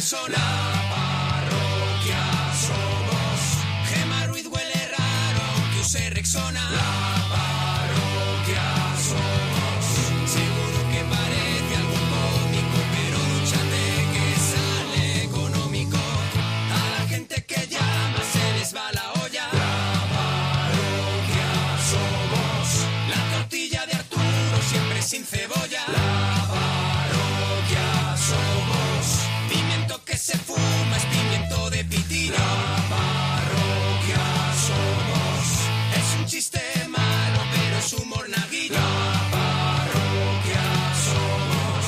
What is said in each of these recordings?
son la parroquia somos. Gema Ruiz huele raro, que use Rexona. La parroquia somos. Seguro que parece algo cómico, pero duchate que sale económico. A la gente que llama se les va la olla. La parroquia somos. La tortilla de Arturo siempre sin cebolla. La parroquia somos. Pimiento que se fuma es pimiento de pitina. La parroquia somos. Es un chiste malo, pero es humor naguillo. La parroquia somos.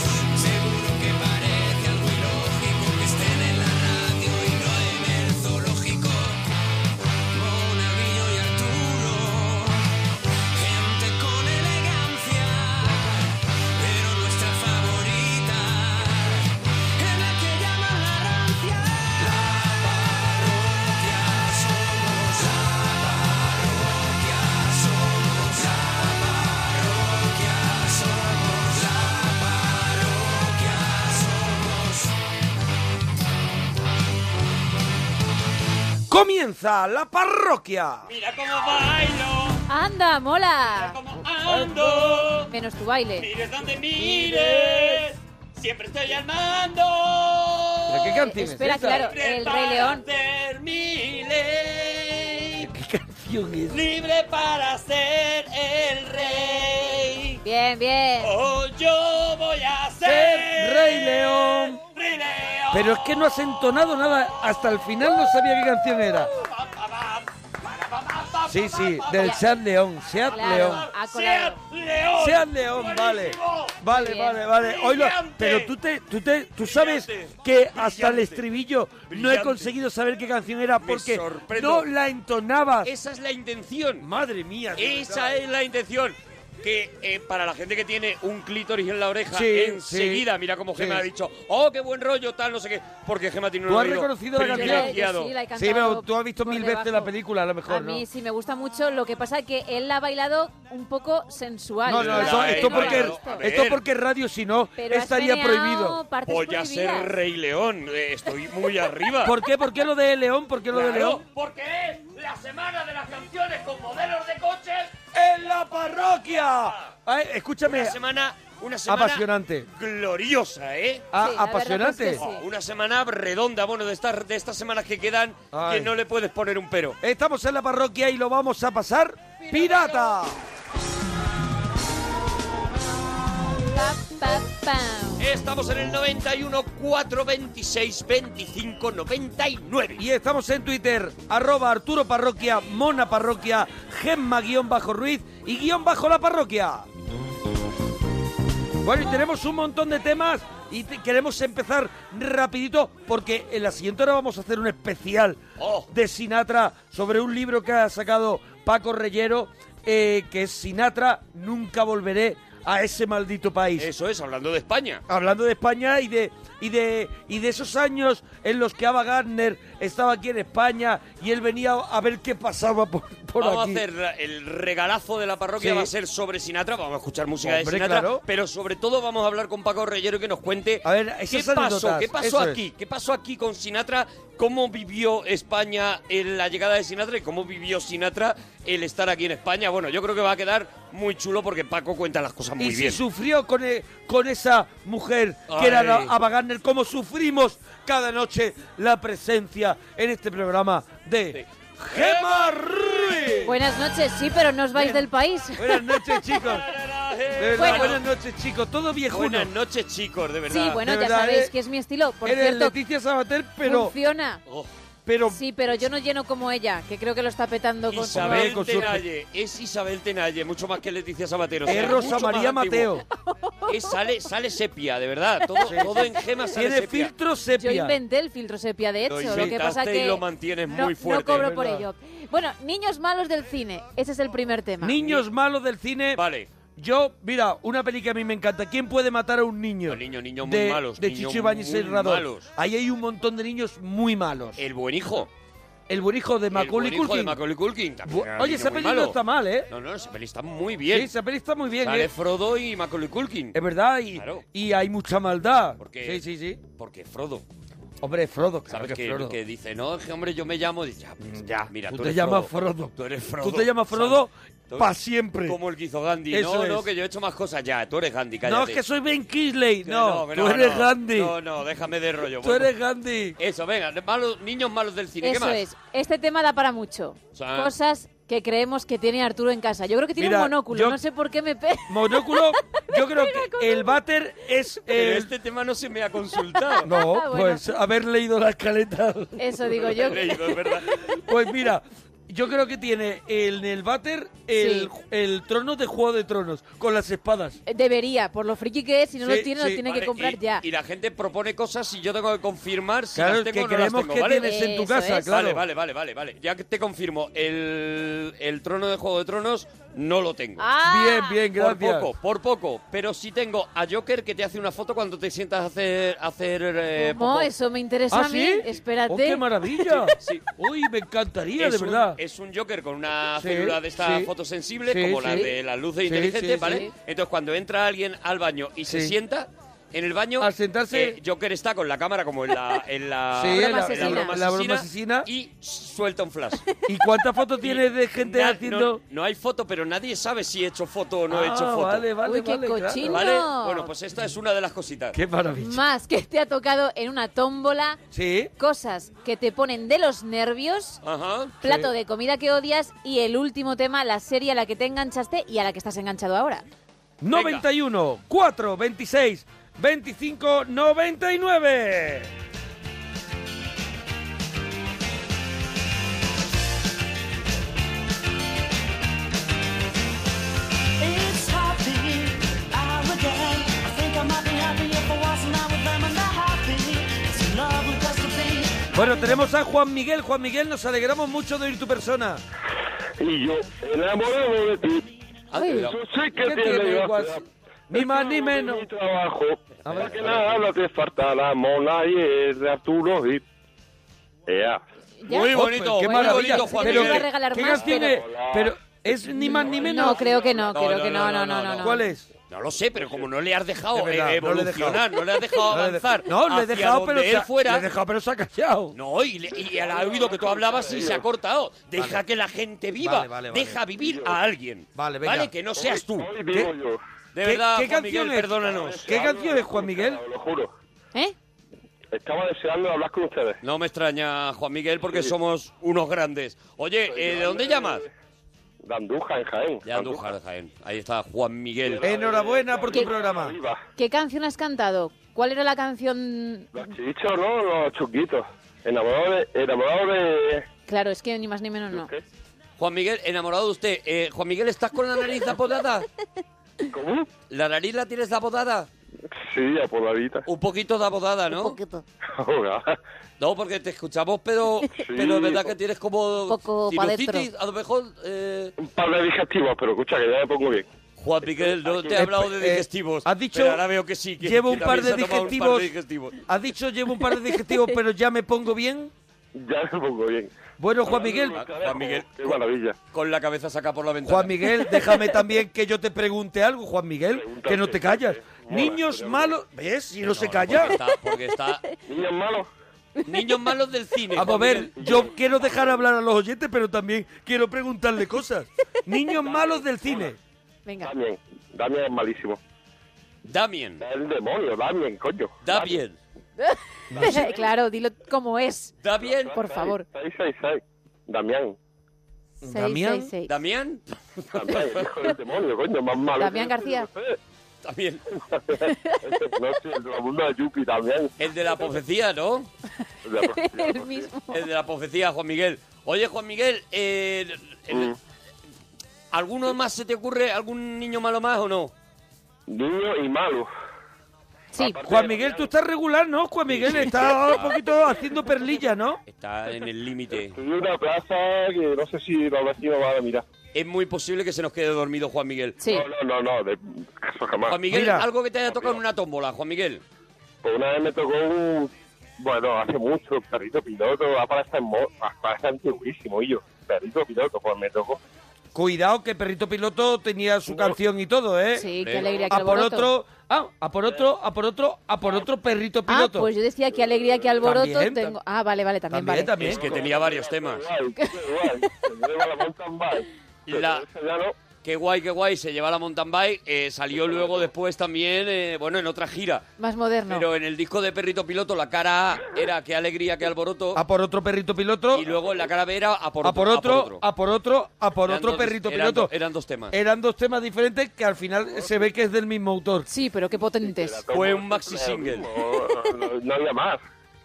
Seguro que parece algo ilógico que estén en la radio y no en el zoológico. Monaguillo y Arturo, gente con elegancia, pero nuestra favorita es la que llaman la rancia. La parroquia somos, la parroquia somos, la parroquia somos, la parroquia somos. Comienza la parroquia. Mira cómo bailo. ¡Anda, mola! ando. Menos tu baile. Mires donde mires, siempre estoy al mando. ¿Pero qué canción es Espera, esa? claro, el Rey León. Ser mi ley, ¿Qué canción es? libre para ser el rey. Bien, bien. Oh, yo voy a Ser ser Rey León. Rey León. Pero es que no has entonado nada. Hasta el final no sabía qué canción era. Sí, sí, del Seat León. Seat Claro, León. ha Ser colado. León. Seat León, vale. Buenísimo. Vale, Bien. vale, vale. Hoy lo- Brillante. pero tú, te, tú, te, tú sabes Brillante. que hasta el Brillante. estribillo no he Brillante. conseguido saber qué canción era porque sorprendo. no la entonabas. Esa es la intención. Madre mía. de Esa verdad. es la intención. Que eh, para la gente que tiene un clítoris en la oreja, Sí, enseguida sí, mira cómo sí. Gema ha dicho, oh, qué buen rollo, tal, no sé qué. Porque Gema tiene un ¿Tú has oído reconocido la canción? privilegiado. Sí, la he Sí, pero cantado tú has visto por mil debajo. veces la película, a lo mejor, A mí sí me gusta mucho. Lo que pasa es que él la ha bailado un poco sensual. ¿no? No, no, Claro, eso- no, esto, no, porque, no, a ver. esto porque radio, si no, Pero has estaría meneado prohibido. partes Voy a ser prohibidas. Rey León, eh, estoy muy arriba. ¿Por qué? ¿Por qué lo de León? ¿Por qué lo de Claro, León? Porque es la semana de las canciones con modelos de coches. Ah. ¡En la parroquia! Ay, escúchame, Una semana, una semana Apasionante. gloriosa, ¿eh? a- Sí, la Ah, apasionante. verdad es que sí. Oh, una semana redonda, bueno, de estas, de estas semanas que quedan, Ay. que no le puedes poner un pero. Estamos en la parroquia y lo vamos a pasar pirata. Pa, pa, pam. Estamos en el 91 426 25 99. Y estamos en Twitter, arroba Arturo Parroquia, Mona Parroquia, Gemma guión bajo Ruiz y guión bajo la parroquia. Bueno, y tenemos un montón de temas y te- queremos empezar rapidito porque en la siguiente hora vamos a hacer un especial Oh. de Sinatra sobre un libro que ha sacado Paco Reyero, eh, que es Sinatra, Nunca volveré a ese maldito país. Eso es, hablando de España. hablando de España y de y de y de esos años en los que Ava Gardner estaba aquí en España y él venía a ver qué pasaba por, por Vamos aquí. a hacer la- el regalazo de la parroquia, Sí. va a ser sobre Sinatra, vamos a escuchar música de Hombre, Sinatra, claro. pero sobre todo vamos a hablar con Paco Reyero que nos cuente A ver, esas qué pasó, anécdotas, qué pasó eso es. aquí, qué pasó aquí con Sinatra, cómo vivió España en la llegada de Sinatra y cómo vivió Sinatra el estar aquí en España. Bueno, yo creo que va a quedar muy chulo porque Paco cuenta las cosas muy y si bien. sufrió con, e- con esa mujer Ay. que era la- Ava Gardner, como sufrimos cada noche la presencia en este programa de Gemma Ruiz. Buenas noches, sí, pero no os vais del país. Buenas noches, chicos. De verdad, Bueno. Buenas noches, chicos. Todo viejuno. Buenas noches, chicos, de verdad. Sí, bueno, de ya verdad, sabéis eh, que es mi estilo. Por Eres cierto, Leticia Sabater, pero, funciona. Oh. pero Sí, pero yo no lleno como ella, que creo que lo está petando con su Isabel con su- Tenalle, es Isabel Tenalle, mucho más que Leticia Sabatero. o sea, es Rosa mucho más María antiguo. Mateo. Es- sale, sale sepia, de verdad. Todo, todo en gemas sale Tiene sepia. filtro sepia. Yo inventé el filtro sepia, de Lo hecho. Lo, que inventaste pasa y que lo mantienes no, muy fuerte, No cobro por ¿verdad? ello. Bueno, niños malos del cine. Ese es el primer tema. Niños malos del cine. Vale. Yo, mira, una peli que a mí me encanta. ¿Quién puede matar a un niño? Los niños, niños muy de, malos, De niños Chicho Ibáñez muy el Rador. malos. Ahí hay un montón de niños muy malos. El, El buen hijo. buen hijo de Macaulay el buen hijo de Culkin. Macaulay Culkin. también Bu- era un Oye, niño esa muy peli no malo. está mal, ¿eh? No, no, esa peli está muy Sí, bien. esa peli está muy bien, Sale ¿eh? Frodo y Macaulay Culkin. Es verdad, y, Claro. y hay mucha maldad. Sí, Porque- sí, sí. Porque Frodo. Hombre, Frodo, claro ¿Sabes que que, Frodo. Mm, que dice, no, es que hombre, yo me llamo. Dice, ya, ya, mira, Tú tú, te eres llamas Frodo. Frodo. Tú eres Frodo. Tú te llamas Frodo ¿Sabes? para siempre. Como el que hizo Gandhi. Eso no, no, es. que yo he hecho más cosas ya. Tú eres Gandhi, cállate. No, es que soy Ben Kisley. Que No, que tú eres no. Gandhi. No, no, déjame de rollo. Tú eres Gandhi. Eso, venga, malos, niños malos del cine. ¿Qué Eso más? Ah. es. Este tema da para mucho. O sea- Cosas que creemos que tiene Arturo en casa. Yo creo que tiene Mira, un monóculo. yo- No sé por qué me pega. Monóculo, yo creo que el váter es Pero el... este tema no se me ha consultado. No, Ah, Bueno. pues haber leído la escaleta. Eso digo yo. He leído, es verdad. Pues mira, yo creo que tiene en el váter el, Sí. el trono de Juego de Tronos, con las espadas. Eh, Debería, por lo friki que es, si no Sí, lo tiene, sí, lo tiene Vale, que comprar y, ya. y la gente propone cosas y yo tengo que confirmar si claro, las que tengo o no las creemos tengo, que ¿vale? tienes en tu Eso casa, es. claro. Vale, vale, vale, vale, vale. Ya que te confirmo, el, el trono de Juego de Tronos no lo tengo. ¡Ah! Bien, bien, por gracias. poco, por poco. Pero sí tengo a Joker que te hace una foto cuando te sientas a hacer... a hacer eh, ¿Cómo? popó. Eso me interesa ¿Ah, a mí. sí? Espérate. Oh, ¡Qué maravilla! Sí, sí. Uy, me encantaría, es de un- verdad. es un Joker con una Sí, célula de esta sí. fotosensible, Sí, como la sí. de las luces Sí, inteligentes, sí, ¿vale? sí. Entonces, cuando entra alguien al baño y se Sí. sienta en el baño, Al sentarse- eh, Joker está con la cámara como en la, en la, Sí, en la- la la- la broma asesina. y suelta un flash. ¿Y cuántas fotos tienes de gente Na- no- haciendo...? No, hay foto, pero nadie sabe si he hecho foto o no he Ah, hecho foto. Vale, vale, Uy, qué vale, claro. cochino. ¿Vale? No. Bueno, pues esta es una de las cositas. ¡Qué maravilla! Más que te ha tocado en una tómbola, Sí. cosas que te ponen de los nervios, Ajá. plato Sí. de comida que odias y el último tema, la serie a la que te enganchaste y a la que estás enganchado ahora. 91, 4, 26, 25, 99. It's happy hour again. I think I might be happy if I wasn't out with them and they're happy. It's a lovely place to be. Bueno, tenemos a Juan Miguel. Juan Miguel, nos alegramos mucho de oír tu persona. Y yo, enamorado de ti. Ah, Uy. cuidado. Yo sé que ¿Qué te tiene igual? alegraste. Ni más ni menos. Mi trabajo. A ver. Más que nada te falta la mona y el de Arturo y... Ea. ¿Ya? Muy bonito, ¿Eh? Oh, pues, qué muy maravilla. bonito, Juan pero, Miguel. Te iba a regalar ¿qué más, gas tiene? pero- Pero es ni más ni menos. No, creo que no, No, creo no, que no, no, no, no. no. ¿Cuál es? No lo sé, pero como no le has De dejado verdad, eh, no le he dejado. evolucionar, no le has dejado No le he de- avanzar. No, le he hacia dejado, donde pero se él ha- fuera. le he dejado, pero se ha callado. No, y, le- y al oído que tú hablabas y se ha cortado. Deja que la gente viva. Vale, vale, vale. Deja vivir a alguien. Vale, venga. Vale, que no seas tú. Hoy vivo yo. De ¿Qué- verdad, qué Juan Miguel, canciones? perdónanos. ¿Qué canción es, Juan Miguel? Os lo juro. ¿Eh? Estaba deseando hablar con ustedes. No me extraña, Juan Miguel, porque somos unos grandes. Oye, eh, ¿de dónde llamas? De Andújar, en Jaén. De Andújar, Jaén. Ahí está Juan Miguel. Enhorabuena por tu ¿Qué- programa. Arriba. ¿Qué canción has cantado? ¿Cuál era la canción? Los chichos, ¿no? Los chusquitos. Enamorado de... Enamorado de... Claro, es que ni más ni menos no. ¿Qué? Juan Miguel, enamorado de usted. Eh, Juan Miguel, ¿estás con la nariz apodada? ¿Cómo? ¿La nariz la tienes apodada? Sí, a por la vida. Un poquito de apodada, ¿no? Ahora. No, porque te escuchamos, pero, pero es verdad que tienes como Poco pa' sinusitis, a lo mejor. eh, Un par de digestivos, pero escucha que ya me pongo bien. Juan Miguel, no te he Eh, hablado de eh, digestivos. has dicho, pero ahora veo que sí. Que, llevo que un par, también de se ha tomado un digestivos, par de digestivos. Has dicho, llevo un par de digestivos, pero ya me pongo bien. Ya me pongo bien. Bueno, Juan Miguel, Ah, Juan Miguel. Qué maravilla. Con la cabeza saca por la ventana. Juan Miguel, déjame también que yo te pregunte algo, Juan Miguel, que no te callas. Pregúntate. Niños malos, ¿ves? Si no se No, calla. Porque está, porque está- Niños malos. Niños malos del cine. Vamos a Juan ver, Miguel. yo quiero dejar hablar a los oyentes, pero también quiero preguntarle cosas. Niños malos del cine. Venga. Damien. Damien es malísimo. Damien. Es el demonio, Damien, coño. Damien. claro, dilo como es. Damien. Por favor. 666. Damián. Damián. 666. Damien. Damián, hijo del demonio, coño, más malo. Damián García. También. No sé, el mundo de Yuki también. El de la profecía, ¿no? El mismo. El de la profecía, Juan Miguel. Oye, Juan Miguel, eh, el- ¿alguno más se te ocurre? ¿Algún niño malo más o no? Niño y malo. Sí. Juan Miguel, tú estás regular, ¿no? Juan Miguel está un poquito haciendo perlilla, ¿no? Está en el límite. Soy de una plaza que no sé si los vecinos van a mirar. Es muy posible que se nos quede dormido Juan Miguel. Sí. No, no, no, no, de eso jamás. Juan Miguel, Mira. algo que te haya tocado en una tómbola, Juan Miguel. Pues una vez me tocó un. Bueno, hace mucho, perrito piloto, aparece, en mo... aparece antiguísimo, y yo, perrito piloto, pues me tocó. Cuidado que Perrito Piloto tenía su canción y todo, ¿eh? Sí, qué alegría, qué A por alboroto. otro, ah, a por otro, a por otro, a por otro Perrito Ah, Piloto. pues yo decía que alegría, que alboroto También, tengo. Ah, vale, vale, también, También, vale. también. Es que tenía varios temas. La- Qué guay, qué guay, se lleva la mountain bike. eh, salió luego después también, eh, bueno, en otra gira. Más moderno. Pero en el disco de Perrito Piloto, la cara A era qué alegría, qué alboroto. A por otro Perrito Piloto, Y luego en la cara B era a por a por otro, a por otro, a por Eran otro dos- Perrito eran Piloto. do- Eran dos temas. Eran dos temas diferentes que al final se ve que es del mismo autor. Sí, pero qué potentes. Fue un maxi single. No, no había más.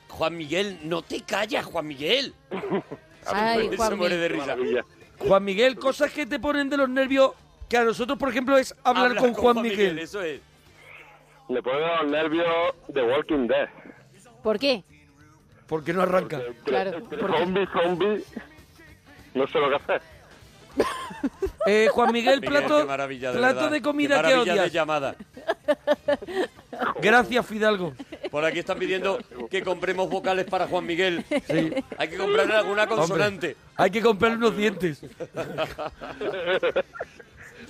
Juan Miguel, no te callas, Juan Miguel. Ay, pues, Se Juan. muere de risa. Maravilla. Juan Miguel, cosas que te ponen de los nervios, que a nosotros, por ejemplo, es hablar Habla con, Juan Miguel. Eso es. Me pone los nervios de Walking Dead. ¿Por qué? Porque no arranca. Claro, Entre porque- Zombie, zombie. No sé lo que hacer. Eh, Juan Miguel, Miguel, plato, qué maravilla, de plato verdad. de Qué comida que maravilla de odias. llamada. Gracias, Fidalgo. Por aquí están pidiendo que compremos vocales para Juan Miguel. Hay que comprarle alguna consonante. Hombre, hay que comprar unos dientes.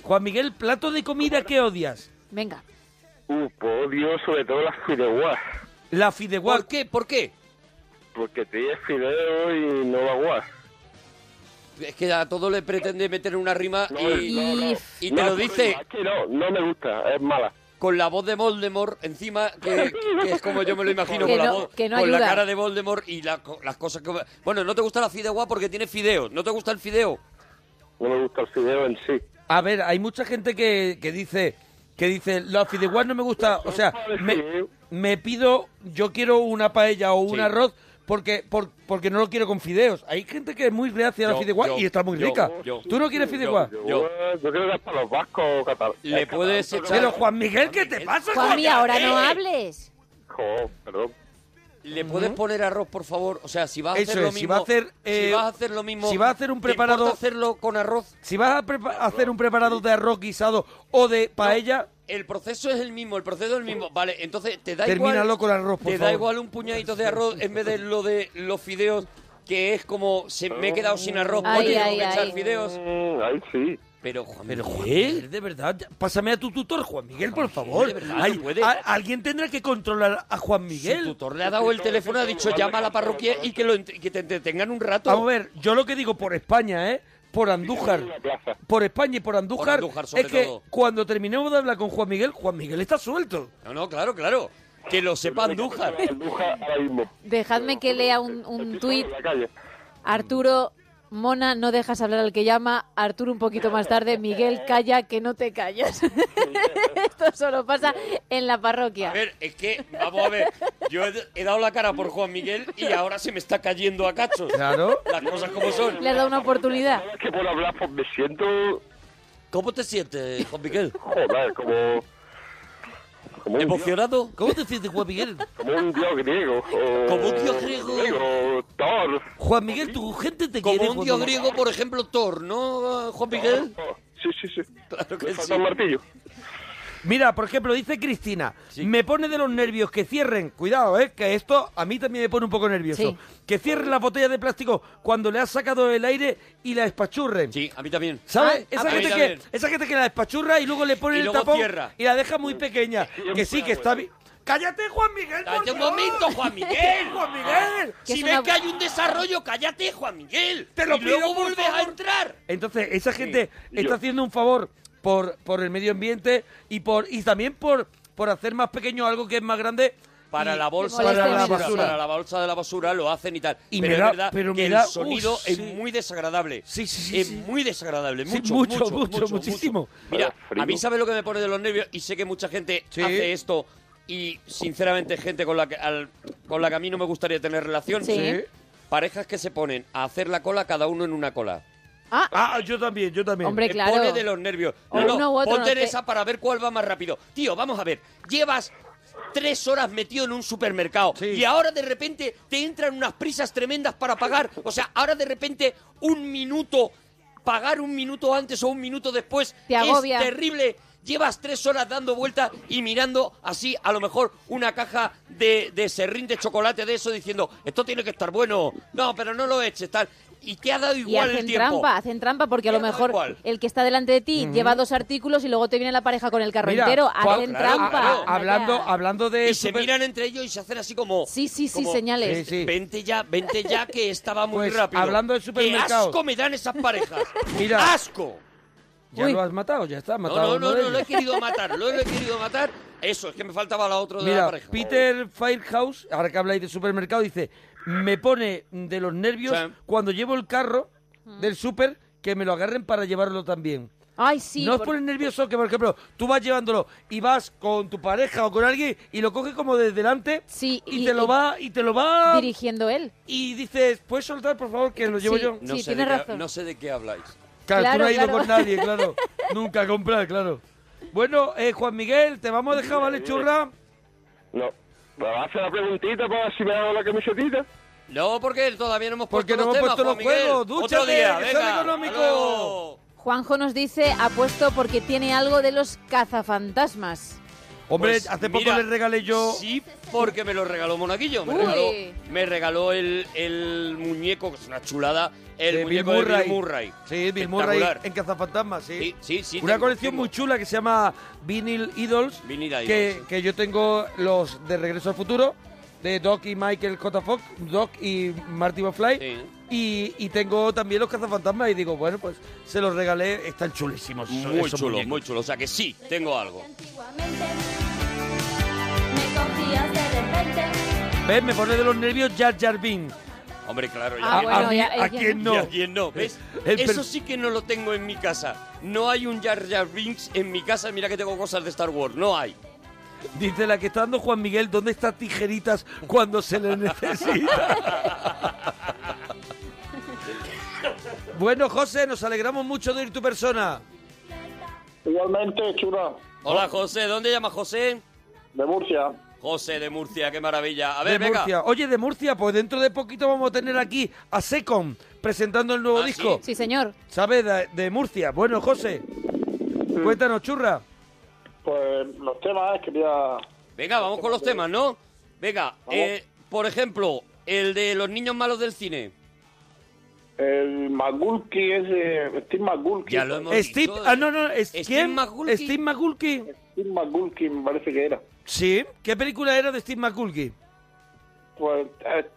Juan Miguel, plato de comida que odias. Venga. Uh, pues odio sobre todo las fideuás. La ¿Por fideuá. qué? ¿Por qué? Porque tiene fideo y no va guas. Es que a todo le pretende meter una rima No, y, no, no. y te lo No, dice Aquí no, no me gusta, es mala. con la voz de Voldemort encima, que, que es como yo me lo imagino, Que con, la, no- voz, que no con la ayuda. cara de Voldemort y la co- las cosas que... Bueno, no te gusta la fideuá porque tiene fideo, no te gusta el fideo. No me gusta el fideo en sí. A ver, hay mucha gente que, que dice que dice, la fideuá no me gusta, o sea, ¿eh? me, me pido, yo quiero una paella o un Sí. arroz porque por- porque no lo quiero con fideos. Hay gente que es muy reacia a la Yo, fideuá yo, y está muy yo, rica. yo. ¿Tú no quieres Yo, fideuá? yo. Yo, yo creo que es para los vascos o catalanes. Le puedes echar... Pero Juan Miguel, ¿qué te pasa? Juanmi, coño? ahora no Eh, hables. Jo, perdón. ¿Le puedes poner arroz, por favor? O sea, si vas a Eso hacer lo es, mismo... si va a hacer, eh, si vas a hacer lo mismo... si va a hacer un ¿te importa preparado- hacerlo con arroz? Si vas a prepa- hacer un preparado de arroz guisado o de paella, El proceso es el mismo, el proceso es el mismo. Vale, entonces te da Termínalo igual... con arroz, por Te da favor. igual un puñadito de arroz en vez de lo de los fideos, que es como... Se, me he quedado sin arroz, Ay, coño, tengo ay, que echar ay. fideos. Mm, ahí sí. Pero Juan Pero Juan Miguel... Miguel, de verdad, ya- pásame a tu tutor, Juan Miguel, por favor. de verdad, Ay, no puede. a- alguien tendrá que controlar a Juan Su Miguel. tutor le ha dado el teléfono, ha dicho llama a la parroquia y que, lo ent- que te entretengan un rato. Vamos a ver, yo lo que digo por España, ¿eh? Por Andújar. Por España y por Andújar, Andújar, sobre es que todo. cuando terminemos de hablar con Juan Miguel, Juan Miguel está suelto. No, no, claro, claro. Que lo sepa Andújar. Andújar ahora mismo. Dejadme que lea un, Aquí un estoy tuit. en la calle. Arturo, Mona, no dejas hablar al que llama. Arturo, un poquito más tarde. Miguel, calla, que no te callas. Esto solo pasa en la parroquia. A ver, es que, vamos a ver, yo he, he dado la cara por Juan Miguel y ahora se me está cayendo a cachos. Claro. Las cosas como son. Le has dado una oportunidad. Cada vez que puedo hablar, pues me siento, ¿Cómo te sientes, Juan Miguel? joder, como... Como un, dios, ¿Emocionado? ¿Cómo te sientes, Juan Miguel? como un dios griego. o- Como un dios griego. griego, Eh, Thor. Juan Miguel, tu gente te Como quiere. un Juan dios Miguel. griego, por ejemplo, Thor, ¿no, Juan Miguel? Sí, sí, sí. Claro Me que sí. falta un martillo. Mira, por ejemplo, dice Cristina, me pone de los nervios que cierren, cuidado, eh, que esto a mí también me pone un poco nervioso, Sí. que cierren las botellas de plástico cuando le has sacado el aire y la espachurren. Sí, a mí también. ¿Sabes? Ah, esa, ah, gente mira, que, bien. esa gente que la despachurra y luego le pone Y el luego tapón cierra. y la deja muy pequeña. Que sí, que está bien. ¡Cállate, Juan Miguel! por ¡Cállate un favor! momento, Juan Miguel! ¡Juan Miguel! Que Si es ves una- que hay un desarrollo, cállate, Juan Miguel. Te lo y luego pido, por vuelves a favor. entrar. Entonces, esa gente yo- está haciendo un favor por, por el medio ambiente y por y también por, por hacer más pequeño algo que es más grande. Para Y- la bolsa moleste de la menos, basura, sí. para la bolsa de la basura lo hacen y tal. Y pero me es da- verdad pero que me el da- sonido Uy, es sí. muy desagradable. Sí, sí, sí, Es sí. muy desagradable, Sí, mucho, mucho, mucho, mucho, muchísimo. Mira, Vaya frío. a mí sabe lo que me pone de los nervios y sé que mucha gente Sí. hace esto y sinceramente gente con la que al- con la que a mí no me gustaría tener relación. Sí. Sí. Parejas que se ponen a hacer la cola cada uno en una cola. Ah, Ah, yo también, yo también. Hombre, Me claro. pone de los nervios. O No, no, uno u otro, ponte no en te- esa para ver cuál va más rápido. Tío, vamos a ver. Llevas tres horas metido en un supermercado Sí. y ahora de repente te entran unas prisas tremendas para pagar. O sea, ahora de repente un minuto, pagar un minuto antes o un minuto después Te agobia. es terrible. Llevas tres horas dando vueltas y mirando así, a lo mejor, una caja de, de serrín de chocolate de eso, diciendo, esto tiene que estar bueno. No, pero no lo eches, tal. y te ha dado Y igual el hacen tiempo. trampa, hacen trampa, porque a lo Ya da mejor igual. el que está delante de ti lleva dos artículos y luego te viene la pareja con el carro Mira, entero. Juan- Hacen claro, trampa. claro, Vaya. hablando, hablando de... Y se super- miran entre ellos y se hacen así como... Sí, sí, sí, como, señales. Sí, sí. Vente ya, vente ya, que estaba muy Pues, rápido. hablando de supermercados. ¡Qué asco me dan esas parejas! Mira. ¡Asco! Ya Uy. lo has matado, ya está, has No, matado a no, uno no, de no, lo he ellos. querido matar, lo he querido matar. Eso, es que me faltaba la otra de la Mira, pareja. Peter Firehouse, ahora que habláis de supermercado, dice, me pone de los nervios Sí. cuando llevo el carro del súper que me lo agarren para llevarlo también. Ay, sí. ¿No os por- pones nervioso que, por ejemplo, tú vas llevándolo y vas con tu pareja o con alguien y lo coges como de delante Sí, y, y- te lo y- va y te lo va Dirigiendo él. y dices, ¿puedes soltar, por favor, que lo llevo Sí. yo? No Sí, sé de tienes qué- razón. no sé de qué habláis. Claro, tú Claro, no has ido claro. con nadie, claro. Nunca a comprar, claro. Bueno, eh, Juan Miguel, te vamos a dejar, ¿vale, churra? No. ¿Me vas a hacer la preguntita para ver si me hago la camisetita? No, porque todavía no hemos puesto Porque los no hemos temas, puesto Juan los Miguel. juegos. Otro Dúchate, día, que venga. sale económico. hasta luego. Juanjo nos dice, apuesto porque tiene algo de los cazafantasmas. Hombre, Pues hace poco mira, le regalé yo... Sí, porque me lo regaló Monaguillo. Me Uy. regaló, me regaló el, el muñeco, que es una chulada, el de Bill muñeco de Bill Murray. Sí, Bill Murray Espectacular. en Cazafantasmas, sí. Sí, sí, sí, Una te colección confirmo. muy chula que se llama Vinyl Idols. Vinyl Idols, que, sí. que yo tengo los de Regreso al Futuro, de Doc y Michael J. Fox, Doc y Marty McFly. Sí. Y, y tengo también los cazafantasmas y digo, bueno, pues se los regalé, están chulísimos. esos- Muy esos chulo, muñecos. muy chulo. O sea que sí, tengo algo. Antiguamente me cogías de repente. ¿Ves? Me pone de los nervios Jar Jar Binks. Hombre, claro, Ah, Ah, ya. bueno, a mí- ya- ¿a ya- quién no? ¿Y a quién no? ¿Ves? El per- Eso sí que no lo tengo en mi casa. No hay un Jar Jar Binks en mi casa. Mira que tengo cosas de Star Wars. No hay. Dice la que está dando Juan Miguel, ¿dónde está tijeritas cuando se le necesita? bueno, José, nos alegramos mucho de ir tu persona. Igualmente, chula. Hola, José. ¿Dónde llama José? De Murcia. José de Murcia, qué maravilla. A ver, de venga. Murcia. Oye, de Murcia, pues dentro de poquito vamos a tener aquí a Secom presentando el nuevo Ah, disco. Sí, señor. ¿Sabes? De, de Murcia. Bueno, José, cuéntanos, churra. Pues los temas, quería... Venga, vamos con los temas, ¿no? Venga, eh, por ejemplo, el de los niños malos del cine. El McGulky ese, Steve McGulky. Ya lo hemos Steve, dicho. ah, no, no, es- Steve ¿quién? McGulky. Steve McGulky. Steve McGulky me parece que era. Sí, ¿qué película era de Steve McGulky? Pues eh,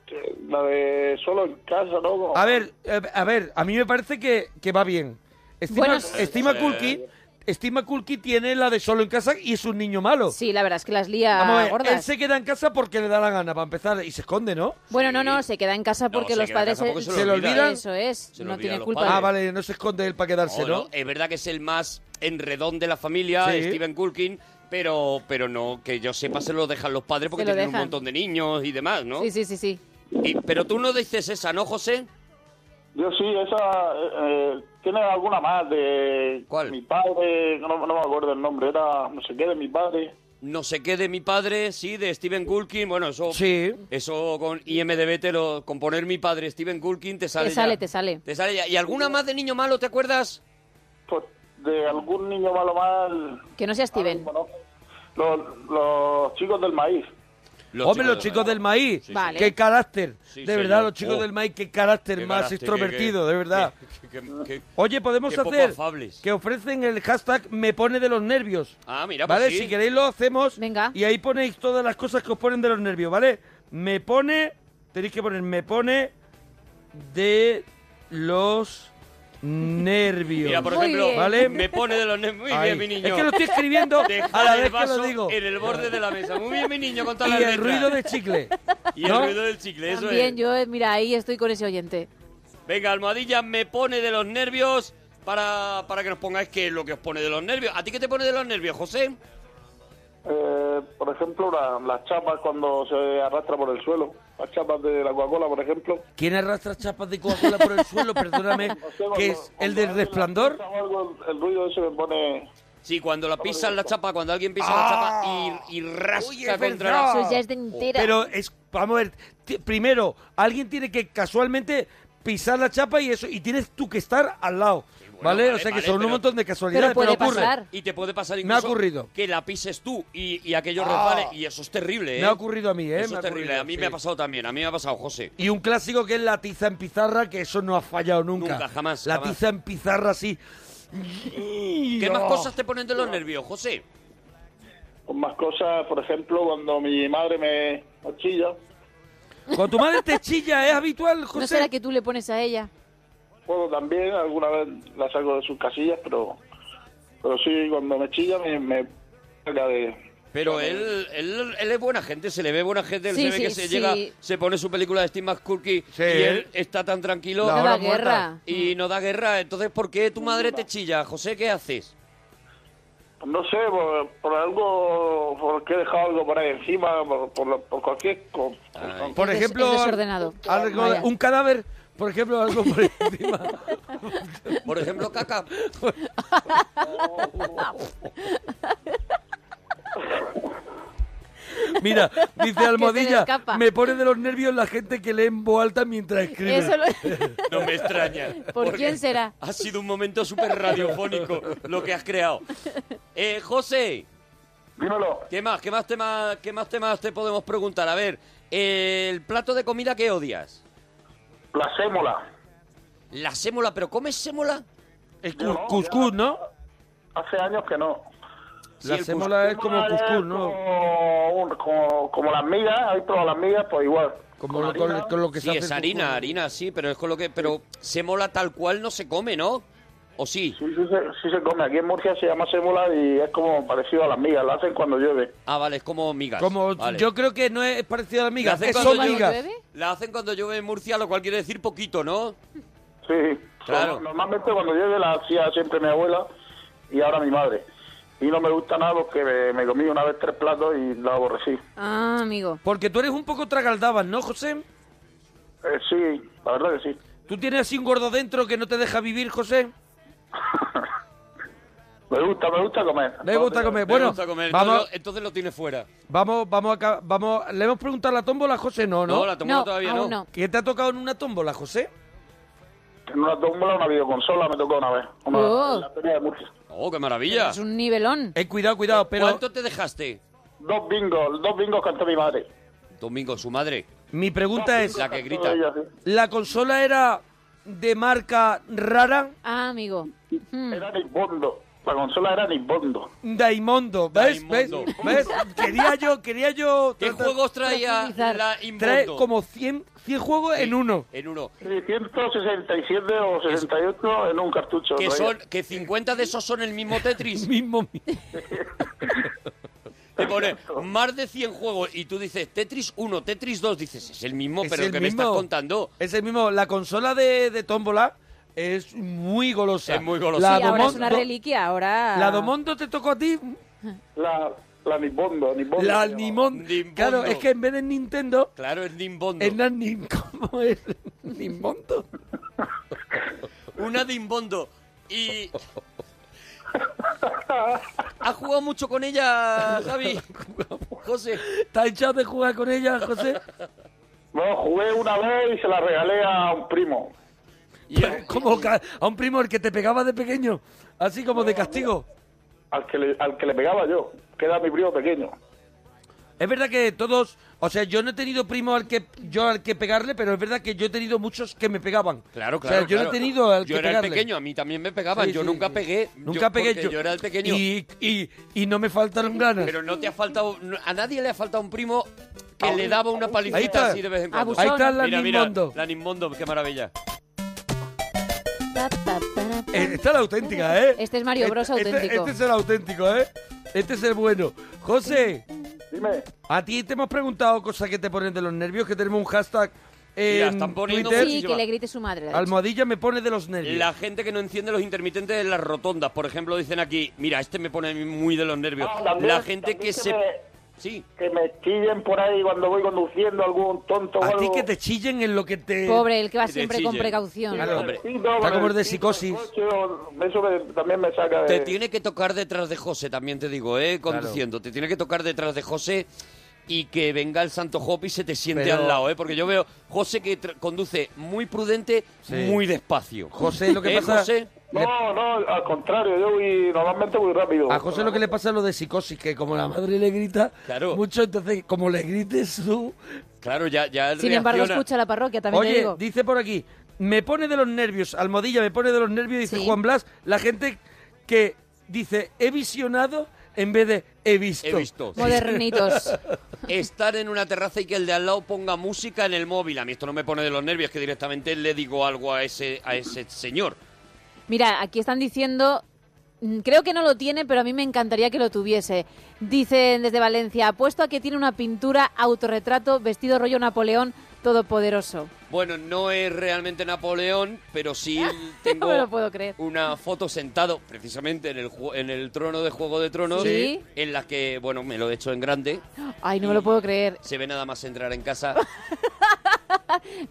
la de Solo en Casa, ¿no? A ver, eh, a ver, a mí me parece que, que va bien. Estima, Bueno, Estima sí. Kulki, Estima Kulki tiene la de solo en casa y es un niño malo. Sí, la verdad es que las lía Vamos a ver, gordas. él se queda en casa porque le da la gana para empezar y se esconde, ¿no? Bueno, no, no, se queda en casa No, porque se los queda en padres casa porque se ¿eh? lo Se lo olvidan. olvidan. Eso es, Se lo no olvidan tiene los culpa. padres. Ah, vale, no se esconde él para quedarse, No, ¿no? no, es verdad que es el más enredón de la familia, Sí. Steven Culkin, pero, pero no, que yo sepa, se lo dejan los padres porque Se lo tienen un dejan. montón de niños y demás, ¿no? Sí, sí, sí, sí. Y- pero tú no dices esa, ¿no, José? Yo sí, esa... eh, eh, ¿Tiene alguna más de... ¿Cuál? Mi padre, no, no me acuerdo el nombre, era no sé qué de mi padre. No sé qué de mi padre, sí, de Steven Culkin, bueno, eso... Sí. Eso con IMDB te lo... Con poner mi padre, Steven Culkin, te sale Te sale, ya. te sale. Te sale ya. ¿Y alguna más de Niño Malo, te acuerdas? Pues de algún niño malo mal... Que no sea Steven. Bueno, los, los chicos del maíz. Hombre, los chicos del maíz, Sí, Vale. qué carácter. Sí, de señor. verdad, los chicos Oh. del maíz, qué carácter Qué más carácter, qué- extrovertido, qué- de verdad. qué- qué- qué- Oye, podemos Qué poco hacer afables. que ofrecen el hashtag me pone de los nervios. Ah, mira, pues ¿Vale? sí. Si queréis lo hacemos. Venga. Y ahí ponéis todas las cosas que os ponen de los nervios, ¿vale? Me pone, tenéis que poner, me pone de los nervios. Mira, por Muy ejemplo, bien. ¿Vale? me pone de los nervios. Muy Ahí. bien, mi niño. Es que lo estoy escribiendo Dejar a la el vez que vaso lo digo. en el borde de la mesa. Muy bien, mi niño, con todas Y las el letras. ruido de chicle. Y el ¿no? ruido del chicle, eso es. También yo, eh, mira, ahí estoy con ese oyente. Venga, almohadilla, me pone de los nervios para, para que nos pongáis qué es lo que os pone de los nervios. ¿A ti qué te pone de los nervios, José? Eh, por ejemplo, la- las chapas cuando se arrastra por el suelo. Las chapas de la Coca-Cola, por ejemplo. ¿Quién arrastra chapas de Coca-Cola por el suelo? Perdóname. No sé, ¿Que cuando- es el cuando del alguien resplandor? la pisa o algo, el, el ruido ese me pone... Sí, cuando la pisan la chapa, cuando alguien pisa la chapa y, y rasca Ah. Uy, es contra verdad. la... Eso ya es de entera. Pero es, vamos a ver, ti- primero, alguien tiene que casualmente pisar la chapa y eso, y tienes tú que estar al lado. ¿Vale? o sea que vale, son pero- un montón de casualidades, Pero puede pero, ocurre. pasar. Y te puede pasar ha incluso ocurrido. que la pises tú y, y aquello Ah. resbale. Y eso es terrible, ¿eh? Me ha ocurrido a mí, ¿eh? Eso Me ha es terrible. ocurrido, A mí sí. me ha pasado también. A mí me ha pasado, José. Y un clásico que es la tiza en pizarra, que eso no ha fallado nunca. Nunca, jamás, La jamás. tiza en pizarra así. ¿Qué más cosas te ponen de los nervios, José? Con más cosas, por ejemplo, cuando mi madre me me chilla, Cuando tu madre te chilla, ¿es habitual, José? ¿No será que tú le pones a ella? bueno, también alguna vez la saco de sus casillas, pero, pero sí, cuando me chilla me... me saca de- Pero él, él, él es buena gente, se le ve buena gente, él Sí, se ve sí, que se sí. llega, se pone su película de Steve McCurky Sí. y él está tan tranquilo La No hora da muerta. guerra. y no da guerra. Entonces, ¿por qué tu madre te chilla? José, ¿qué haces? No sé, por, por algo, porque he dejado algo por ahí encima, por, por, lo- por cualquier cosa. Por Es des- ejemplo, es desordenado. algo- Vaya. un cadáver, por ejemplo, algo por encima. Por ejemplo, caca. Mira, dice Almohadilla, escapa. me pone de los nervios la gente que lee en voz alta mientras escribe. Eso lo- No me extraña. ¿Por porque quién será? Ha sido un momento súper radiofónico lo que has creado. Eh, José, Dímelo. ¿qué más? ¿Qué más temas, qué más temas te podemos preguntar? A ver, eh, el plato de comida que odias. La sémola. La sémola, pero ¿comes sémola? Es Yo no, cuscús, ya. ¿no? Hace años que no. Sí, la el sémola es como Sémola es cuscús, ¿no? Como, un- como, como las migas, hay todas las migas, pues igual. Como lo, Con harina. con, con lo que sí, se hace. es el harina, cuscús. harina, sí, pero es con lo que. Pero sémola tal cual no se come, ¿no? ¿O sí? Sí, sí, se- sí se come. Aquí en Murcia se llama sémola y es como parecido a las migas. Lo hacen cuando llueve. Ah, vale, es como migas. Como Vale. yo creo que no es parecido a la La miga, hacen es cuando son yo- migas. llueve? La hacen cuando llueve en Murcia, lo cual quiere decir poquito, ¿no? Sí. Claro. Normalmente cuando llueve la hacía siempre mi abuela y ahora mi madre. Y no me gusta nada porque me, me comí una vez tres platos y la aborrecí. Ah, amigo. Porque tú eres un poco tragaldabas, ¿no, José? Eh, sí, la verdad que sí. ¿Tú tienes así un gordo dentro que no te deja vivir, José? Me gusta, me gusta comer. Me gusta comer. Me Bueno, gusta comer, vamos, Entonces, lo- entonces lo tiene fuera. vamos, vamos, acá, vamos. ¿Le hemos preguntado la tómbola, José? No, No, ¿no? la tomó No, todavía aún no. no. ¿Qué te ha tocado en una tómbola, José? En una tómbola, una videoconsola me tocó una vez. Una, Oh. en la feria de Murcia. Oh, qué maravilla. Es un nivelón. Eh, cuidado, cuidado, pero ¿Cuánto te dejaste? Dos bingos, dos bingos cantó mi madre. Domingo, su madre. mi pregunta es, La que grita. Todo ella, sí. ¿la consola era de marca rara? Ah, amigo. Hmm. Era Nisbondo. La consola era Nisbondo. Daimondo, ¿ves? Daimondo. ¿Ves? ¿Ves? Quería yo, quería yo... ¿Qué tratar- juegos traía Profundizar. la Inmundo? Trae como 100, 100 juegos en uno. En uno. 167 o 68 en un cartucho. Que, ¿no? son, que 50 de esos son el mismo Tetris. Mismo, Te pone más de 100 juegos y tú dices Tetris 1, Tetris 2. Dices, es el mismo, Es pero el que me estás mismo. contando. Es el mismo. La consola de, de tómbola es muy golosa. Es muy golosa. La Sí, ahora es Domondo- una reliquia, ahora... ¿La Domondo te tocó a ti? La, la Nisbondo, Nisbondo. La se llamaba. Nimon. Nimbondo. Claro, es que en vez de Nintendo, Claro, es Dimbondo. es la Nim... ¿Cómo es? Nimondo. Una Dimbondo. Y... ¿Has jugado mucho con ella, Javi? José. ¿Estás echado de jugar con ella, José? Bueno, jugué una vez y se la regalé a un primo. Y él- Como ca- a un primo el que te pegaba de pequeño, así como de castigo. Al que, le, al que le pegaba yo, que era mi primo pequeño. Es verdad que todos, o sea, yo no he tenido primo al que yo al que pegarle, pero es verdad que yo he tenido muchos que me pegaban. Claro, O claro. sea, yo claro. no he tenido al Yo que era pegarle. el pequeño, a mí también me pegaban. Sí, yo sí, nunca sí. pegué. Nunca yo, pegué porque yo. era el pequeño. Y, y, y no me faltaron ganas. Pero no te ha faltado. no- A nadie le ha faltado un primo que Ahí- le daba una Ah, Ahí palicita está. así de vez en cuando. Abusón. Ahí está la mira, Nimondo. mira, la Nimondo, qué maravilla. Ta, ta, ta, ta. Eh, Esta es la auténtica, ¿eh? Este es Mario Bros Este- este- auténtico. Este, es el auténtico, ¿eh? Este es el bueno. José, Dime, a ti te hemos preguntado cosas que te ponen de los nervios, que tenemos un hashtag en Mira, están poniendo Twitter. Sí, que le grite su madre. la leche. Almohadilla me pone de los nervios. La gente que no enciende los intermitentes en las rotondas, por ejemplo, dicen aquí, mira, este me pone muy de los nervios. Ah, también- la gente también que que se... me- Sí, que me chillen por ahí cuando voy conduciendo algún tonto o A algo. ti que te chillen en lo que te... Pobre, el que va que te siempre con chille. precaución. Claro. hombre. Sí, no, Está con como el el de cinto del psicosis. coche, o- Eso me- también me saca de... te tiene que tocar detrás de José, también te digo, ¿eh? Conduciendo, te tiene que tocar detrás de José y que venga el Santo Hop y se te siente Pero- al lado, ¿eh? Porque yo veo José que tra- conduce muy prudente, Sí. muy despacio. José, lo que ¿Eh, pasa José? le- No, no, al contrario, yo voy, normalmente voy rápido. A José lo que le pasa es lo de psicosis, que como la madre le grita Claro. mucho, entonces como le grites tú... Claro, ya, ya Sin embargo, reacciona. escucha la parroquia, también te Oye, digo. dice por aquí, me pone de los nervios, Almodilla me pone de los nervios, dice Sí. Juan Blas, la gente que dice he visionado en vez de he visto. He visto. Modernitos. Estar en una terraza y que el de al lado ponga música en el móvil. A mí esto no me pone de los nervios, que directamente le digo algo a ese, a ese señor. Mira, aquí están diciendo, mm, creo que no lo tiene, pero a mí me encantaría que lo tuviese. Dicen desde Valencia, apuesto a que tiene una pintura autorretrato vestido rollo Napoleón todopoderoso. Bueno, no es realmente Napoleón, pero sí No tengo me lo puedo creer. una foto sentado precisamente en el, ju- en el trono de Juego de Tronos, Sí. en la que, bueno, me lo he hecho en grande. Ay, no me lo puedo creer. Se ve nada más entrar en casa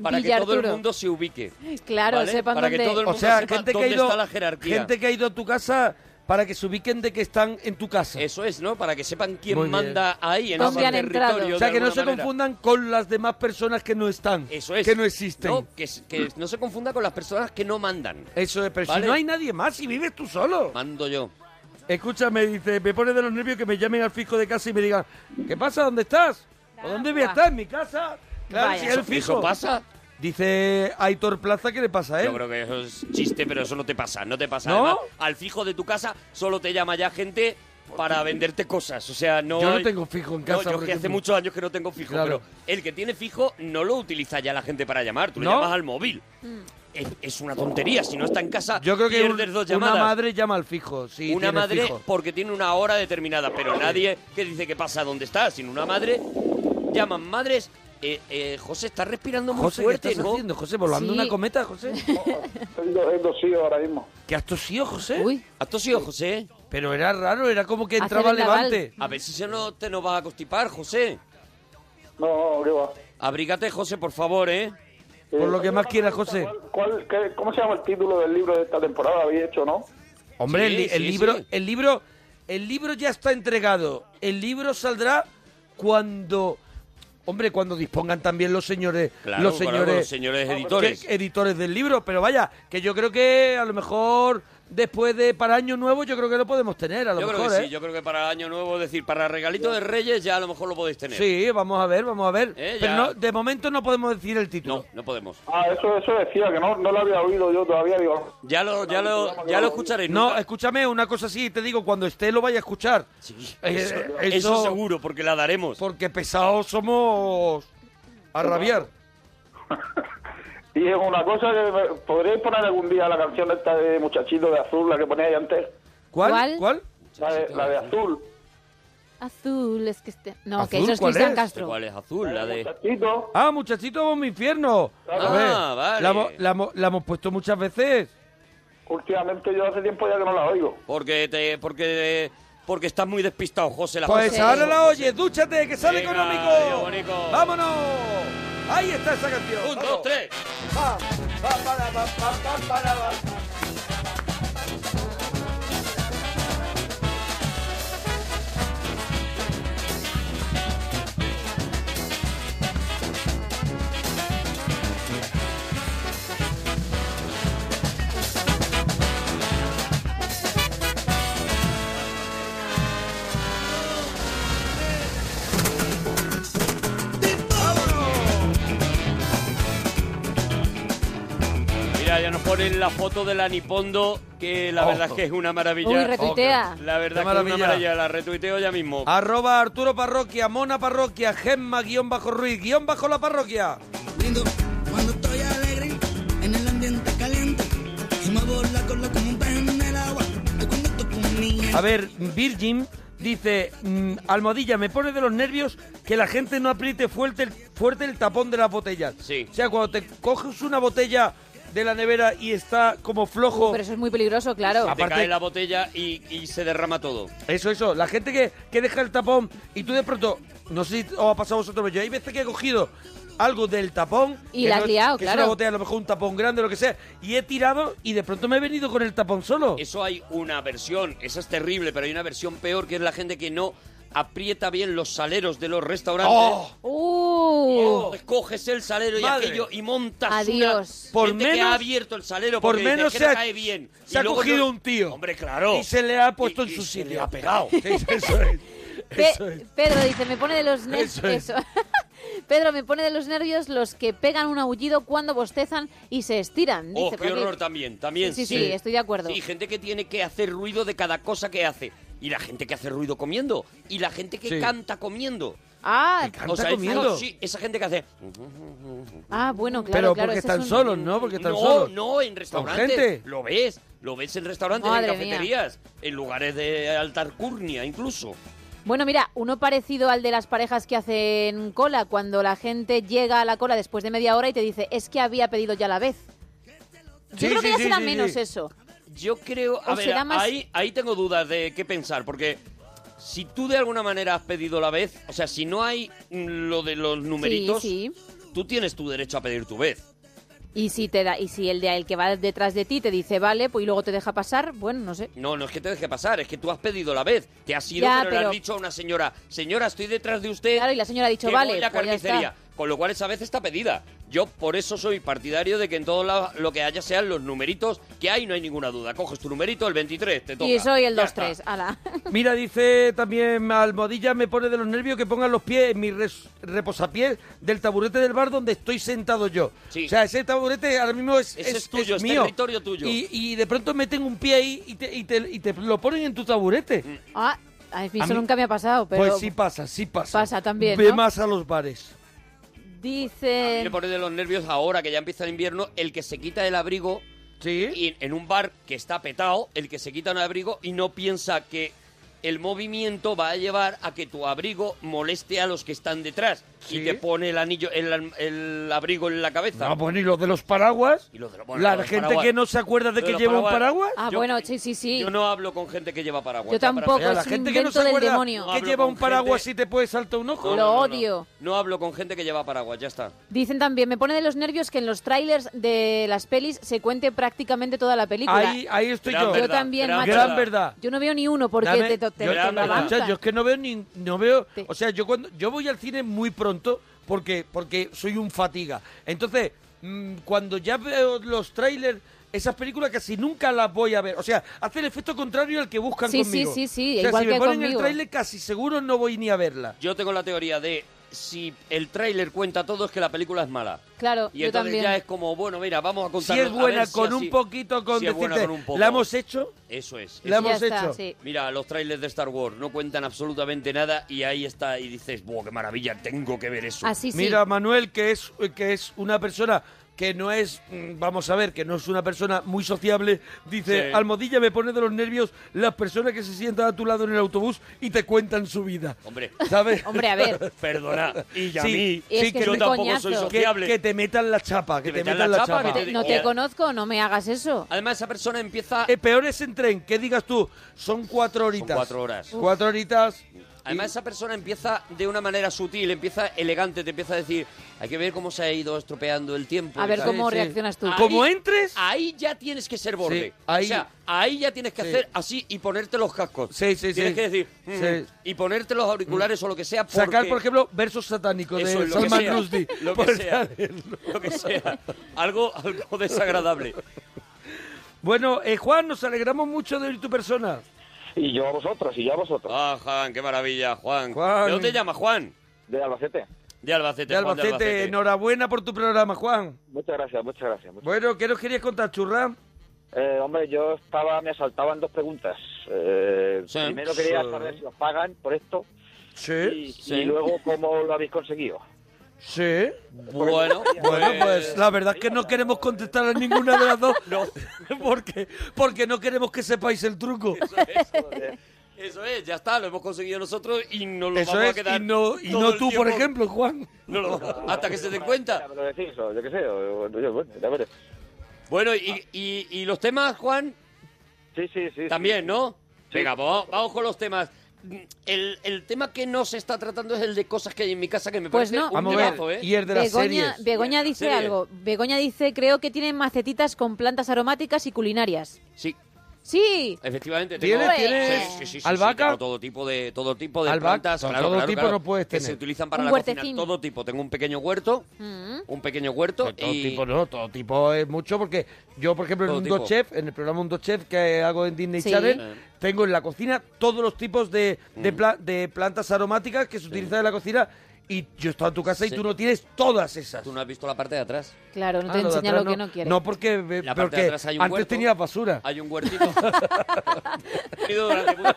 para Villa que todo el Arturo. mundo se ubique. Claro, ¿vale? sepan Para que dónde. todo el O mundo sea, sepa gente que, ha dónde ido, está la jerarquía. gente que ha ido a tu casa para que se ubiquen de que están en tu casa. Eso es, ¿no? Para que sepan quién Muy bien. manda ahí en ¿Dónde ese han territorio. entrado? de o sea, que no alguna se manera. confundan con las demás personas que no están, Eso es. que no existen. No, que, s- que no se confunda con las personas que no mandan. Eso es, pero Vale. si no hay nadie más, si vives tú solo. Mando yo. Escúchame, dice, me pone de los nervios que me llamen al fijo de casa y me digan, ¿qué pasa? ¿Dónde estás? ¿O dónde voy a Guau. estar? ¿En mi casa? Claro, Vaya. si es el ¿Eso, fijo. eso pasa? Dice Aitor Plaza, ¿qué le pasa a él? Yo creo que eso es chiste, pero eso no te pasa. No te pasa. ¿No? Además, al fijo de tu casa solo te llama ya gente para venderte cosas. O sea, no. Yo no hay- tengo fijo en No, casa, yo por es que hace ejemplo. muchos años que no tengo fijo, Claro. pero el que tiene fijo no lo utiliza ya la gente para llamar. Tú le ¿No? llamas al móvil. Mm. Es, es una tontería. Si no está en casa, Yo creo que pierdes un- dos una llamadas. madre llama al fijo. Sí, una tiene madre fijo. porque tiene una hora determinada, pero nadie que dice qué pasa, dónde está, sino una madre. Llaman madres. eh, eh, José, estás respirando muy José, fuerte, ¿qué estás ¿no? haciendo? José, volando Sí. una cometa, José. Tengo, tengo sí ahora mismo. ¿Qué has tosido, José? Uy, ¿Has tosido, José? Pero era raro, era como que Hacer entraba el naval. levante. A ver si se no te nos vas a constipar, José. No, no, qué va. Abrígate, José, por favor, ¿eh? Eh, Por lo que más quieras, José. ¿Cuál, cuál- qué- ¿Cómo se llama el título del libro de esta temporada? Habéis hecho, ¿no? Hombre, el, li- Sí, el sí, libro, sí. el libro, el libro ya está entregado. El libro saldrá cuando, hombre, cuando dispongan también los señores, Claro, los claro, señores, los señores editores. que- editores del libro. Pero vaya, que yo creo que a lo mejor después de para año nuevo, yo creo que lo podemos tener. A lo Yo creo mejor, que sí, ¿eh? yo creo que para Año Nuevo, es decir, para regalito de Reyes ya a lo mejor lo podéis tener. Sí, vamos a ver, vamos a ver. Eh, Pero ya. no, de momento no podemos decir el título. No, no podemos. Ah, eso, eso decía, que no, no lo había oído yo todavía. Digo, Ya lo, ya lo, ya lo escucharéis. No, nunca. escúchame, una cosa sí, te digo, cuando esté lo vaya a escuchar. Sí, Eh, eso, eh, eso seguro, porque la daremos. Porque pesados somos a rabiar. y es una cosa que me- podríais poner algún día la canción esta de Muchachito de Azul, la que poníais antes. ¿Cuál? ¿Cuál? ¿Cuál? La de, la de Azul. azul es que este... No, que ¿Azul eso es cuál Cristian es? Castro. ¿Cuál es azul? La de... Muchachito. Ah, muchachito, vamos mi infierno. Ah, vale. La, hemos- la hemos- la hemos puesto muchas veces. Últimamente yo hace tiempo ya que no la oigo. Porque te, porque, porque estás muy despistado, José. La Pues cosa. ahora la oyes, dúchate, que sale Venga, adiós, económico. bonico. Vámonos. Ahí está esa canción. Un, Vamos. dos, tres. Pa, pa, para, pa, pa, pa, para, pa. Mira, ya nos ponen la foto de la Nipondo, que la Oh. verdad es que es una maravilla. Uy, retuitea. La verdad Qué es que es maravilla. Ah, una maravilla. La retuiteo ya mismo. Arroba Arturo Parroquia, Mona Parroquia, Gemma guión bajo Ruiz, guión bajo la parroquia. Brindo cuando estoy alegre, en el ambiente caliente. Y muevo la cola como un pez en el agua. Yo cuando toco un niño. A ver, Virgin dice, mm, Almohadilla, me pone de los nervios que la gente no apriete fuerte el, fuerte el tapón de las botellas. Sí. O sea, cuando te coges una botella de la nevera y está como flojo... Pero eso es muy peligroso, claro. Te Aparte- cae la botella y, y se derrama todo. Eso, eso. La gente que, que deja el tapón y tú de pronto... No sé si os ha pasado a vosotros, pero yo hay veces que he cogido algo del tapón... Y que la has no- liado, que Es claro. una botella, a lo mejor un tapón grande, lo que sea. Y he tirado y de pronto me he venido con el tapón solo. Eso hay una versión, esa es terrible, pero hay una versión peor que es la gente que no aprieta bien los saleros de los restaurantes. ¡Oh! ¡Uh! Entonces coges el salero y Madre. aquello y montas Adiós. una Por gente que menos- ha abierto el salero por porque dice, menos "Que se no ha- cae bien". se Y ha luego cogido yo- un tío. hombre claro Y se le ha puesto Y- en y su se sitio. le ha pegado Sí, eso es. Pe- Eso es. Pedro dice, me pone de los nervios. Eso es. Pedro, me pone de los nervios los que pegan un aullido cuando bostezan y se estiran. oh Dice, por qué aquí. horror también también Sí, sí, sí, estoy de acuerdo. Sí, gente que tiene que hacer ruido de cada cosa que hace y la gente que hace ruido comiendo y la gente que Sí. canta comiendo Ah, Canta o sea, hay- comiendo. sí, esa gente que hace ah, bueno, claro, Pero claro. porque ese es están un- solos, ¿no? Porque están no, solos. no, en restaurantes. gente. Lo ves, lo ves en restaurantes, Madre en cafeterías, en lugares de altarcurnia incluso. Bueno, mira, uno parecido al de las parejas que hacen cola cuando la gente llega a la cola después de media hora y te dice, es que había pedido ya a la vez. Yo Sí, creo que sí, ya sí, será sí, menos sí. eso. Yo creo, O a ver, será más- ahí, ahí tengo dudas de qué pensar, porque si tú de alguna manera has pedido la vez, o sea, si no hay mm, lo de los numeritos, Sí, tú tienes tu derecho a pedir tu vez. Y si te da, y si el de el que va detrás de ti te dice, vale, pues y luego te deja pasar, bueno, no sé. No, no es que te deje pasar, es que tú has pedido la vez, te has ido, Ya, pero, le pero- has dicho a una señora, señora, estoy detrás de usted. Claro, y la señora ha dicho, que vale, voy a pues ya carnicería. está. Con lo cual esa vez está pedida. Yo por eso soy partidario de que en todo la- lo que haya sean los numeritos que hay, no hay ninguna duda. Coges tu numerito, el 23, te toca. Y soy el Ya 2-3, está. ala. Mira, dice también Almodilla, me pone de los nervios que pongan los pies en mi res- reposapiés del taburete del bar donde estoy sentado yo. Sí. O sea, ese taburete ahora mismo es, Ese es tuyo, es mío. territorio tuyo. Y, y de pronto meten un pie ahí y te, y te- y te lo ponen en tu taburete. Mm. Ah, a mí A eso mí- nunca me ha pasado, pero pues sí pasa, sí pasa. Pasa también, Ve ¿no? más a los bares. A mí dice... me pone de los nervios ahora que ya empieza el invierno, el que se quita el abrigo ¿Sí? y en un bar que está petado, el que se quita un abrigo y no piensa que el movimiento va a llevar a que tu abrigo moleste a los que están detrás Sí. y te pone el anillo, el, el abrigo en la cabeza. No, bueno, y los de los paraguas. Y los de los- bueno, la los gente paraguas. que no se acuerda de que Los de los lleva un paraguas. paraguas. Ah, yo- bueno, sí, sí, sí. Yo no hablo con gente que lleva paraguas. Yo ya para tampoco. empezar. Mira, la es un gente que no se invento del acuerda demonio. que Hablo lleva con un paraguas gente- y te puede saltar un ojo. Lo odio. No hablo con gente que lleva paraguas, ya está. Dicen también, me pone de los nervios que en los trailers de las pelis se cuente prácticamente toda la película. Ahí, ahí estoy Gran yo. Yo también, gran macho. Gran verdad. Yo no veo ni uno porque Dame- te, te, te- yo, te dame lo la avanza. escucha, yo es que no veo ni no veo, Sí. o sea, yo cuando yo voy al cine muy pronto porque porque soy un fatiga. Entonces, mm, cuando ya veo los trailers esas películas casi nunca las voy a ver. O sea, hace el efecto contrario al que buscan Sí, sí, conmigo. sí, sí, O sea, igual si que me ponen conmigo. el tráiler casi seguro no voy ni a verla. Yo tengo la teoría de si el tráiler cuenta todo es que la película es mala. Claro, Y yo entonces también. ya es como, bueno, mira, vamos a Si contar. es buena con un poquito con si es buena decirte, con un poco. la hemos hecho, Eso es. la Y ya hemos está, hecho. sí. Mira, los trailers de Star Wars no cuentan absolutamente nada y ahí está y dices, ¡buah, qué maravilla! Tengo que ver eso. Así sí. Mira, Manuel, que es, que es una persona que no es, mm, vamos a ver, que no es una persona muy sociable, dice, Sí. Almodilla me pone de los nervios las personas que se sientan a tu lado en el autobús y te cuentan su vida. Hombre, ¿Sabes? Hombre, a ver. perdona. Y a Sí, mí, Y es que es yo un tampoco coñazo. soy Que- Que, sociable. que te metan la chapa, que, te metan la, chapa. que No te Ya. conozco, no me hagas eso. Además, esa persona empieza... Eh, peor es en tren, que digas tú, son cuatro horitas. cuatro horas. Cuatro horitas. Además, esa persona empieza de una manera sutil, empieza elegante, te empieza a decir, hay que ver cómo se ha ido estropeando el tiempo. A y ver tal". cómo sí. reaccionas tú. Ahí- Como entres... Ahí ya tienes que ser borde. Sí, ahí- O sea, ahí ya tienes que Sí. hacer así y ponerte los cascos. Sí, sí, sí. Tienes que decir, mm, Sí. Mm. y ponerte los auriculares o lo que sea. Porque... Sacar, por ejemplo, versos satánicos Eso de es, lo que Salman sea. Rushdie. Lo que Por sea. saber. Lo que sea. Algo, algo desagradable. Bueno, eh, Juan, nos alegramos mucho de oír tu persona. Y yo a vosotros, y yo a vosotros. Ah, Juan, qué maravilla, Juan. Juan. ¿De dónde te llamas, Juan? De Albacete. De Albacete. De Juan Albacete, enhorabuena por tu programa, Juan. Muchas gracias, muchas gracias. muchas- Bueno, ¿qué nos querías contar, churra? Eh, hombre, yo estaba, me asaltaban dos preguntas. Eh, Sí. Primero quería Sí. saber si os pagan por esto y, Sí, Sí. y luego cómo lo habéis conseguido. sí. Bueno, Bueno, pues la verdad es que no queremos contestar a ninguna de las dos. No. porque, porque no queremos que sepáis el truco. Eso es, ya está, lo hemos conseguido nosotros y nos lo Eso vamos es, a quedar. y no, y todo no el tú, por tiempo. ejemplo, Juan. No lo vamos- hasta que se den cuenta. Ya me lo decís, o Pues yo qué sé, o- o- yo- bueno, ya veré. Bueno, y, y- y los temas, Juan, Sí, sí, sí. también, ¿no? Sí. Venga, pues vamos, vamos con los temas. El, el tema que no se está tratando es el de cosas que hay en mi casa que me Pues parece no. un Vamos a temazo, ver, ¿eh? y el de las Begoña, series. Begoña dice Series. algo. Begoña dice, creo que tienen macetitas con plantas aromáticas y culinarias. Sí. Sí. Efectivamente, tengo, ¿Tiene, Pues- tiene Sí, sí, sí, sí, albahaca? tengo todo tipo de todo tipo de Albahaca, plantas, todo claro, tipo claro, claro, no puedes que se tener. utilizan para Un la huertecín. cocina, todo tipo. Tengo un pequeño huerto, Mm. un pequeño huerto Pero Pues Todo y tipo no, todo tipo es mucho porque yo, por ejemplo, en Todo un tipo. Dos Chef, en el programa Un Dos Chef que hago en Disney Sí. Channel, Eh. tengo en la cocina todos los tipos de, Mm. de, pla- de plantas aromáticas que se utilizan en la cocina y yo he estado en tu casa y Sí. tú no tienes todas esas. tú no has visto la parte de atrás. Claro, no Ah, te lo de enseña atrás lo que no quieres. No, porque, eh, La parte porque de atrás hay un antes huerto. tenías basura. Hay un huertito. Tenido durante mucho-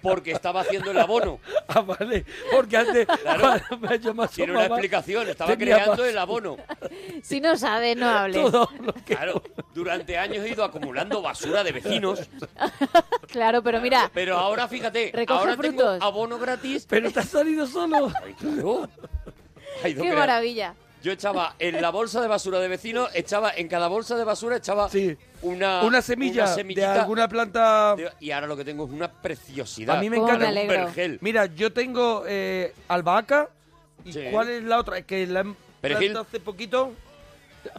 porque estaba haciendo el abono. Ah, vale, porque antes me- yo me Tiene una asomaba, explicación, estaba tenía creando basura. el abono. Si no sabes, no hables. Todo lo que- Claro, durante años he ido acumulando basura de vecinos, Claro, pero mira, pero ahora fíjate, Ah. Recoge ahora frutos. tengo abono gratis. Pero te has salido solo. Ay, claro. Ha ido qué creando. maravilla. Yo echaba en la bolsa de basura de vecinos, echaba en cada bolsa de basura echaba Sí. una Una semilla una de semillita alguna planta... de- y ahora lo que tengo es una preciosidad. A mí me Cómo encanta. Oh, me un alegro. vergel. Mira, yo tengo eh, albahaca. ¿Y Sí. cuál es la otra? Es que la he Perejil. plantado hace poquito.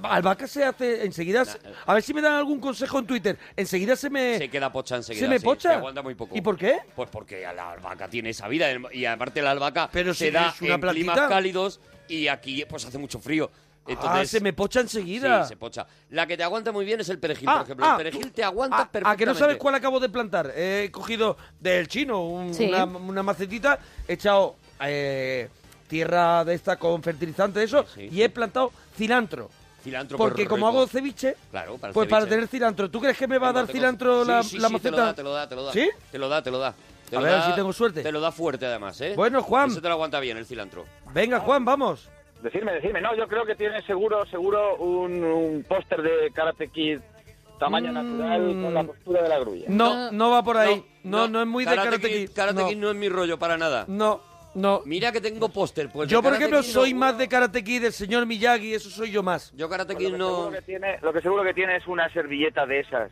Albahaca se hace enseguida. se- A ver si me dan algún consejo en Twitter. Enseguida se me. Se queda pocha enseguida. ¿Se me sí, pocha? se aguanta muy poco. ¿Y por qué? Pues porque a la albahaca tiene esa vida. Y aparte la albahaca Pero se si da es una en climas plantita. cálidos y aquí pues hace mucho frío. Entonces, ah, se me pocha enseguida. Sí, se pocha. La que te aguanta muy bien es el perejil, Ah, por ejemplo. ah, el perejil te aguanta ah, perfectamente. A que no sabes cuál acabo de plantar. He cogido del chino un- Sí. una, una macetita, he echado eh, tierra de esta con fertilizante, eso, Sí, sí, y he plantado cilantro. Cilantro Porque por como rico. hago ceviche, Claro, para el pues para ceviche. tener cilantro. ¿Tú crees que me va a dar Tengo cilantro cosas. la, Sí, sí, la sí, maceta? Te lo da, te lo da, te lo da. ¿Sí? Te lo da, te lo da. Te A lo ver, da- si tengo suerte. Te lo da fuerte, además, ¿eh? Bueno, Juan. Ese te lo aguanta bien, el cilantro. Venga, Juan, vamos. Decirme, decirme. No, yo creo que Este tiene seguro, seguro un, un póster de Karate Kid tamaño natural con la postura de la grulla. Mm, No, no va por ahí. No, no, es muy de Karate Kid. Karate no. Kid no es mi rollo para nada. No, no. Mira que tengo póster. Pues de Yo, por Karate ejemplo, Kid soy no- más de Karate Kid, del señor Miyagi, eso soy yo más. Yo Karate Lo que, Kid no... seguro que tiene, lo que seguro que tiene es una servilleta de esas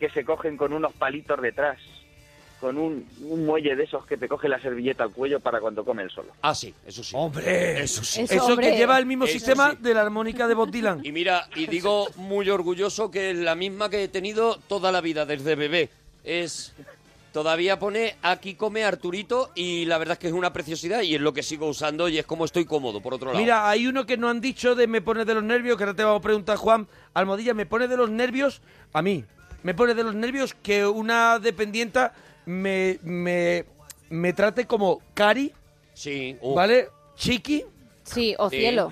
que se cogen con unos palitos detrás, con un, un muelle de esos que te coge la servilleta al cuello para cuando come el solo. Ah, sí, eso sí. ¡Hombre! Eso sí. Eso, Eso hombre. que lleva el mismo Eso sistema sí. de la armónica de Bob Dylan. Y mira, y digo muy orgulloso que es la misma que he tenido toda la vida, desde bebé. Es... Todavía pone aquí come Arturito y la verdad es que es una preciosidad y es lo que sigo usando y es como estoy cómodo, por otro lado. Mira, hay uno que no han dicho de me pone de los nervios, que ahora te vamos a preguntar, Juan. Almodilla, me pone de los nervios a mí. Me pone de los nervios que una dependienta me, me, me trate como Cari, Sí. Uh. ¿vale? Chiqui Sí, o Sí. cielo.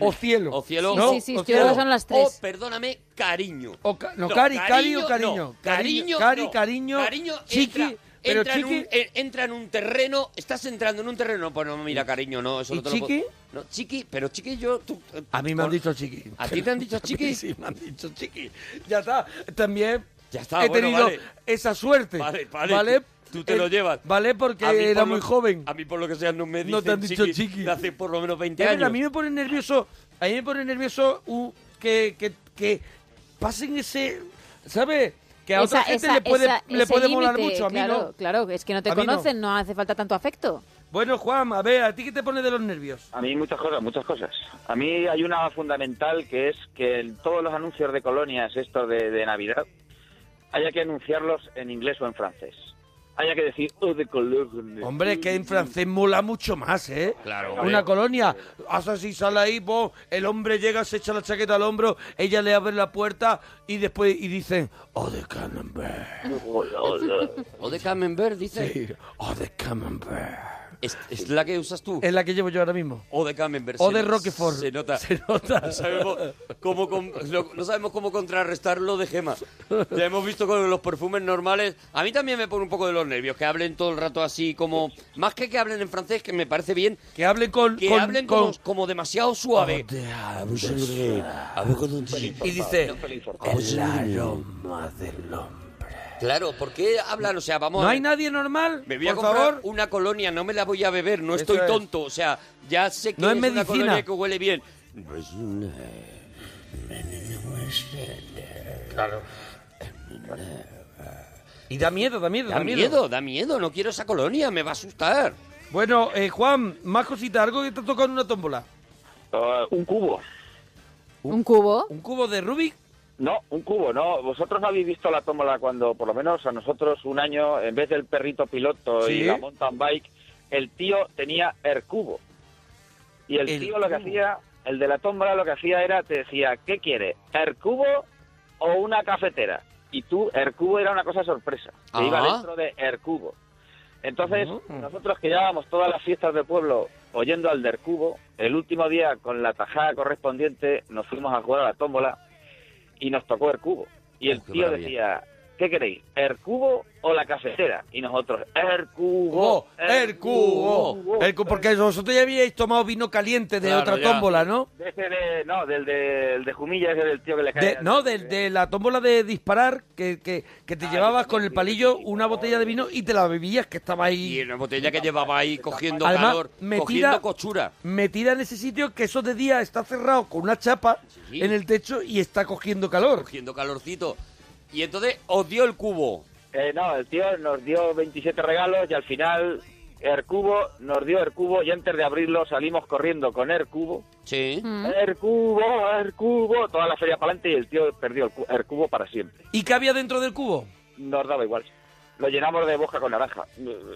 o cielo. O cielo. ¿No? Sí, sí, sí, O yo creo que cielo. son las O, tres. Oh, perdóname, cariño. O ca- no, cari, cari o cariño. no. Cariño, Cariño, cari, no. cariño, chiqui, entra, pero entra en chiqui- un, en- entra en un terreno, estás entrando en un terreno, pues no, mira, cariño, no, eso ¿Y no te lo puedo- chiqui? No, chiqui, pero chiqui yo... tú- eh, A mí me han con- dicho chiqui. ¿A ti te han dicho A mí chiqui? Sí, me han dicho chiqui. Ya está. También Ya está, he bueno, tenido vale. esa suerte. Vale, vale, tú te Eh, lo llevas. Vale, porque A mí por era lo- muy joven. A mí por lo que sea no me dicen No te han dicho chiqui. de hace por lo menos 20 Es verdad, años. a mí me pone nervioso, a mí me pone nervioso uh, que, que, que pasen ese, ¿sabes? Que a otra Esa- gente esa- le puede, esa- le ese puede molar límite, mucho, a mí claro, no. Claro, es que no te A mí no. conocen, no. hace falta tanto afecto. Bueno, Juan, a ver, ¿a ti qué te pone de los nervios? A mí muchas cosas, muchas cosas. A mí hay una fundamental que es que el- todos los anuncios de colonias, estos de, de Navidad, haya que anunciarlos en inglés o en francés. Haya que decir, "Oh, de colonia". Hombre, es que en francés mola mucho más, ¿eh? Claro, hombre. Una colonia. Hasta si sale ahí, vos, el hombre llega, se echa la chaqueta al hombro, ella le abre la puerta y después y dicen, oh, de camembert. O de Camembert, dice. Oh, de camembert. Es, es la que usas tú. Oh, Es la que llevo yo ahora mismo. O de Camembert. O se de no- Roquefort. Se nota. Se nota. No sabemos cómo, con- lo- no sabemos cómo contrarrestarlo de gema. Ya hemos visto con los perfumes normales. A mí también me pone un poco de los nervios que hablen todo el rato así, como. Más que que hablen en francés, que me parece bien. Que hablen con... Que con- hablen con- Oh, como, como demasiado suave. Y dice, Claro, ¿por qué hablan? O sea, vamos. ¿no a- hay nadie normal? Me voy a Por comprar favor. una colonia, no me la voy a beber, no Eso estoy es. tonto. O sea, ya sé que No es es, una medicina. colonia que huele bien. Y da miedo, da miedo, Da miedo, da miedo, no quiero esa colonia, me va a asustar. Bueno, eh, Juan, más cositas, algo que te ha tocado en una tómbola. Ah, un cubo. Un cubo. Un cubo de Rubik No, un cubo, no. Vosotros no habéis visto la tómbola cuando, por lo menos a nosotros, un año, en vez del perrito piloto Sí. y la mountain bike, el tío tenía el cubo. Y el, El tío lo que cubo. hacía, el de la tómbola lo que hacía era, te decía, ¿qué quiere? ¿El cubo o una cafetera? Y tú, el cubo era una cosa sorpresa, que iba Ajá. dentro de el cubo. Entonces, Mm. nosotros que llevábamos todas las fiestas del pueblo oyendo al del cubo, el último día con la tajada correspondiente nos fuimos a jugar a la tómbola y nos tocó el cubo. Y el Oh, qué tío maravilla. decía, ¿qué queréis? ¿El cubo o la cafetera? Y nosotros, ¿eh? el cubo, Cubo, Oh, el cubo. El cubo, porque vosotros ya habíais tomado vino caliente de Claro, otra ya. tómbola, ¿no? De ese de- no, del de, el de Jumilla, ese del tío que le cae. De- al- no, de, de la tómbola de disparar que, que, que te Ah, llevabas yo también con el digo, palillo sí, una por botella de favor. vino y te la bebías, que estaba Y ahí en la botella que llevaba ahí cogiendo Además, calor, metida- cogiendo cochura. metida en ese sitio que eso de día está cerrado con una chapa Sí. en el techo y está cogiendo calor. cogiendo calorcito. Y entonces os dio el cubo. Eh, no, el tío nos dio 27 regalos y al final el cubo nos dio el cubo y antes de abrirlo salimos corriendo con el cubo. Sí. El cubo, el cubo, toda la feria para adelante y el tío perdió el, cu- el cubo para siempre. ¿Y qué había dentro del cubo? Nos daba igual. Lo llenamos de boca con naranja.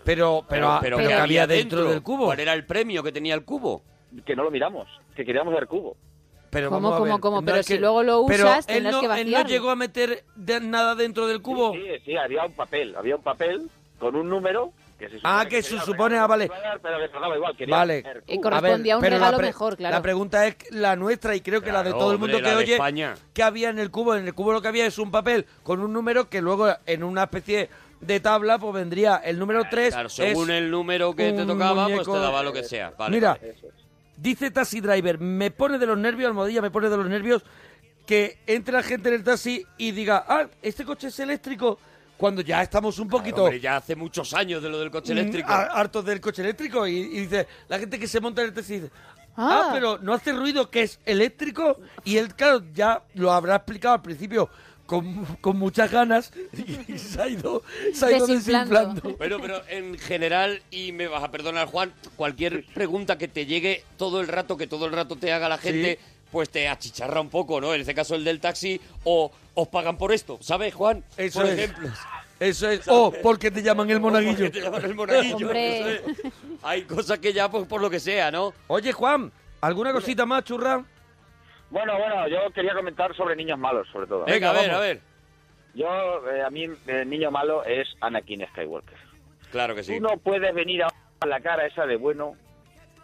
Pero, pero, pero, ¿qué había dentro, del cubo. ¿Cuál era el premio que tenía el cubo? Que no lo miramos, que queríamos el cubo. Pero ¿Cómo, vamos a cómo, ver, cómo? no Pero es si luego lo pero usas, él tendrás no, que él no vaciarlo. llegó a meter de- nada dentro del cubo. Sí, sí, había un papel, había un papel con un número que se supone Ah, que se sería supone, regalo, ah, vale. Pero que nos daba igual, queríamos Vale. el Y cubo. con- correspondía a un pero regalo pre- mejor, claro. La pregunta es la nuestra y creo que la de Claro, todo el mundo hombre, que la de oye. España. ¿Qué había en el cubo? En el cubo lo que había es un papel con un número que luego en una especie de tabla pues vendría el número 3. Claro, según el número que te un tocaba, pues muñeco- te daba lo que sea. Vale, Mira, vale. dice Taxi Driver, me pone de los nervios, almohadilla, me pone de los nervios que entre la gente en el taxi y diga, ah, este coche es eléctrico, cuando ya estamos un poquito Hombre, ya hace muchos años de lo del coche eléctrico. mm, ha- hartos del coche eléctrico. Y, y dice, la gente que se monta en el taxi dice, Ah. ah, pero no hace ruido que es eléctrico. Y él, claro, ya lo habrá explicado al principio con, con muchas ganas y, se ha ido, se ha ido Desinflando. desinflando. Bueno, pero en general, y me vas a perdonar, Juan, cualquier pregunta que te llegue todo el rato, que todo el rato te haga la gente, pues te achicharra un poco, ¿no? En este caso, el del taxi, o os pagan por esto, ¿sabes, Juan? Eso por es. ejemplo. Eso es. O porque te llaman el monaguillo. Porque te llaman el monaguillo. Hombre. Eso es. Hay cosas que ya, pues por lo que sea, ¿no? Oye, Juan, ¿alguna cosita más, churra? Bueno, bueno, yo quería comentar sobre niños malos, sobre todo. Venga, a ver, vamos. a ver. Yo, eh, a mí, el niño malo es Anakin Skywalker. Claro que sí. Tú no puedes venir a la cara esa de bueno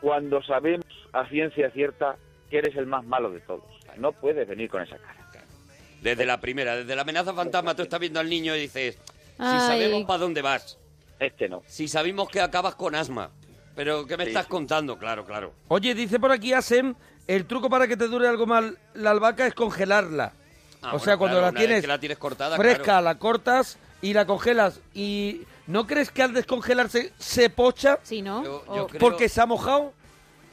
cuando sabemos a ciencia cierta que eres el más malo de todos. No puedes venir con esa cara. Desde la primera, desde la amenaza fantasma, tú estás viendo al niño y dices, si Ay. sabemos para dónde vas, Este no. si sabemos que acabas con asma, pero ¿qué me Sí, estás sí. contando? Claro, claro. Oye, dice por aquí Asem, el truco para que te dure algo más la albahaca es congelarla. Ah, o bueno, sea, cuando claro, la, una vez tienes que la tienes cortada, fresca, claro. la cortas y la congelas. ¿Y no crees que al descongelarse se pocha Sí, ¿no? Yo- O yo creo- porque se ha mojado?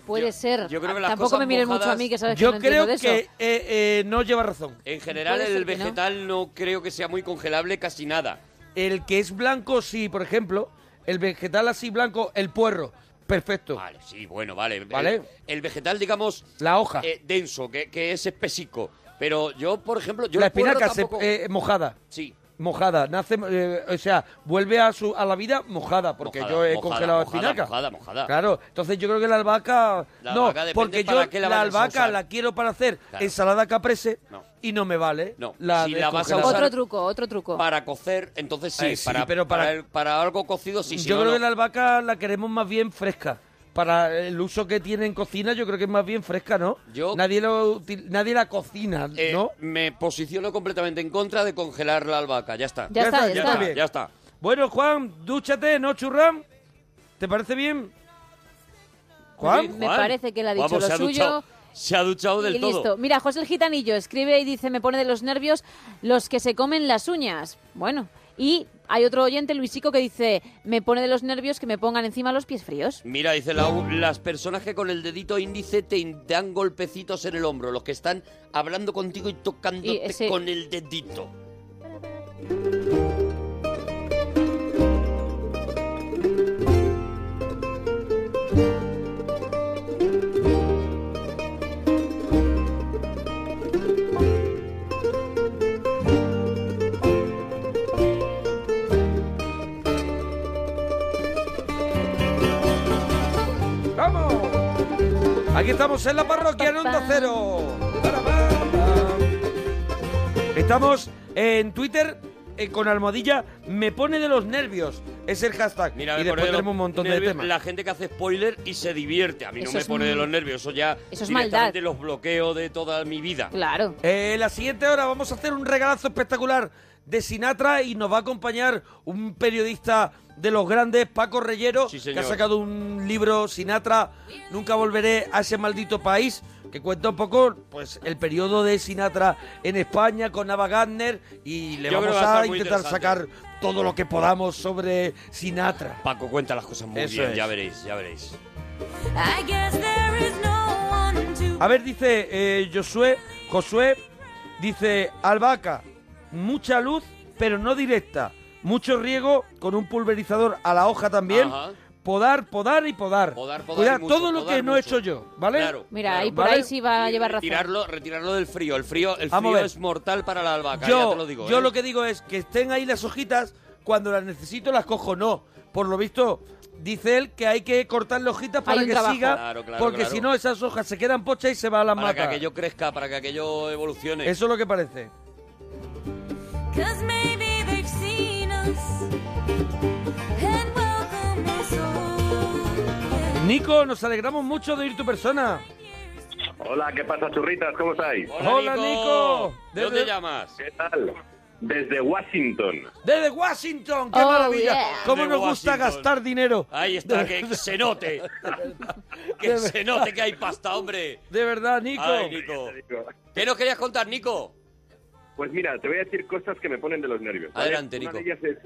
puede yo- ser. yo creo que Ah, las Tampoco cosas me mires mucho a mojadas- mí, que sabes Yo que no creo entiendo de eso. que eh, eh, no lleva razón. En general, Puede ser el que no. vegetal no. creo que sea muy congelable casi nada. El que es blanco, sí, por ejemplo. El vegetal así blanco, el puerro. Perfecto. Vale, sí, bueno, vale. El- Vale. El, vegetal, digamos, La hoja. eh, denso, que, que es espesico. Pero yo, por ejemplo, yo la el puerro espinaca se- tampoco- eh, mojada. Sí, Mojada, nace, eh, o sea, vuelve a su a la vida mojada, porque Mojada, yo he mojada, congelado mojada, espinaca. mojada, mojada. Claro, entonces yo creo que la albahaca, La no, albahaca depende porque yo para qué la la, vayas a albahaca usar. la quiero para hacer Claro. ensalada caprese No. y no me vale. No, si la vas a descongelada. usar- Otro truco, otro truco. para cocer, entonces sí, Ay, Eh, sí, para, pero para- el- para algo cocido sí, sí. yo no, creo no. que la albahaca la queremos más bien fresca. Para el uso que tiene en cocina, yo creo que es más bien fresca, ¿no? Yo- Nadie, lo util- nadie la cocina, Eh, ¿no? Me posiciono completamente en contra de congelar la albahaca, ya está. Ya está, ya está. bien. ya está. Bueno, Juan, dúchate, ¿no, churram? ¿Te parece bien? Juan, Me parece que él ha dicho Vamos, lo se suyo. duchado- se ha duchado del y listo. todo. Mira, José el Gitanillo escribe y dice, me pone de los nervios los que se comen las uñas. Bueno, y hay otro oyente, Luisico, que dice, me pone de los nervios que me pongan encima los pies fríos. Mira, dice Lau, las personas que con el dedito índice te in- dan golpecitos en el hombro, los que están hablando contigo y tocándote Y ese- con el dedito. Aquí estamos en la parroquia en Onda Cero. Para, para, para. Estamos en Twitter eh, con almohadilla me pone de los nervios. Es el hashtag. Mira, me y pone después de los tenemos un montón de nervios temas. La gente que hace spoiler y se divierte. A mí Eso no me es pone de mal- los nervios. Eso ya Eso es directamente maldad. los bloqueo de toda mi vida. Claro. Eh, la siguiente hora vamos a hacer un regalazo espectacular de Sinatra y nos va a acompañar un periodista de los grandes, Paco Reyero, que ha señor. sacado un libro, Sinatra, Nunca volveré a ese maldito país, que cuenta un poco pues el periodo de Sinatra en España con Ava Gardner y le Yo vamos creo que va a a, estar muy intentar sacar interesante. todo lo que podamos sobre Sinatra. Paco cuenta las cosas Muy bien, ya veréis, ya veréis. I guess there is no one to A ver, dice eh, Josué, Josué, dice albahaca, mucha luz, pero no directa. Mucho riego con un pulverizador a la hoja también. Ajá. Podar, podar y podar. Podar, podar y Cuidado, mucho, todo lo podar que no he hecho yo, ¿vale? Claro. Mira, ahí por ¿Vale? ahí sí va a llevar Ah, razón. Retirarlo, retirarlo del frío. El frío, el Vamos a frío ver. es mortal para la albahaca, yo ya te lo digo. yo ¿eh? lo que digo es que estén ahí las hojitas, cuando las necesito las cojo, no. Por lo visto, dice él que hay que cortar las hojitas para Hay un que trabajo. siga, Claro, claro, porque claro. si no esas hojas se quedan pochas y se va a la Para que mata. aquello crezca, para que aquello evolucione. Eso es lo que parece. Cause maybe they've seen us and welcome us all. Nico, nos alegramos mucho de ir tu persona. Hola, ¿qué pasa, churritas? ¿Cómo estáis? Hola, Nico. ¿De Desde- dónde llamas? ¿Qué tal? Desde Washington. Desde Washington, qué Oh, maravilla. yeah. ¿Cómo De nos gusta Washington. gastar dinero? Ahí está, que se note. que De se verdad. note que hay pasta, hombre. De verdad, Nico. Ay, Nico. ¿Qué nos querías contar, Nico? Pues mira, te voy a decir cosas que me ponen de los nervios. ¿vale? Adelante, Nico. Una de ellas es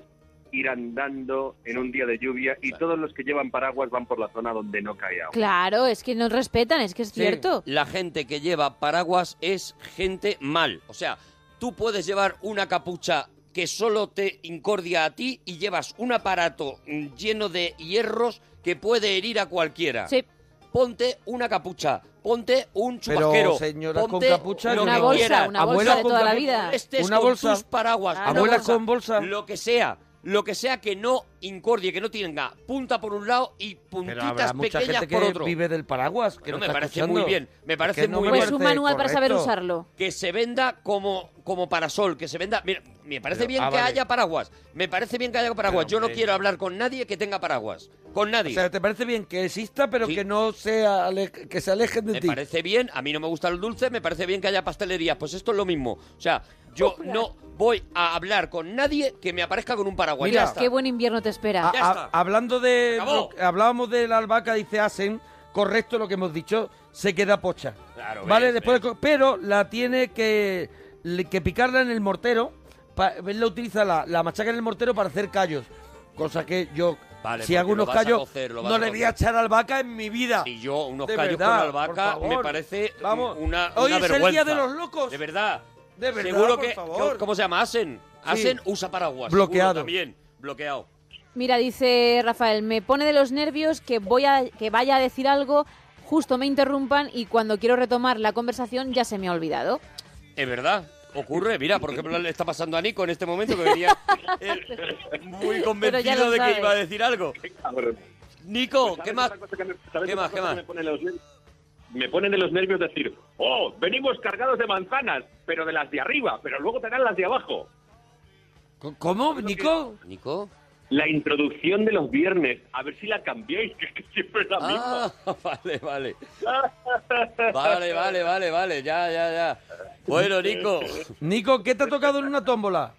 ir andando en un día de lluvia y todos los que llevan paraguas van por la zona donde no cae agua. Claro, es que nos respetan, es que es cierto. La gente que lleva paraguas es gente mal. O sea, tú puedes llevar una capucha que solo te incordia a ti y llevas un aparato mm, lleno de hierros que puede herir a cualquiera. Sí. Ponte una capucha, ponte un Pero, chubasquero. señora, con ponte capucha no. lo que Una bolsa, quieras. una bolsa Abuela de con toda la capucha. vida. Estés Una con bolsa. tus paraguas. Claro. una Abuela con bolsa. Lo que sea. Lo que sea que no incordie, que no tenga punta por un lado y Pero puntitas habrá mucha pequeñas gente que por otro. vive del paraguas. Que Bueno, no me está parece escuchando. muy bien. Me Es parece que no muy me bien. Pues un parece manual para saber correcto. usarlo. Que se venda como, como parasol, que se venda... Mira, me parece Pero, bien ah, que vale. haya paraguas. Me parece bien que haya paraguas. Yo no quiero hablar con nadie que tenga paraguas. Con O nadie. sea, ¿te parece bien que exista, pero que no sea ale- que se alejen de me ti? parece bien, a mí no me gusta el dulce, me parece bien que haya pastelerías. Pues esto es lo mismo. O sea, yo Pues, no voy a hablar con nadie que me aparezca con un paraguas. Mira, Ya está. Qué buen invierno te espera. Ah, A- a- hablando de... Acabó. lo- hablábamos de la albahaca, dice Asen, correcto lo que hemos dicho, se queda pocha. Claro, vale, ves, después... co- Pero la tiene que, le- que picarla en el mortero. pa- él la utiliza, la, la machaca en el mortero para hacer callos. Cosa que yo, Vale, si porque hago lo unos vas a callos, cocer, lo vas no a le voy a cocer. echar albahaca en mi vida. Y yo, Oh, unos De callos verdad, con albahaca, por favor. me parece Vamos. una, Hoy una es el vergüenza. día de los locos. De verdad. De verdad, Seguro por que, favor. ¿Cómo se llama? Asen. Asen usa paraguas. Bloqueado. seguro También, bloqueado. Mira, dice Rafael, me pone de los nervios que voy a que vaya a decir algo, justo me interrumpan y cuando quiero retomar la conversación ya se me ha olvidado. Es verdad. Ocurre, mira, por ejemplo, le está pasando a Nico en este momento que venía él muy convencido lo de que sabes. iba a decir algo. Nico, ¿qué más? pues, ¿Sabes ¿Qué otra más? ¿Qué cosa más? que Me pone, de los nervios? me ponen de los nervios decir, oh, venimos cargados de manzanas, pero de las de arriba, pero luego te dan las de abajo. ¿Cómo, Nico? Nico. La introducción de los viernes, a ver si la cambiáis, que es que siempre es la Ah, misma. vale, vale. Vale, vale, vale, vale. Ya, ya, ya. Bueno, Nico. Nico, ¿qué te ha tocado en una tómbola?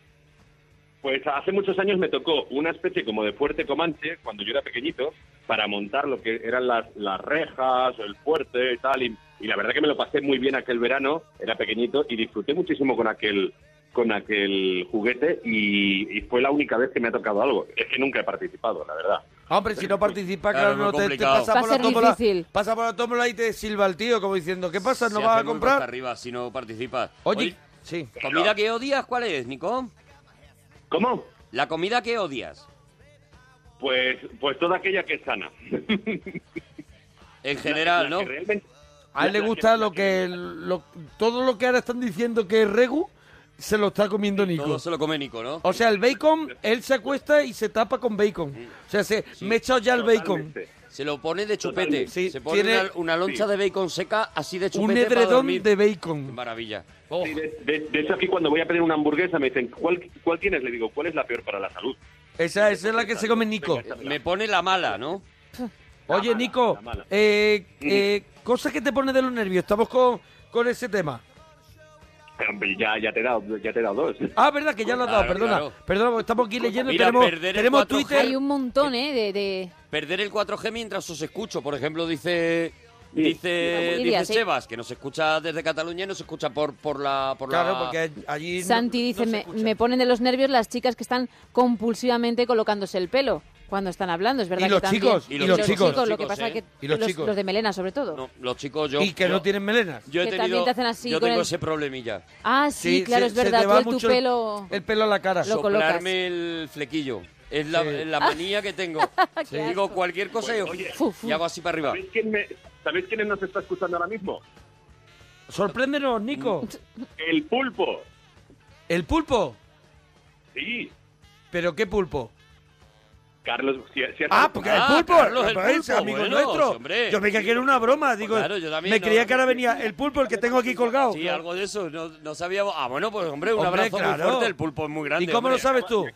Pues hace muchos años me tocó una especie como de fuerte comanche, cuando yo era pequeñito, para montar lo que eran las, las rejas, el fuerte y tal. Y, y la verdad que me lo pasé muy bien aquel verano, era pequeñito, y disfruté muchísimo con aquel con aquel juguete y, y fue la única vez que me ha tocado algo. Es que nunca he participado, la verdad. Hombre, si no participa, claro, Claro, muy no te- te, complicado. pasa Va a por la ser tómbola. difícil. Pasa por la tómbola y te silba el tío, como diciendo, ¿qué pasa? ¿No Se vas hace a muy cuesta comprar? arriba si no participas. Oye, sí. ¿Comida que odias cuál es, Nico? ¿Cómo? La comida que odias. Pues, pues toda aquella que es sana. En general, La- la ¿no? que realmente- A él le la- la gusta lo que. lo- todo lo que ahora están diciendo que es Regu, se lo está comiendo Nico. Todo se lo come Nico, ¿no? O sea, el bacon, él se acuesta y se tapa con bacon. O sea, se, me he echado ya el bacon. Totalmente. Se lo pone de chupete. Totalmente. Sí, se pone tiene- una, una loncha Sí. de bacon seca así de chupete. Un para edredón dormir. de bacon. Maravilla. Sí, de, de- de hecho, aquí cuando voy a pedir una hamburguesa me dicen, ¿cuál, ¿cuál tienes? Le digo, ¿cuál es la peor para la salud? Esa, esa es la que se come Nico. Me pone la mala, ¿no? Oye, Nico, eh, eh, cosas que te pone de los nervios. Estamos con, con ese tema. Hombre, ya, ya, te he dado, ya te he dado dos. Ah, verdad, que ya lo has dado, Claro, perdona. claro. Perdona, porque estamos aquí leyendo y Mira, tenemos, perder el tenemos 4G. Twitter. Hay un montón, ¿eh? De, de- Perder el 4G mientras os escucho. Por ejemplo, dice... Dice, Iria, dice sí. Sebas, que nos escucha desde Cataluña y nos escucha por, por la... Por Claro, la... porque allí... no- Santi no dice, se me, escucha. me ponen de los nervios las chicas que están compulsivamente colocándose el pelo cuando están hablando, es verdad. Y que los también. chicos, y los chicos. eh? lo que Los pasa chicos, que Y los chicos. de melena sobre todo. No, los chicos, yo... Y que yo- no tienen melenas. Yo he Que tenido, también te hacen así yo con tengo el- ese problemilla. Ah, sí, claro, se- es se te verdad. va tú el- tu mucho pelo... El pelo a la cara. Lo colocas. Soplarme el flequillo. Es la, Sí. la manía que tengo. Qué Digo asco. cualquier cosa y- Oye, Fu, fu. y hago así para arriba. ¿sabéis quién, me, ¿sabéis quién nos está escuchando ahora mismo? Sorpréndenos, Nico. El pulpo. ¿El pulpo? Sí. ¿Pero qué pulpo? Carlos, si, si has- Ah, porque Ah, el pulpo, Carlos, el ¿lo veis, pulpo, amigo bueno, nuestro. sí, hombre. Yo veía que era una broma, Ah, digo. Claro, yo también, me no, creía no, que ahora venía el pulpo, el que tengo aquí colgado. Sí, algo de eso. No, no sabíamos. Ah, bueno, pues hombre, un Hombre, abrazo claro. muy fuerte. El pulpo es muy grande. ¿Y cómo hombre. lo sabes tú?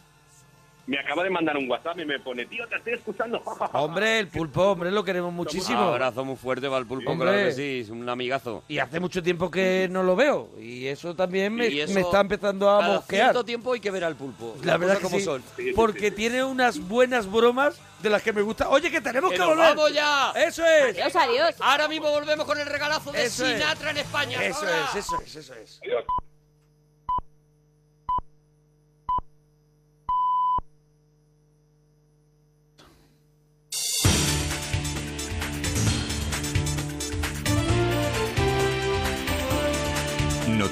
Me acaba de mandar un WhatsApp y me pone, tío, te estoy escuchando. Hombre, el pulpo, hombre, lo queremos muchísimo. Un abrazo muy fuerte para el pulpo, Hombre. claro que sí. Es un amigazo. Y hace mucho tiempo que no lo veo. Y eso también me, Y eso, me está empezando a cada mosquear. cierto tiempo hay que ver al pulpo. La las verdad cosas que como sí, son. sí, sí. Porque tiene unas buenas bromas de las que me gusta. Oye, que tenemos ¡Que que, nos volver. vamos ya! Eso es. Adiós, adiós. Ahora mismo volvemos con el regalazo de Eso es. Sinatra en España. Eso ahora. es, eso es, eso es.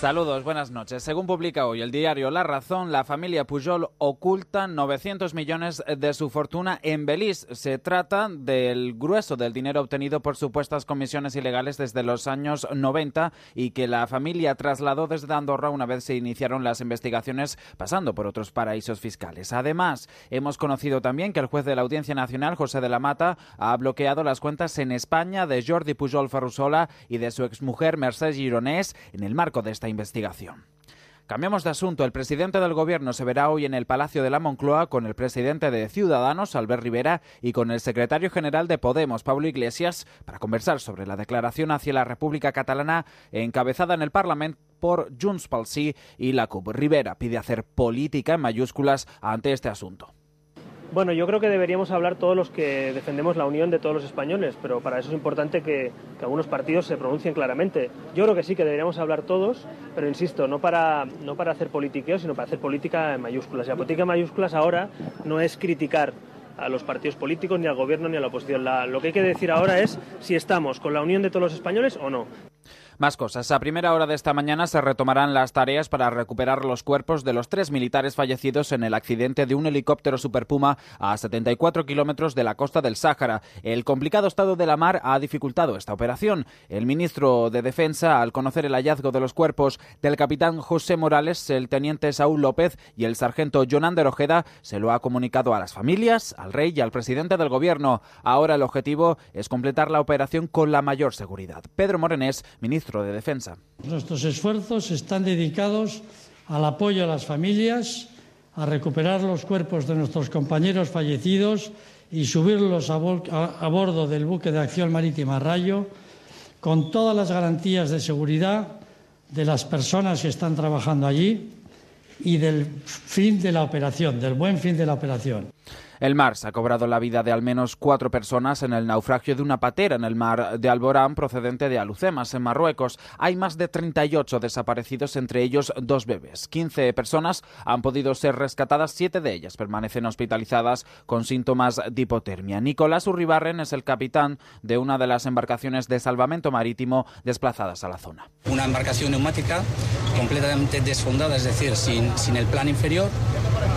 Saludos, buenas noches. Según publica hoy el diario La Razón, la familia Pujol oculta 900 millones de su fortuna en Belice. Se trata del grueso del dinero obtenido por supuestas comisiones ilegales desde los años 90 y que la familia trasladó desde Andorra una vez se iniciaron las investigaciones pasando por otros paraísos fiscales. Además, hemos conocido también que el juez de la Audiencia Nacional, José de la Mata, ha bloqueado las cuentas en España de Jordi Pujol Ferrusola y de su exmujer Mercedes Gironés en el marco de esta investigación. Cambiamos de asunto. El presidente del gobierno se verá hoy en el Palacio de la Moncloa con el presidente de Ciudadanos, Albert Rivera, y con el secretario general de Podemos, Pablo Iglesias, para conversar sobre la declaración hacia la República Catalana encabezada en el Parlamento por Junts pel Sí y la CUP. Rivera pide hacer política en mayúsculas ante este asunto. Bueno, yo creo que deberíamos hablar todos los que defendemos la unión de todos los españoles, pero para eso es importante que, que algunos partidos se pronuncien claramente. Yo creo que sí, que deberíamos hablar todos, pero insisto, no para, no para hacer politiqueo, sino para hacer política en mayúsculas. Y la política en mayúsculas ahora no es criticar a los partidos políticos, ni al gobierno, ni a la oposición. La- lo que hay que decir ahora es si estamos con la unión de todos los españoles o no. Más cosas. A primera hora de esta mañana se retomarán las tareas para recuperar los cuerpos de los tres militares fallecidos en el accidente de un helicóptero Super Puma a 74 kilómetros de la costa del Sáhara. El complicado estado de la mar ha dificultado esta operación. El ministro de Defensa, al conocer el hallazgo de los cuerpos del capitán José Morales, el teniente Saúl López y el sargento Jonander Ojeda, se lo ha comunicado a las familias, al rey y al presidente del gobierno. Ahora el objetivo es completar la operación con la mayor seguridad. Pedro Morenés, ministro de Defensa. Nuestros esfuerzos están dedicados al apoyo a las familias, a recuperar los cuerpos de nuestros compañeros fallecidos y subirlos a, bol- a- a bordo del buque de acción marítima Rayo, con todas las garantías de seguridad de las personas que están trabajando allí y del fin de la operación, del buen fin de la operación. El Mars ha cobrado la vida de al menos cuatro personas en el naufragio de una patera en el mar de Alborán procedente de Alucemas, en Marruecos. Hay más de 38 desaparecidos, entre ellos dos bebés. 15 personas han podido ser rescatadas, siete de ellas permanecen hospitalizadas con síntomas de hipotermia. Nicolás Urribarren es el capitán de una de las embarcaciones de salvamento marítimo desplazadas a la zona. Una embarcación neumática completamente desfondada, es decir, sin, sin el plan inferior,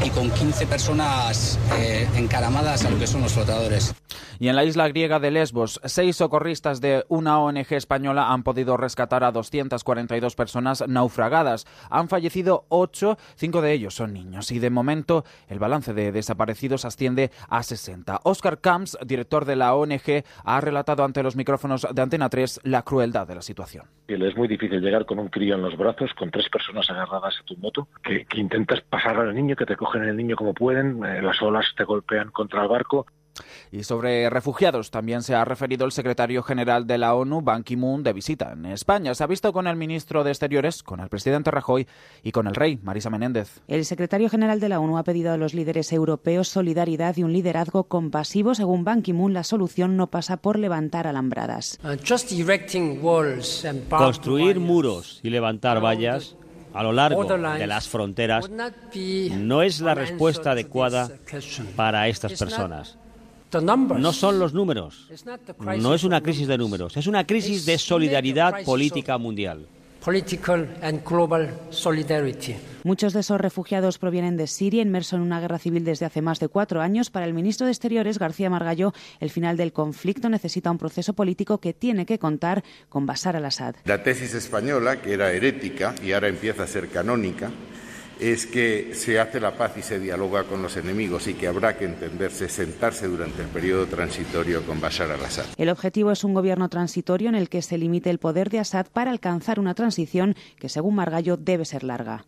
y con 15 personas eh, encaramadas a lo que son los flotadores. Y en la isla griega de Lesbos, seis socorristas de una ONG española han podido rescatar a 242 personas naufragadas. Han fallecido ocho, cinco de ellos son niños. Y de momento, el balance de desaparecidos asciende a 60. Oscar Camps, director de la ONG, ha relatado ante los micrófonos de Antena 3 la crueldad de la situación. que le es muy difícil llegar con un crío en los brazos, con tres personas agarradas a tu moto, que, que intentas pasar al niño, que te cogen el niño como pueden, eh, las olas te golpean contra el barco. Y sobre refugiados también se ha referido el secretario general de la ONU, Ban Ki-moon, de visita en España. Se ha visto con el ministro de Exteriores, con el presidente Rajoy y con el rey, Marisa Menéndez. El secretario general de la ONU ha pedido a los líderes europeos solidaridad y un liderazgo compasivo. Según Ban Ki-moon, la solución no pasa por levantar alambradas. Construir muros y levantar vallas a lo largo de las fronteras no es la respuesta adecuada para estas personas. No son los números, no es una crisis de números, es una crisis de solidaridad política mundial. Political and global solidarity. Muchos de esos refugiados provienen de Siria, inmerso en una guerra civil desde hace más de cuatro años. Para el ministro de Exteriores, García Margallo, el final del conflicto necesita un proceso político que tiene que contar con Bashar al-Assad. La tesis española, que era herética y ahora empieza a ser canónica, es que se hace la paz y se dialoga con los enemigos y que habrá que entenderse, sentarse durante el periodo transitorio con Bashar al-Assad. El objetivo es un gobierno transitorio en el que se limite el poder de Assad para alcanzar una transición que, según Margallo, debe ser larga.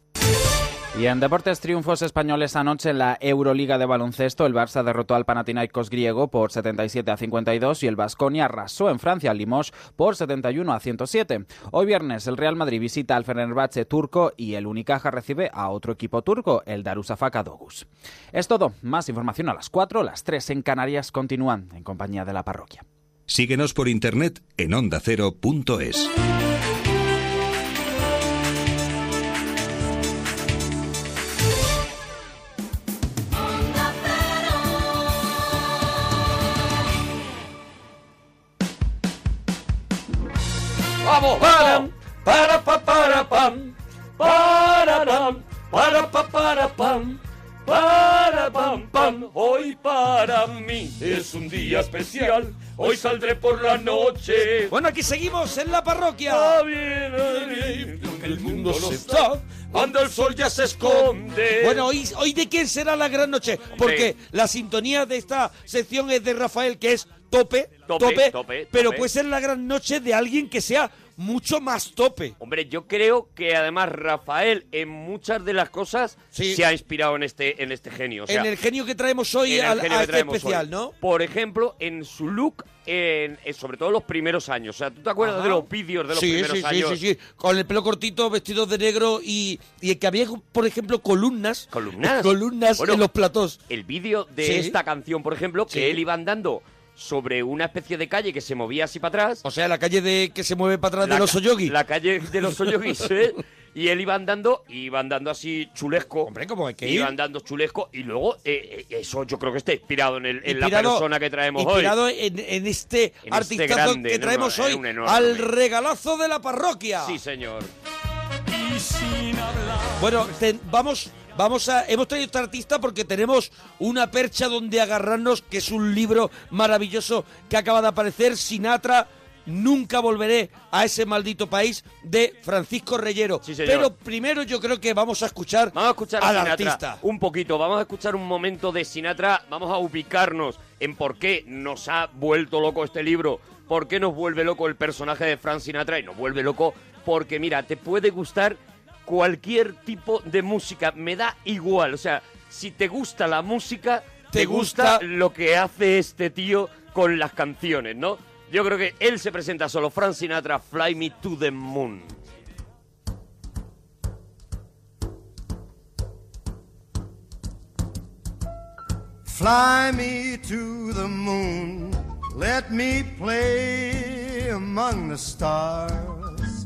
Y en deportes triunfos españoles anoche en la Euroliga de baloncesto, el Barça derrotó al Panathinaikos griego por 77 a 52 y el Vasconia arrasó en Francia al Limoges por 71 a 107. Hoy viernes el Real Madrid visita al Fenerbahce turco y el Unicaja recibe a otro equipo turco, el Darussafaka Dogus. Es todo, más información a las 4, las 3 en Canarias continúan en compañía de la parroquia. Síguenos por internet en ondacero.es. ¡Vamos! ¡Para! ¡Para, pa, para, pam! ¡Para, pam! ¡Para, pa, para, pam! ¡Para, pam, pam! Hoy para mí es un día especial. Hoy saldré por la noche. Bueno, aquí seguimos en la parroquia. El mundo se está. Cuando el sol ya se esconde. Bueno, hoy, hoy de quién será la gran noche. Porque la sintonía de esta sección es de Rafael, que es tope, tope, Tope, tope, tope, pero tope. puede ser la gran noche de alguien que sea mucho más tope. Hombre, yo creo que además Rafael en muchas de las cosas se ha inspirado en este, en este genio. O sea, en el genio que traemos hoy en el al- genio a que este traemos especial, hoy. ¿no? Por ejemplo, en su look, en, en- sobre todo los primeros años. O sea, ¿tú te acuerdas Ajá. de los vídeos de los sí, primeros sí, sí, años? Sí, sí, Con el pelo cortito, vestidos de negro y, y que había, por ejemplo, columnas. Columnas. Columnas Bueno, en los platós. El vídeo de Sí. esta canción, por ejemplo, que él iba andando sobre una especie de calle que se movía así para atrás. O sea, la calle de que se mueve para atrás de los Oyogi. La calle de los Oyogis, ¿eh? Y él iba andando, iba andando así chulesco. Hombre, ¿cómo hay que ir? Iba andando chulesco y luego, eh, eh, eso yo creo que está inspirado en, el- en la Inspirado- persona que traemos inspirado hoy. en, en este este artistazo grande, que en traemos uno- en hoy un enorme. al regalazo de la parroquia. Sí, señor. Bueno, te- vamos, vamos a. Hemos traído esta artista porque tenemos una percha donde agarrarnos, que es un libro maravilloso que acaba de aparecer, Sinatra. Nunca volveré a ese maldito país de Francisco Reyero. señor. Pero primero yo creo que vamos a escuchar, Vamos a escuchar a al Sinatra artista. un poquito. Vamos a escuchar un momento de Sinatra. Vamos a ubicarnos en por qué nos ha vuelto loco este libro. Por qué nos vuelve loco el personaje de Frank Sinatra y nos vuelve loco porque mira, te puede gustar cualquier tipo de música. Me da igual. O sea, si te gusta la música, te, Te gusta, gusta- lo que hace este tío con las canciones, ¿no? Yo creo que él se presenta solo Frank Sinatra, Fly Me to the Moon. Fly me to the moon, let me play among the stars,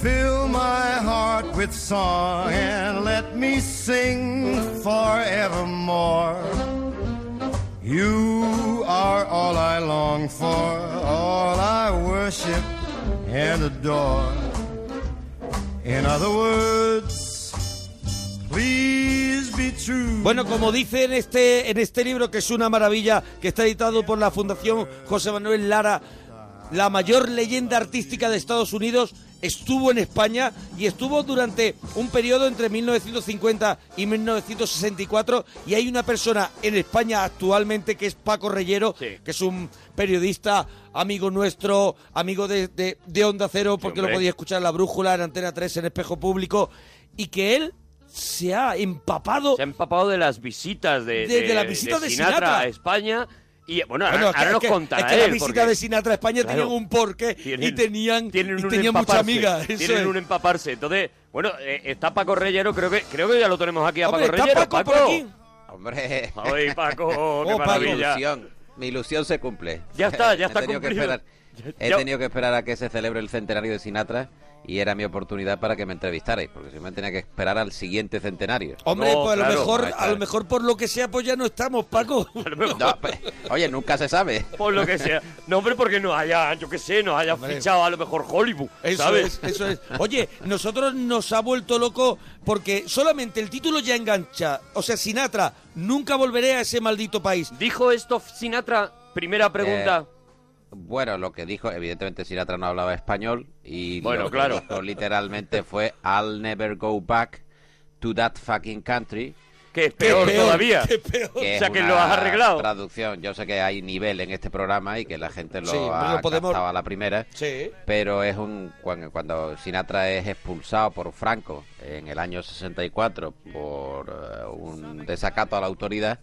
Fill my heart with song and let me sing forevermore. You are all I long for, all I worship and adore. In other words, please be true. Bueno, como dice en este, en este libro, que es una maravilla, que está editado por la Fundación José Manuel Lara, la mayor leyenda artística de Estados Unidos estuvo en España y estuvo durante un periodo entre 1950 y 1964 y hay una persona en España actualmente que es Paco Reyero, que es un periodista amigo nuestro, amigo de, de- de Onda Cero, porque lo hombre. podía escuchar en La Brújula, en Antena 3, en Espejo Público, y que él se ha empapado... Se ha empapado de las visitas de, De- de las visitas de Sinatra, Sinatra. a España. Y bueno, ahora, Bueno, es que- ahora es nos que- contará es que la él, visita porque de Sinatra a España Claro. tenían un porqué y Tienen- tenían, y tienen un tenían mucha empaparse, amiga. eso Tienen es. un empaparse. Entonces, bueno, eh, está Paco Reyero, creo que, creo que ya lo tenemos aquí a Hombre, Paco ¿está Reyero. Paco por aquí? Hombre. Ay, Paco, qué Oh, Paco. Mi maravilla. ilusión, mi ilusión se cumple. Ya está, ya está he tenido que cumplido. esperar, he Ya- tenido que esperar a que se celebre el centenario de Sinatra y era mi oportunidad para que me entrevistarais, porque si me tenía que esperar al siguiente centenario. Hombre, pues a lo mejor, a lo mejor por lo que sea, pues ya no estamos, Paco. No, pues, oye, nunca se sabe. Por lo que sea. No, hombre, porque nos haya, yo qué sé, nos haya fichado a lo mejor Hollywood, Eso ¿sabes? es, eso es. Oye, nosotros nos ha vuelto loco porque solamente el título ya engancha. O sea, Sinatra, nunca volveré a ese maldito país. Eh, Dijo esto Sinatra, primera pregunta. Bueno, lo que dijo, evidentemente Sinatra no hablaba español y Bueno, lo que claro. dijo literalmente fue I'll never go back to that fucking country. Que es peor peor, todavía. que es peor. O sea, que lo has arreglado. Traducción, yo sé que hay nivel en este programa y que la gente lo Sí, hombre, ha lo podemos- captado a la primera. Sí. Pero es un cuando, cuando Sinatra es expulsado por Franco en el año 64 por eh, un desacato a la autoridad,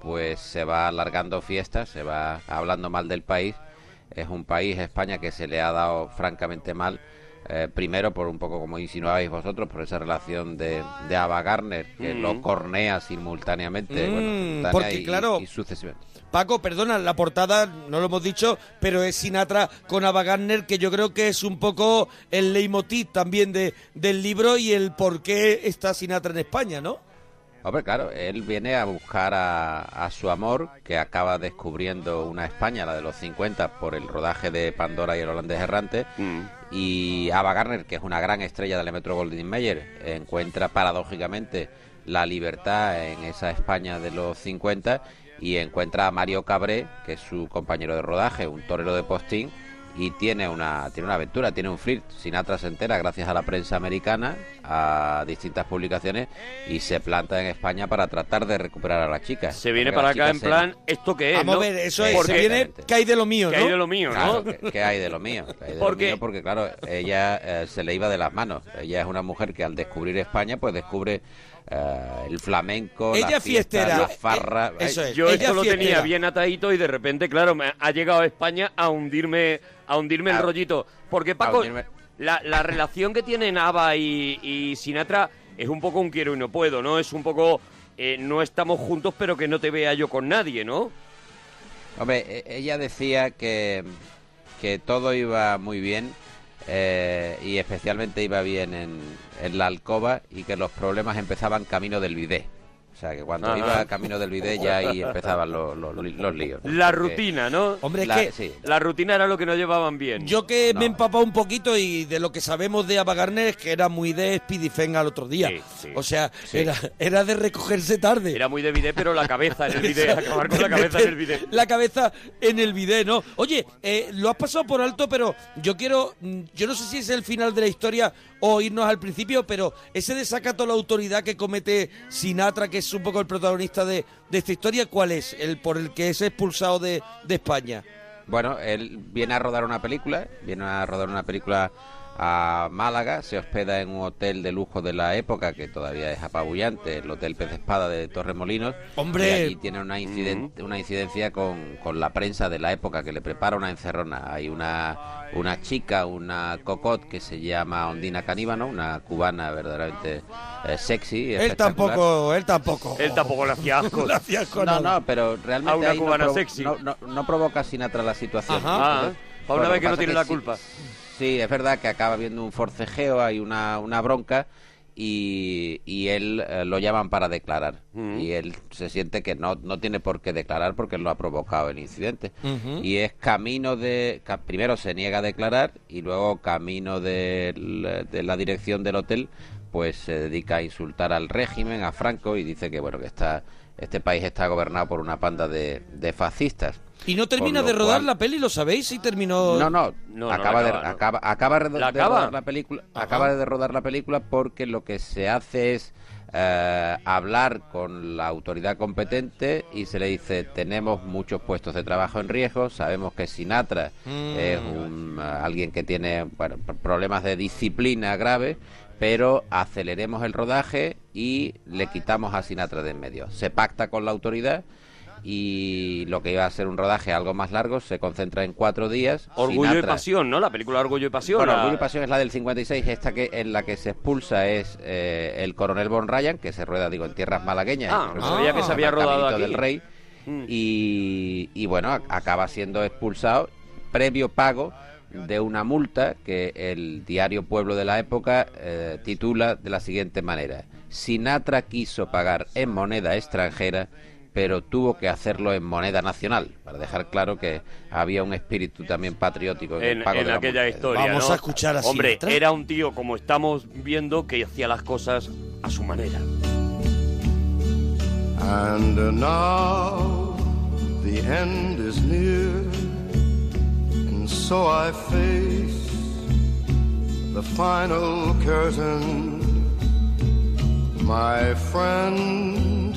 pues se va alargando fiestas, se va hablando mal del país. Es un país, España, que se le ha dado francamente mal. eh, primero, por un poco como insinuabais vosotros, por esa relación de, de Ava Garner, que Mm. lo cornea simultáneamente. bueno, Mm, simultánea porque, y- claro, y sucesivamente. Paco, perdona, la portada no lo hemos dicho, pero es Sinatra con Ava Gardner, que yo creo que es un poco el leitmotiv también de, del libro y el por qué está Sinatra en España, ¿no? Hombre, claro, él viene a buscar a, a su amor, que acaba descubriendo una España, la de los 50, por el rodaje de Pandora y el holandés errante. Y Ava Garner, que es una gran estrella del Metro Goldwyn Mayer, encuentra paradójicamente la libertad en esa España de los 50 y encuentra a Mario Cabré, que es su compañero de rodaje, un torero de postín, y tiene una, tiene una aventura, tiene un flirt. Sinatra se entera gracias a la prensa americana, a distintas publicaciones, y se planta en España para tratar de recuperar a la chica. Se viene para acá en plan, ¿esto qué es? Vamos a no? ver, eso es, se Porque- viene Que hay de lo mío, Que ¿no? hay de lo mío, ¿no? Claro, ¿qué- ¿qué hay de lo mío? ¿Qué hay de lo Porque- mío? Porque, claro, ella eh, se le iba de las manos. Ella es una mujer que al descubrir España, pues descubre eh, el flamenco, Ella la fiesta, fiestera. la farra. Ay, Yo esto lo tenía bien atadito y de repente, claro, me ha llegado a España a hundirme, a hundirme el rollito. Porque Paco, Ah. hundirme. la, la relación que tienen Ava y, y Sinatra es un poco un quiero y no puedo, ¿no? Es un poco eh, no estamos juntos, pero que no te vea yo con nadie, ¿no? Hombre, e- ella decía que, que todo iba muy bien eh, y especialmente iba bien en, en la alcoba y que los problemas empezaban camino del bidé. O sea, que cuando Ajá. iba camino del bidé ya ahí empezaban los, los- los líos. ¿no? La Porque- rutina, ¿no? Hombre, es La- que- sí. la rutina era lo que no llevaban bien. Yo que me em- he empapado un poquito y de lo que sabemos de Ava Gardner es que era muy de Speedy Feng al otro día. O sea, era, era de recogerse tarde. Era muy de bidé, pero la cabeza en el bidé, acabar con la cabeza en el bidé. La cabeza en el bidé, ¿no? Oye, eh, lo has pasado por alto, pero yo quiero. mm, Yo no sé si es el final de la historia o irnos al principio, pero ese desacato a la autoridad que comete Sinatra, que es un poco el protagonista de, de esta historia, ¿cuál es? El por el que es expulsado de, de España. Bueno, él viene a rodar una película, viene a rodar una película a Málaga, se hospeda en un hotel de lujo de la época que todavía es apabullante, el Hotel Pez Espada de Torremolinos. ¡Hombre! Y allí tiene una, inciden- una incidencia con, con la prensa de la época que le prepara una encerrona. Hay una, una chica, una cocot que se llama Ondina Caníbano, una cubana verdaderamente eh, sexy. Él espectacular. tampoco, él tampoco. Él tampoco le hacía asco. le hacía asco a No, nada. no, pero realmente A una ahí no cubana provo- sexy. No, no- no provoca Sinatra la situación. Ajá. Entonces, Ah, para una lo vez que no pasa tiene es la sí- culpa. Sí, es verdad que acaba viendo un forcejeo, hay una, una bronca y, y él eh, lo llaman para declarar. Mm. Y él se siente que no, no tiene por qué declarar porque lo ha provocado el incidente. Ujú. Y es camino de... ca- Primero se niega a declarar y luego camino del- de la dirección del hotel pues se dedica a insultar al régimen, a Franco, y dice que bueno que está, este país está gobernado por una panda de, de fascistas. Y no termina Con lo de rodar cual- la peli, ¿lo sabéis? Si terminó... No, no, acaba, de, acaba, acaba, acaba de- ¿La de acaba? rodar la película, acaba de rodar la película porque lo que se hace es eh, hablar con la autoridad competente y se le dice tenemos muchos puestos de trabajo en riesgo, sabemos que Sinatra Mm. es un, eh, alguien que tiene bueno, pr- problemas de disciplina grave. Pero aceleremos el rodaje y le quitamos a Sinatra de en medio. Se pacta con la autoridad y lo que iba a ser un rodaje algo más largo se concentra en cuatro días. Orgullo y Sinatra- pasión, ¿no? La película Orgullo y pasión. Bueno, la- Orgullo y pasión es la del 56, esta que en la que se expulsa es eh, el coronel Von Ryan, que se rueda, digo, en tierras malagueñas. Ah, en- no sabía que se en había el rodado Caminito aquí. del Rey. Y, y bueno, a- acaba siendo expulsado previo pago de una multa que el diario Pueblo de la época eh, titula de la siguiente manera. Sinatra quiso pagar en moneda extranjera, pero tuvo que hacerlo en moneda nacional, para dejar claro que había un espíritu también patriótico en, el en, pago en de la aquella multa. historia. ¿no? Hombre, era un tío, como estamos viendo, que hacía las cosas a su manera. And uh, now the end is near, and so I face the final curtain. My friend,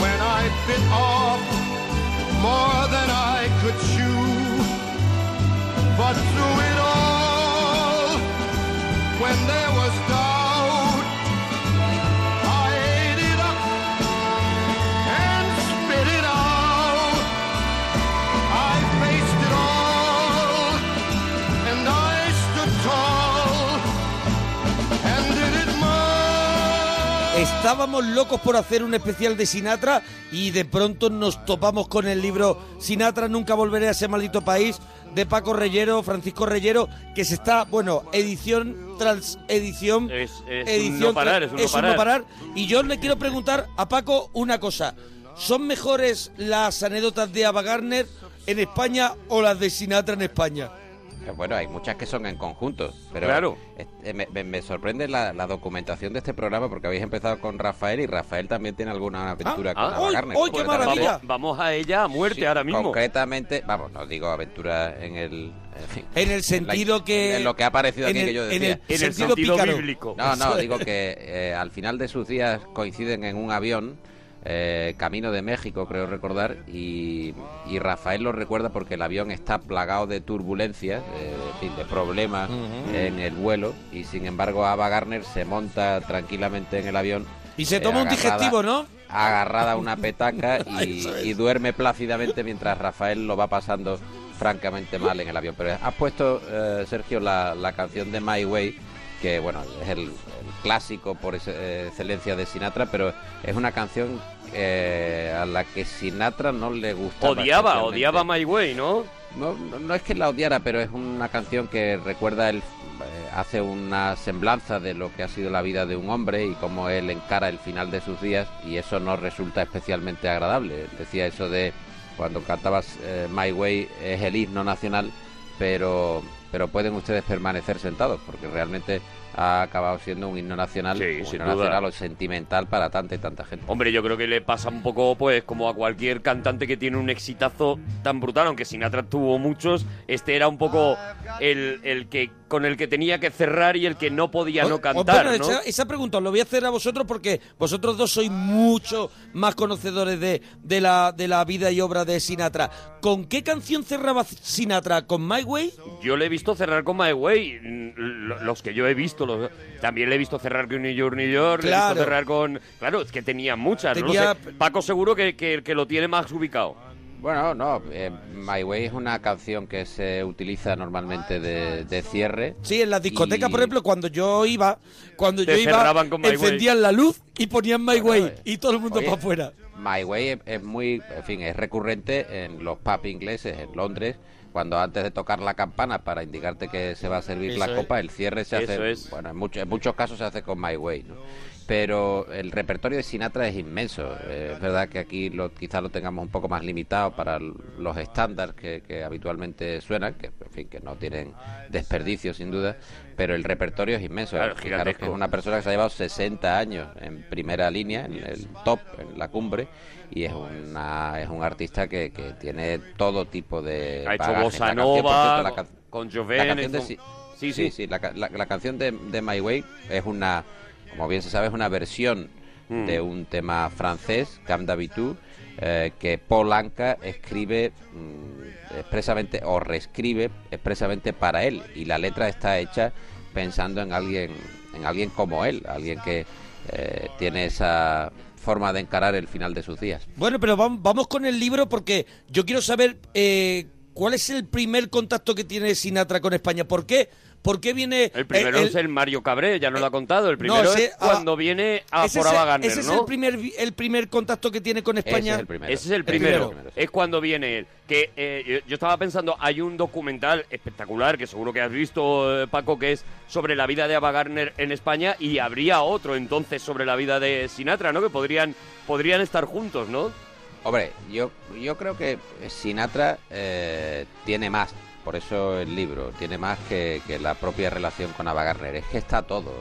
when I bit off more than I could chew. But through it all, when there was doubt, I ate it up and spit it out. I faced it all, and I stood tall, and did it my Estábamos locos por hacer un especial de Sinatra y de pronto nos topamos con el libro Sinatra, nunca volveré a ese maldito país de Paco Reyero, Francisco Reyero, que se está, bueno, edición tras edición. Es, es un edición no parar, tras- es un no parar. Y yo le quiero preguntar a Paco una cosa. ¿Son mejores las anécdotas de Ava Gardner en España o las de Sinatra en España? Pero bueno, hay muchas que son en conjunto. Pero Claro. este, me, me- me sorprende la, la documentación de este programa porque habéis empezado con Rafael y Rafael también tiene alguna Ah, aventura con Ava Gardner. Concretamente- Vamos, vamos a ella a muerte Sí, ahora mismo. Concretamente, vamos, no digo aventura en el. En, fin, En el sentido que- En lo que ha aparecido en aquí el- que yo en decía. el En el sentido sentido pícaro. bíblico. No, no, digo que eh, al final de sus días coinciden en un avión. eh, camino de México, creo recordar, y, y Rafael lo recuerda porque el avión está plagado de turbulencias, eh, en fin, de problemas Ujú. en el vuelo, y sin embargo Ava Garner se monta tranquilamente en el avión. Y se eh, toma un agarrada- digestivo, ¿no? agarrada a una petaca y, Eso es. y duerme plácidamente mientras Rafael lo va pasando francamente mal en el avión. Pero has puesto, eh, Sergio, la, la canción de My Way, que bueno, es el, el clásico por ex- eh, excelencia de Sinatra, pero es una canción eh, a la que Sinatra no le gustaba. Odiaba, especialmente. odiaba My Way, ¿no? No, no, no es que la odiara, pero es una canción que recuerda el eh, hace una semblanza de lo que ha sido la vida de un hombre y cómo él encara el final de sus días y eso no resulta especialmente agradable. Decía eso de cuando cantabas eh, My Way es el himno nacional, pero pero pueden ustedes permanecer sentados porque realmente ha acabado siendo un himno nacional, un sin himno duda. nacional o sentimental para tanta y tanta gente. Hombre, yo creo que le pasa un poco, pues, como a cualquier cantante que tiene un exitazo tan brutal, aunque Sinatra tuvo muchos, este era un poco el, el que con el que tenía que cerrar y el que no podía no Os- cantar, bueno, ¿no? esa, esa pregunta os lo voy a hacer a vosotros porque vosotros dos sois mucho más conocedores de, de, la, de la vida y obra de Sinatra. ¿Con qué canción cerraba Sinatra? ¿Con My Way? Yo le he visto cerrar con My Way, mm, lo- los que yo he visto, los- también le he visto cerrar con New York, New York, le he Claro. visto cerrar con... Claro, es que tenía muchas, no lo Tenía- sé. Paco seguro que, que, que lo tiene más ubicado. Bueno, no, eh, My Way es una canción que se utiliza normalmente de, de cierre. Sí, en las discotecas, Y- por ejemplo, cuando yo iba, cuando Te yo iba, cerraban con My Way. eh. encendían la luz y ponían My Way y todo el mundo Oye, para afuera. My Way es, es muy, en fin, es recurrente en los pubs ingleses, en Londres, cuando antes de tocar la campana para indicarte que se va a servir la Eso es. copa, el cierre se Eso hace, es. bueno, en, mucho- en muchos casos se hace con My Way, ¿no? Pero el repertorio de Sinatra es inmenso. Eh, es verdad que aquí lo, quizás lo tengamos un poco más limitado para l- los estándares que, que habitualmente suenan, que en fin, que no tienen desperdicio sin duda, pero el repertorio es inmenso. Claro, Fijaros gigantesco. que es una persona que se ha llevado 60 años en primera línea, en el top, en la cumbre, y es una es un artista que, que tiene todo tipo de Ha hecho bagaje. bossa Eh, La canción, por nova, cierto, la can- con la Joven, canción de con- Si- Sí, Sí, sí. sí, La, ca- la- la canción de, de My Way es una, como bien se sabe, es una versión Mm. de un tema francés, Cam d'Habitu, eh, que Paul Anka escribe mm, expresamente o reescribe expresamente para él. Y la letra está hecha pensando en alguien, en alguien como él, alguien que eh, tiene esa forma de encarar el final de sus días. Bueno, pero vam- vamos con el libro porque yo quiero saber eh, cuál es el primer contacto que tiene Sinatra con España. ¿Por qué? ¿Por qué viene El primero eh, es el Mario Cabré, ya no lo ha contado. El primero ese- es cuando viene a ese Ah, ah, es el- por Ava Gardner, ese es ¿no? el primer vi- el primer contacto que tiene con España. Ese es el primero. Es cuando viene él. Que eh, yo, yo estaba pensando, hay un documental espectacular que seguro que has visto, eh, Paco, que es sobre la vida de Ava Gardner en España y habría otro entonces sobre la vida de Sinatra, ¿no? Que podrían podrían estar juntos, ¿no? Hombre, yo, yo creo que Sinatra eh, tiene más, por eso el libro, tiene más que, que la propia relación con Ava Gardner. Es que está todo,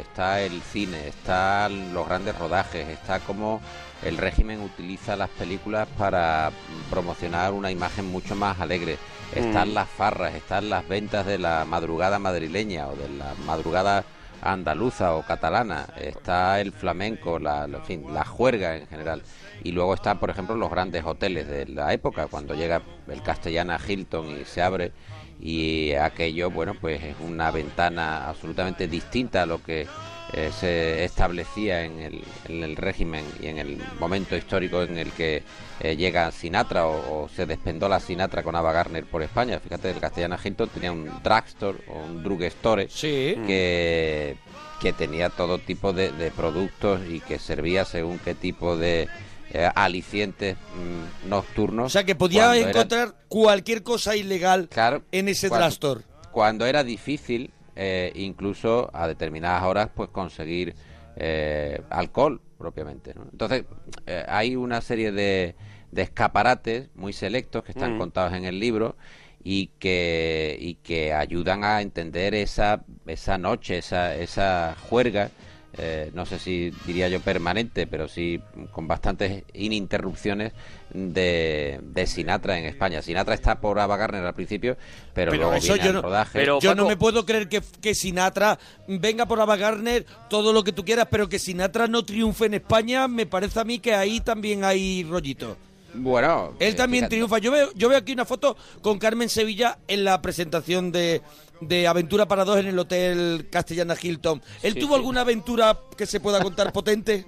está el cine, están los grandes rodajes, está como el régimen utiliza las películas para promocionar una imagen mucho más alegre. Están Mm. las farras, están las ventas de la madrugada madrileña o de la madrugada andaluza o catalana, está el flamenco, la, la- en fin, la juerga en general. Y luego están, por ejemplo, los grandes hoteles de la época, cuando llega el castellana Hilton y se abre. Y aquello, bueno, pues es una ventana absolutamente distinta a lo que eh, se establecía en el, en el régimen y en el momento histórico en el que eh, llega Sinatra o, o se despendola Sinatra con Ava Garner por España. Fíjate, el castellana Hilton tenía un drugstore o un drugstore que, que tenía todo tipo de, de productos y que servía según qué tipo de eh, alicientes mm, nocturnos. O sea, que podía cuando eran- encontrar cualquier cosa ilegal en ese cuando- drugstore. Cuando era difícil, eh, incluso a determinadas horas, pues conseguir eh, alcohol propiamente. ¿no? Entonces, eh, hay una serie de, de escaparates muy selectos que están Mm. contados en el libro y que, y que ayudan a entender esa, esa noche, esa, esa juerga, eh, no sé si diría yo permanente, pero sí con bastantes ininterrupciones de, de Sinatra en España. Sinatra está por Ava Gardner al principio, pero, Pero luego eso viene yo al no, rodaje. yo no me puedo creer que, que Sinatra venga por Ava Gardner, todo lo que tú quieras, pero que Sinatra no triunfe en España, me parece a mí que ahí también hay rollito. Bueno, Él eh, también fíjate. triunfa. Yo veo, yo veo aquí una foto con Carmen Sevilla en la presentación de, de Aventura para dos en el Hotel Castellana Hilton. ¿Él Sí, tuvo sí. alguna aventura que se pueda contar potente?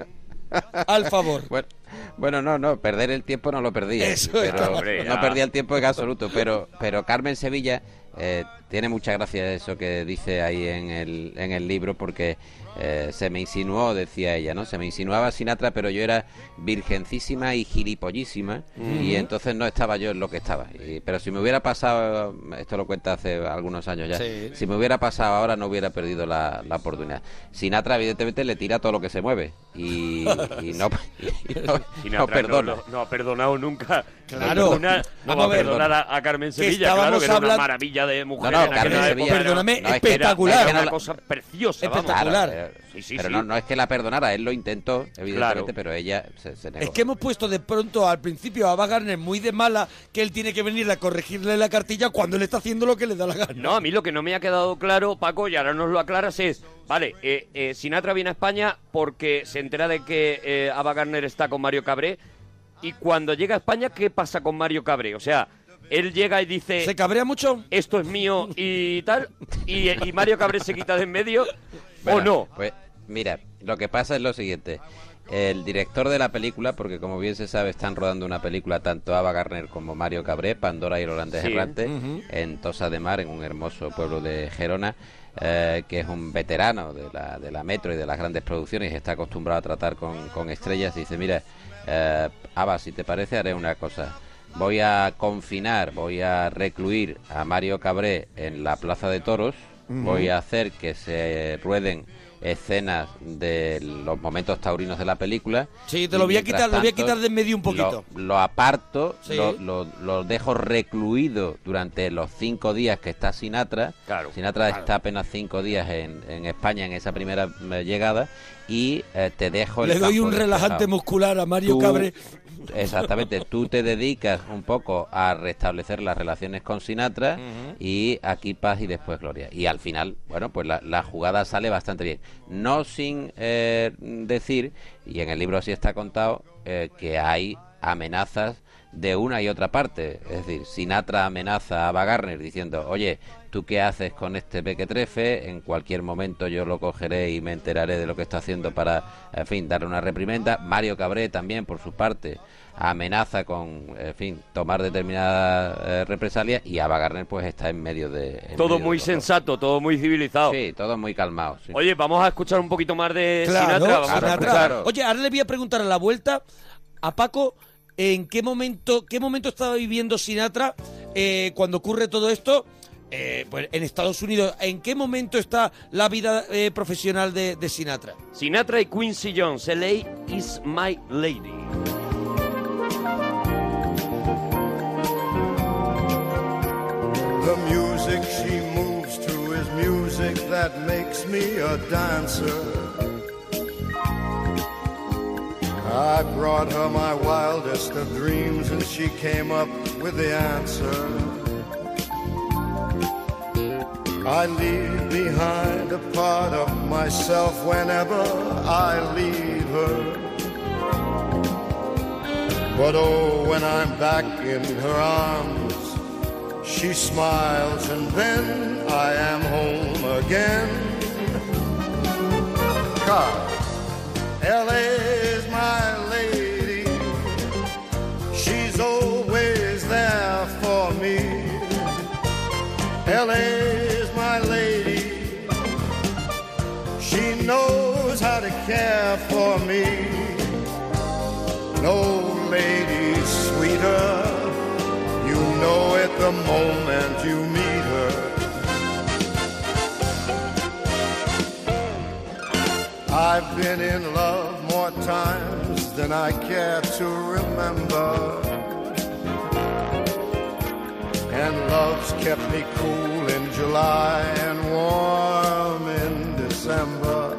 Al favor. Bueno, bueno, no, no, perder el tiempo no lo perdí. ¿eh? Eso es, pero hombre, ya. no perdía el tiempo en absoluto, pero, pero Carmen Sevilla eh, tiene mucha gracia eso que dice ahí en el, en el libro porque eh, se me insinuó, decía ella, ¿no? Se me insinuaba Sinatra, pero yo era virgencísima y gilipollísima Mm. y entonces no estaba yo en lo que estaba. Y- pero si me hubiera pasado, esto lo cuenta hace algunos años ya, Sí. si me hubiera pasado ahora no hubiera perdido la, la oportunidad. Sinatra evidentemente le tira todo lo que se mueve y, y no, y no, Sinatra no no- perdona. No, no ha perdonado nunca. Claro. No, perdona- no Vamos va a a ver. perdonar a, a Carmen Que Sevilla, claro, estábamos que era una hablando- maravilla de mujer. No, no, en aquella Carmen época, Sevilla, era- Perdóname, no, es que era- espectacular. Era, una cosa preciosa, vamos. Claro, eh, Sí, sí, pero sí. No, no es que la perdonara, él lo intentó, evidentemente, Claro. pero ella se, se negó. Es que hemos puesto de pronto al principio a Ava Gardner muy de mala que él tiene que venir a corregirle la cartilla cuando él está haciendo lo que le da la gana. No, a mí lo que no me ha quedado claro, Paco, y ahora nos lo aclaras, es, vale, eh, eh, Sinatra viene a España porque se entera de que eh, Ava Gardner está con Mario Cabré, y cuando llega a España, ¿qué pasa con Mario Cabré? O sea, él llega y dice... ¿Se cabrea mucho? Esto es mío y tal, y, y Mario Cabré se quita de en medio, Bueno, ¿o no? Pues mira, lo que pasa es lo siguiente. El director de la película, porque como bien se sabe, están rodando una película tanto Ava Garner como Mario Cabré, Pandora y el holandés Sí. errante, Ujú. en Tosa de Mar, en un hermoso pueblo de Gerona, eh, que es un veterano de la, de la metro y de las grandes producciones, y está acostumbrado a tratar con, con estrellas. Y dice: Mira, eh, Ava, si te parece, haré una cosa. Voy a confinar, voy a recluir a Mario Cabré en la Plaza de Toros, Ujú. voy a hacer que se rueden escenas de los momentos taurinos de la película. Sí, te lo Y voy a mientras quitar, lo voy a tanto, quitar de en medio un poquito. Lo, lo aparto, Sí. lo, lo- lo dejo recluido durante los cinco días que está Sinatra. Sinatra claro. está apenas cinco días en, en España en esa primera eh, llegada y eh, te dejo el Le doy campo un relajante despejado. muscular a Mario Tú- Cabré. Exactamente, tú te dedicas un poco a restablecer las relaciones con Sinatra y aquí paz y después gloria. Y al final, bueno, pues la, la jugada sale bastante bien. No sin eh, decir, y en el libro así está contado, eh, que hay amenazas de una y otra parte. Es decir, Sinatra amenaza a Ava Gardner diciendo, oye, ¿tú qué haces con este pequetrefe? En cualquier momento yo lo cogeré y me enteraré de lo que está haciendo para, en fin, darle una reprimenda. Mario Cabré también, por su parte, amenaza con, en fin, tomar determinadas eh, represalias y Ava Gardner pues está en medio de... en Todo medio de muy los dos. sensato, todo muy civilizado. Sí, todo muy calmado. sí. Oye, vamos a escuchar un poquito más de Claro, Sinatra. Vamos Sinatra. a escuchar. Oye, ahora le voy a preguntar a la vuelta a Paco en qué momento, qué momento estaba viviendo Sinatra eh, cuando ocurre todo esto. eh, pues en Estados Unidos, ¿en qué momento está la vida eh, profesional de, de Sinatra? Sinatra y Quincy Jones, LA is my lady. The music she moves to is music that makes me a dancer. I brought her my wildest of dreams and she came up with the answer. I leave behind a part of myself whenever I leave her. But oh, when I'm back in her arms, she smiles and then I am home again. God, LA is my lady. She's always there for me. LA is my lady. She knows how to care for me. No lady sweeter. You know it the moment you meet her. I've been in love more times than than I care to remember. And love's kept me cool in July and warm in December.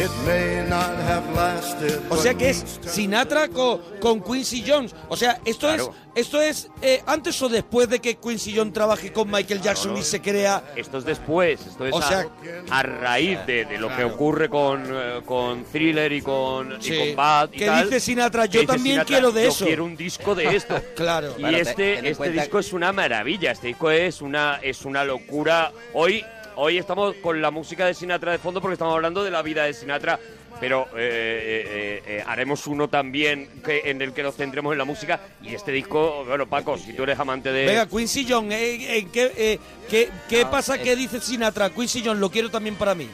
It may not have lasted. O but sea que es Sinatra co- con, Quincy Jones. O sea, esto Claro. es, esto es eh, antes o después de que Quincy Jones trabaje con Michael Jackson y se crea. Esto es después, esto es O sea- a, a raíz de, de lo que Claro. ocurre con, eh, con Thriller y con, Sí. y con Bad y Que tal. dice Sinatra, Que yo dice también Sinatra, quiero de "Yo eso. quiero un disco de esto. Claro. Y Claro, te- ten en este, este cuenta- disco es una maravilla, este disco es una, es una locura. Hoy, hoy estamos con la música de Sinatra de fondo porque estamos hablando de la vida de Sinatra. Pero eh, eh, eh, eh, haremos uno también que, en el que nos centremos en la música. Y este disco, bueno, Paco, si tú eres amante de. Venga, Quincy Jones, eh, en qué, eh, qué- qué pasa que dice Sinatra? Quincy Jones, lo quiero también para mí.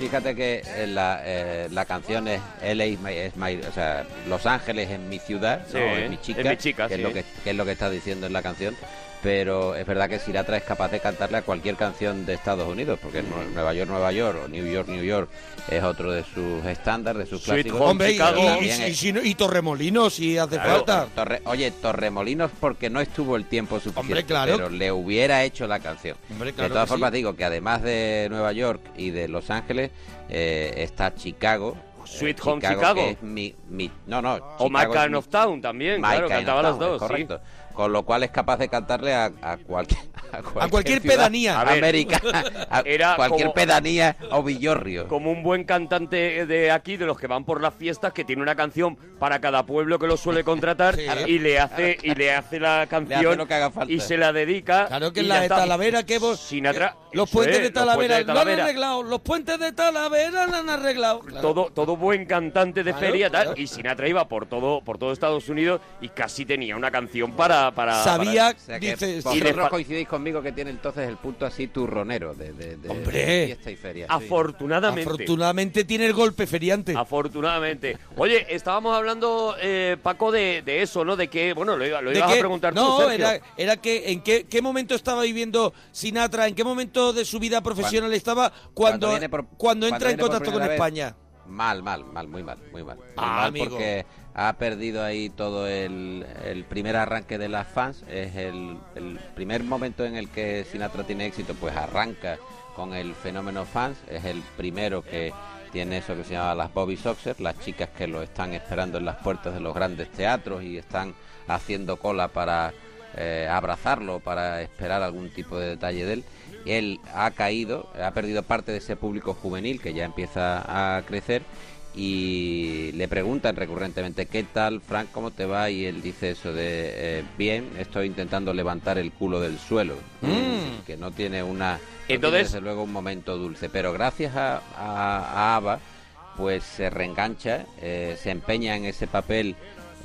Fíjate que eh, la, eh, la canción es LA is my- is my- o sea, Los Ángeles es mi ciudad, Sí, ¿no? es mi chica, es mi chica, que, sí. es lo que, que es lo que está diciendo en la canción. Pero es verdad que Sinatra es capaz de cantarle a cualquier canción de Estados Unidos, porque Nue- Nueva York, Nueva York o New York, New York es otro de sus estándares, de sus Sweet clásicos. Home Pero Chicago. y, también y- y es- si no- y Torremolinos, si hace Claro, pues, falta. Torre- oye, Torremolinos porque no estuvo el tiempo suficiente, Hombre, claro. pero le hubiera hecho la canción. Hombre, claro de todas que formas sí. digo que además de Nueva York y de Los Ángeles eh, está Chicago. eh, Sweet Home que Chicago. es mi, mi- no, no. O My Chicago es Kind mi- of Town también, My claro, Kind of cantaba las Town, es dos, sí. Correcto. Con lo cual es capaz de cantarle a, a cualquier a cualquier, cualquier ciudad pedanía. A ver, americana, a era cualquier como- pedanía o villorrio. como un buen cantante de aquí, de los que van por las fiestas, que tiene una canción para cada pueblo que lo suele contratar y le hace y le hace la canción Le hace lo que haga falta. y se la dedica. Claro que y la ya de está. Talavera, que vos- Sinatra, Los eso puentes es, de los puentes Talavera de lo han Talavera. arreglado, los puentes de Talavera lo han arreglado. Claro. Todo, todo buen cantante de Claro, feria tal, claro. y Sinatra iba por todo por todo Estados Unidos y casi tenía una canción para para para- Ah, O sea que vosotros coincidís conmigo que tiene entonces el punto así turronero de, de- de- de fiesta y feria. sí. Afortunadamente. Afortunadamente tiene el golpe feriante. Afortunadamente. Oye, estábamos hablando, eh, Paco, de, de eso, ¿no? De que, bueno, lo, iba, lo ¿De ibas qué? a preguntar tú, no, Sergio. era, era que en qué, qué momento estaba viviendo Sinatra, en qué momento de su vida profesional estaba cuando, cuando cuando, viene por- cuando entra en viene por contacto con primera vez. España. Mal, mal, mal, muy mal, muy mal. Muy Ah, mal amigo. porque ha perdido ahí todo el, el primer arranque de las fans. Es el, el primer momento en el que Sinatra tiene éxito, pues arranca con el fenómeno fans. Es el primero que tiene eso que se llama las Bobby Soxers, las chicas que lo están esperando en las puertas de los grandes teatros y están haciendo cola para eh, abrazarlo, para esperar algún tipo de detalle de él. Y él ha caído, ha perdido parte de ese público juvenil que ya empieza a crecer y le preguntan recurrentemente qué tal Frank cómo te va y él dice eso de eh, bien estoy intentando levantar el culo del suelo Mm. que no tiene una no tiene, Entonces- desde luego un momento dulce pero gracias a, a, a Ava pues se reengancha eh, se empeña en ese papel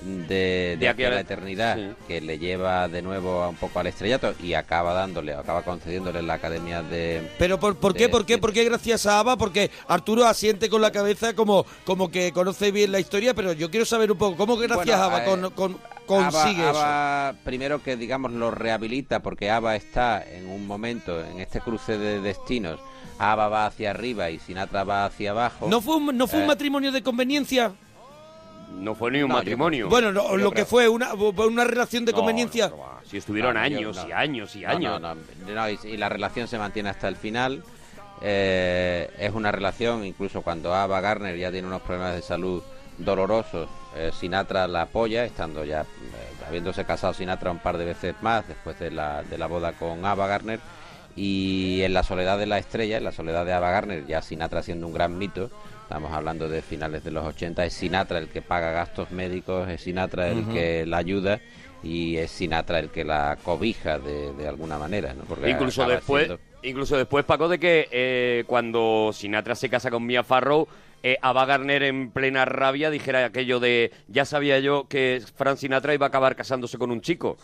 de, de De aquí a la eternidad sí. que le lleva de nuevo a un poco al estrellato y acaba dándole acaba concediéndole la academia de Pero por, ¿por qué? ¿Por qué? ¿Por qué gracias a Ava? Porque Arturo asiente con la cabeza como, como que conoce bien la historia, pero yo quiero saber un poco cómo gracias Bueno, a Ava eh, con- con- consigue ABBA- eso. ABBA, primero que digamos lo rehabilita porque ABBA está en un momento en este cruce de destinos. ABBA va hacia arriba y Sinatra va hacia abajo. ¿No fue un, no fue un Eh, matrimonio de conveniencia? No fue ni un No, yo- matrimonio. Bueno, no, lo que fue una, una relación de No, conveniencia. Si estuvieron No, yo- años no. y años y No, años. no, no, no, y, y la relación se mantiene hasta el final. Eh, es una relación, incluso cuando Ava Garner ya tiene unos problemas de salud dolorosos, eh, Sinatra la apoya, estando ya, eh, habiéndose casado Sinatra un par de veces más después de la, de la boda con Ava Garner. Y en La Soledad de la Estrella, en La Soledad de Ava Garner, ya Sinatra siendo un gran mito, estamos hablando de finales de los 80, es Sinatra el que paga gastos médicos, es Sinatra el Ujú. que la ayuda y es Sinatra el que la cobija de, de alguna manera, ¿no? Porque incluso acaba después, siendo- incluso después, Paco, de que eh, cuando Sinatra se casa con Mia Farrow, eh, Ava Garner en plena rabia dijera aquello de ya sabía yo que Frank Sinatra iba a acabar casándose con un chico.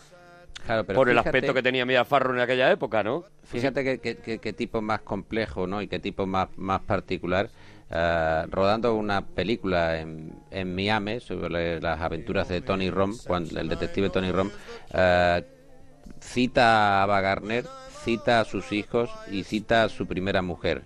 Claro, pero por el fíjate- aspecto que tenía Mia Farrow en aquella época, ¿no? Fíjate que- que- que- qué tipo más complejo, ¿no? Y qué tipo más, más particular. Eh, rodando una película en, en Miami sobre las aventuras de Tony Rom, cuando el detective Tony Rom eh, cita a Ava Gardner, cita a sus hijos y cita a su primera mujer.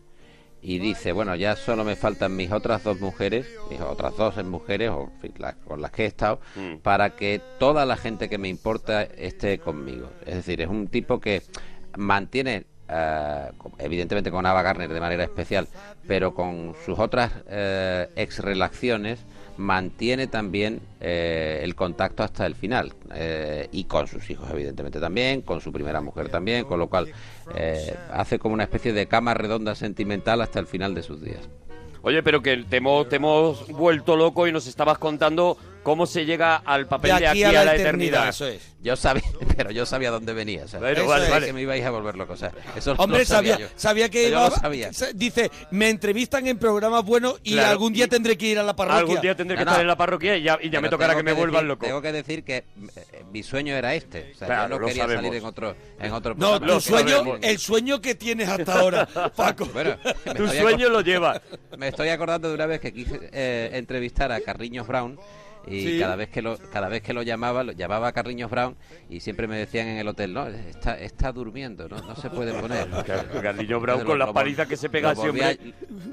y dice, bueno, ya solo me faltan mis otras dos mujeres, mis otras dos mujeres o, en fin, las- con las que he estado, para que toda la gente que me importa esté conmigo. Es decir, es un tipo que mantiene, eh, evidentemente con Ava Garner de manera especial, pero con sus otras eh, ex-relaciones, mantiene también eh, el contacto hasta el final eh, y con sus hijos evidentemente también con su primera mujer también con lo cual eh, hace como una especie de cama redonda sentimental hasta el final de sus días Oye, pero que te hemos, te hemos vuelto loco y nos estabas contando cómo se llega al papel de aquí, a, la, eternidad. yo sabía pero yo sabía dónde venía o sea, Bueno, yo vale, sabía vale. que me ibais a volver loco o sea, eso no Hombre, lo sabía, sabía, yo. sabía, que Yo iba. lo sabía. se- Dice, me entrevistan en programas buenos y Claro, algún día tendré que ir a la parroquia. Algún día tendré que estar en la parroquia y ya, y Pero me tocará tengo que me vuelvan decir- loco. Tengo que decir que eh, mi sueño era este. O sea, Claro, yo no lo quería sabemos. salir en otro, en otro No, programa. tu sueño, el sueño que tienes hasta ahora, Paco. Bueno, me Tu estoy sueño acor- lo lleva. Me estoy acordando de una vez que quise eh, entrevistar a Carriños Brown y Sí. cada vez que lo cada vez que lo llamaba lo llamaba a Carriños Brown y siempre me decían en el hotel no está está durmiendo no no se puede poner Carriños Brown con la las palizas que se pega a ese hombre.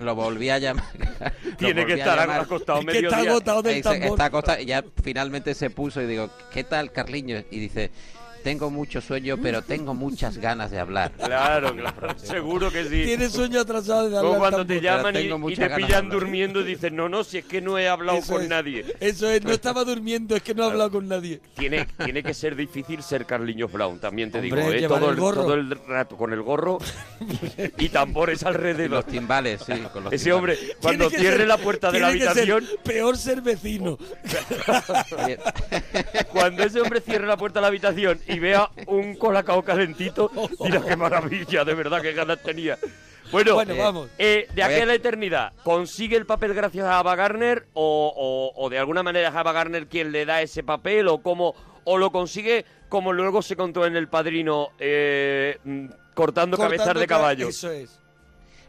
lo volví a llamar lo Tiene que volví a estar llamar. acostado Es que está mediodía. agotado del Y se- tambor. está acostado y ya finalmente se puso y digo qué tal Carliños y dice tengo mucho sueño pero tengo muchas ganas de hablar Claro, claro, seguro que sí. Tienes sueño atrasado de Luego hablar cuando tampoco. te llaman Pero y, tengo y muchas te ganas de pillan hablar. durmiendo y dices, no, no, si es que no he hablado Eso con es. nadie. Eso es, no estaba durmiendo, es que no he hablado con nadie. Tiene, tiene que ser difícil ser Carliños Brown, también te Hombre, digo, ¿eh? llevar todo, el el, gorro. todo el rato con el gorro y tambores alrededor. los timbales, sí. Con Ese timbales. hombre, cuando Tiene que cierre ser- la puerta de la tiene que ser habitación, peor ser vecino. cuando ese hombre cierre la puerta de la habitación y vea un colacao calentito, mira qué maravilla, de verdad, qué ganas tenía. Bueno, Bueno, eh, vamos. eh, Voy de aquí a- a la eternidad, ¿consigue el papel gracias a Ava Garner o, o- o de alguna manera es Ava Garner quien le da ese papel o cómo, o lo consigue como luego se contó en El Padrino, eh, mm, cortando, cabezas de caballo? Eso es.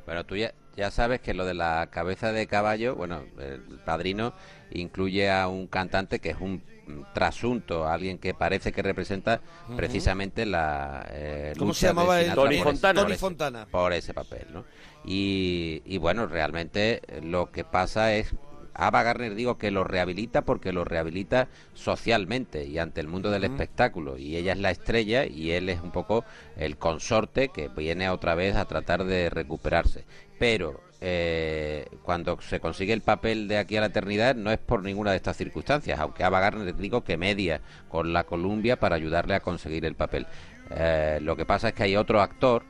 Bueno, tú ya, ya sabes que lo de la cabeza de caballo, bueno, el padrino incluye a un cantante que es un mm, trasunto, alguien que parece que representa Ujú. precisamente la eh, ¿Cómo lucha se llamaba de él? Sinatra Tony por ese- Fontana. por Tony ese- Fontana. por ese papel, ¿no? Y, y bueno, realmente eh, lo que pasa es Ava Garner digo que lo rehabilita porque lo rehabilita socialmente y ante el mundo del Ujú. espectáculo y ella es la estrella y él es un poco el consorte que viene otra vez a tratar de recuperarse. Pero eh, cuando se consigue el papel de aquí a la eternidad no es por ninguna de estas circunstancias, aunque Ava Garner digo que media con la Columbia para ayudarle a conseguir el papel. Eh, lo que pasa es que hay otro actor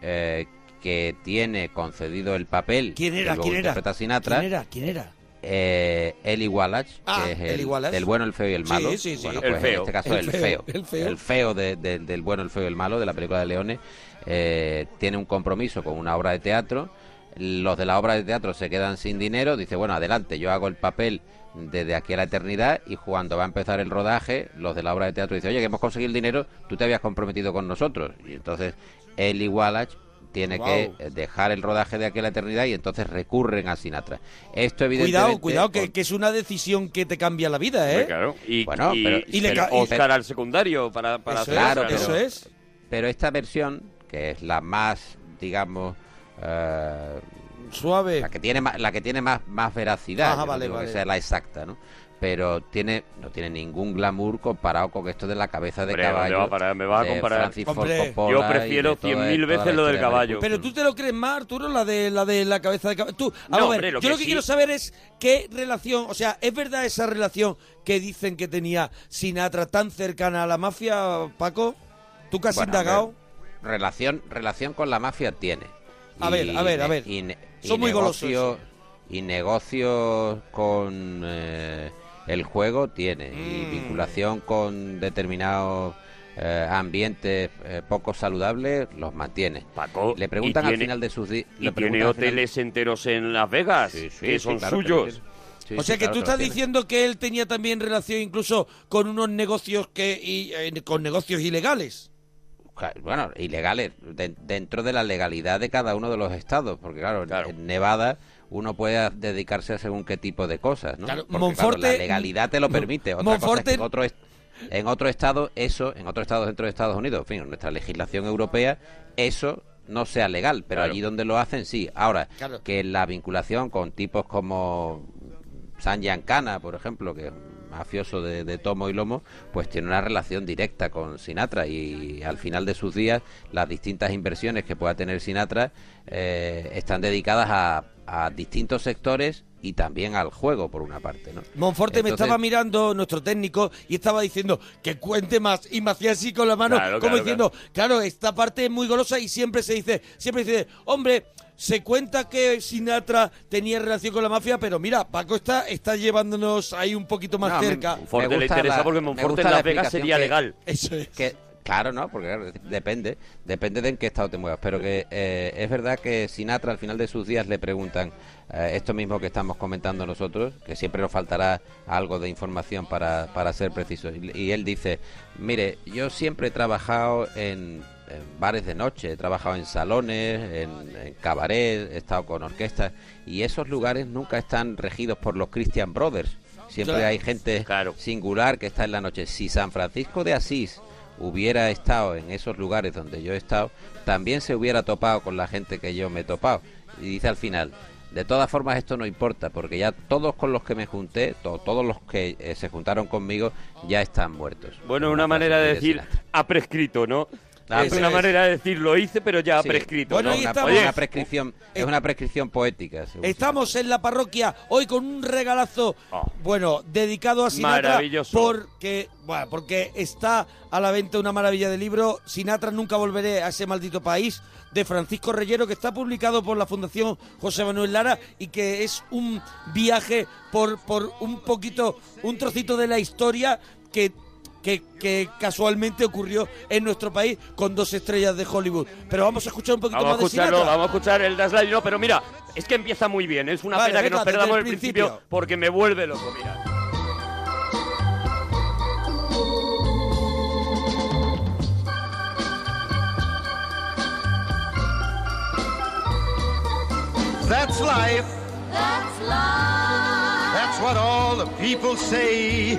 eh, que tiene concedido el papel ¿Quién que era? luego ¿Quién era? interpreta a Sinatra ¿Quién era? ¿Quién era? eh, Eli Wallach, Ah, que es Eli el, Wallach. del bueno, el feo y el Sí, malo. sí, sí. Bueno, El pues feo. En este caso, El el, feo, feo. el feo. de- de- del bueno, el feo y el malo, de la película de Leone, eh, tiene un compromiso con una obra de teatro. Los de la obra de teatro se quedan sin dinero. Dice, bueno, adelante, yo hago el papel desde aquí a la eternidad y cuando va a empezar el rodaje, los de la obra de teatro dicen, oye, que hemos conseguido el dinero, tú te habías comprometido con nosotros. Y entonces Eli Wallach tiene Guau. que eh, dejar el rodaje de aquí a la eternidad y entonces recurren a Sinatra. Esto Cuidado, evidentemente... cuidado, que, que es una decisión que te cambia la vida, ¿eh? Hombre, claro. Y, Bueno, y- pero- y pero- ca- y- Oscar al secundario para, para Eso hacer es, otra, ¿no? pero- Pero esta versión, que es la más, digamos... eh, Suave. La que tiene más, la que tiene más, más veracidad. Ajá, yo no vale, digo vale. que sea la exacta, ¿no? Pero tiene, no tiene ningún glamour comparado con esto de la cabeza de Hombre, ¿dónde caballo. va a parar? Me vas a de comparar. Francis Ford Hombre. Coppola Yo y de prefiero toda- 100.000 toda veces la lo del historia de caballo. Pero tú te lo crees más, Arturo, la de la de la cabeza de caballo. Tú, vamos No, a ver, hombre, yo lo que lo que sí- quiero saber es qué relación, o sea, ¿es verdad esa relación que dicen que tenía Sinatra tan cercana a la mafia, Paco? ¿Tú que has Bueno, indagado? hombre, relación, relación con la mafia tiene. A ver, a ver, a ne- ver. Y, ne- y Son muy golosos, negocio- Y negocios con eh, el juego tiene. Y Mm. vinculación con determinados eh, ambientes eh, poco saludables los mantiene. le preguntan y al tiene- final de sus días. Y tiene hoteles enteros en Las Vegas que sí, son claro que suyos. lo tiene. Sí, o sí, sea que claro tú que lo estás tiene. diciendo que él tenía también relación incluso con unos negocios que y, eh, con negocios ilegales. Ca- bueno, ilegales, de- dentro de la legalidad de cada uno de los estados, porque claro, en- en Nevada uno puede dedicarse a según qué tipo de cosas, ¿no? Claro, Porque, Monforte- la legalidad te lo permite. Otra cosa es que Monforte- en otro, est- en otro estado, eso, en otro estado dentro de Estados Unidos, en fin, en nuestra legislación europea, eso no sea legal, pero Claro. allí donde lo hacen sí. Ahora, Claro. que la vinculación con tipos como San Giancana, por ejemplo, que es un mafioso de, de tomo y lomo, pues tiene una relación directa con Sinatra y al final de sus días las distintas inversiones que pueda tener Sinatra eh, están dedicadas a, a distintos sectores y también al juego, por una parte. ¿no? Monforte me Entonces- estaba mirando, nuestro técnico, y estaba diciendo que cuente más. Y me hacía así con la mano, Claro, como claro, diciendo, claro. esta parte es muy golosa y siempre se dice, siempre dice, hombre, se cuenta que Sinatra tenía relación con la mafia, pero mira, Paco está, está llevándonos ahí un poquito más No, a mí cerca. me gusta la- me gusta la explicación que- que- claro, ¿no? Porque claro, depende. Depende de en qué estado te muevas. Pero que eh, es verdad que Sinatra al final de sus días le preguntan eh, esto mismo que estamos comentando nosotros, que siempre nos faltará algo de información para, para ser precisos. Y, y él dice, mire, yo siempre he trabajado en, en bares de noche, he trabajado en salones, en, en cabaret, he estado con orquestas. Y esos lugares nunca están regidos por los Christian Brothers. Siempre Claro. hay gente singular que está en la noche. Si San Francisco de Asís hubiera estado en esos lugares donde yo he estado, también se hubiera topado con la gente que yo me he topado. Y dice al final, de todas formas esto no importa, porque ya todos con los que me junté, to- todos los que eh, se juntaron conmigo, ya están muertos. Bueno, una manera de decir, ha prescrito, ¿no? es una manera de decir, lo hice, pero ya ha Ah, pues, Sí. prescrito. Bueno, ¿no? ahí Una- estamos. Oye, Una prescripción, es una prescripción poética. según Estamos en la parroquia hoy con un regalazo, Ah. bueno, dedicado a Sinatra. Maravilloso. Porque, bueno, porque está a la venta una maravilla de libro, Sinatra Nunca Volveré a ese maldito país, de Francisco Reyero, que está publicado por la Fundación José Manuel Lara y que es un viaje por, por un poquito, un trocito de la historia que que, que casualmente ocurrió en nuestro país con dos estrellas de Hollywood. Pero vamos a escuchar un poquito Vamos a más de escucharlo, Sinatra. vamos a escuchar el Dash Live, No, pero mira, es que empieza muy bien. Es una Vale, pena que venga, nos desde perdamos el el principio, principio. porque me vuelve loco, mira. That's life. That's life. That's what all the people say.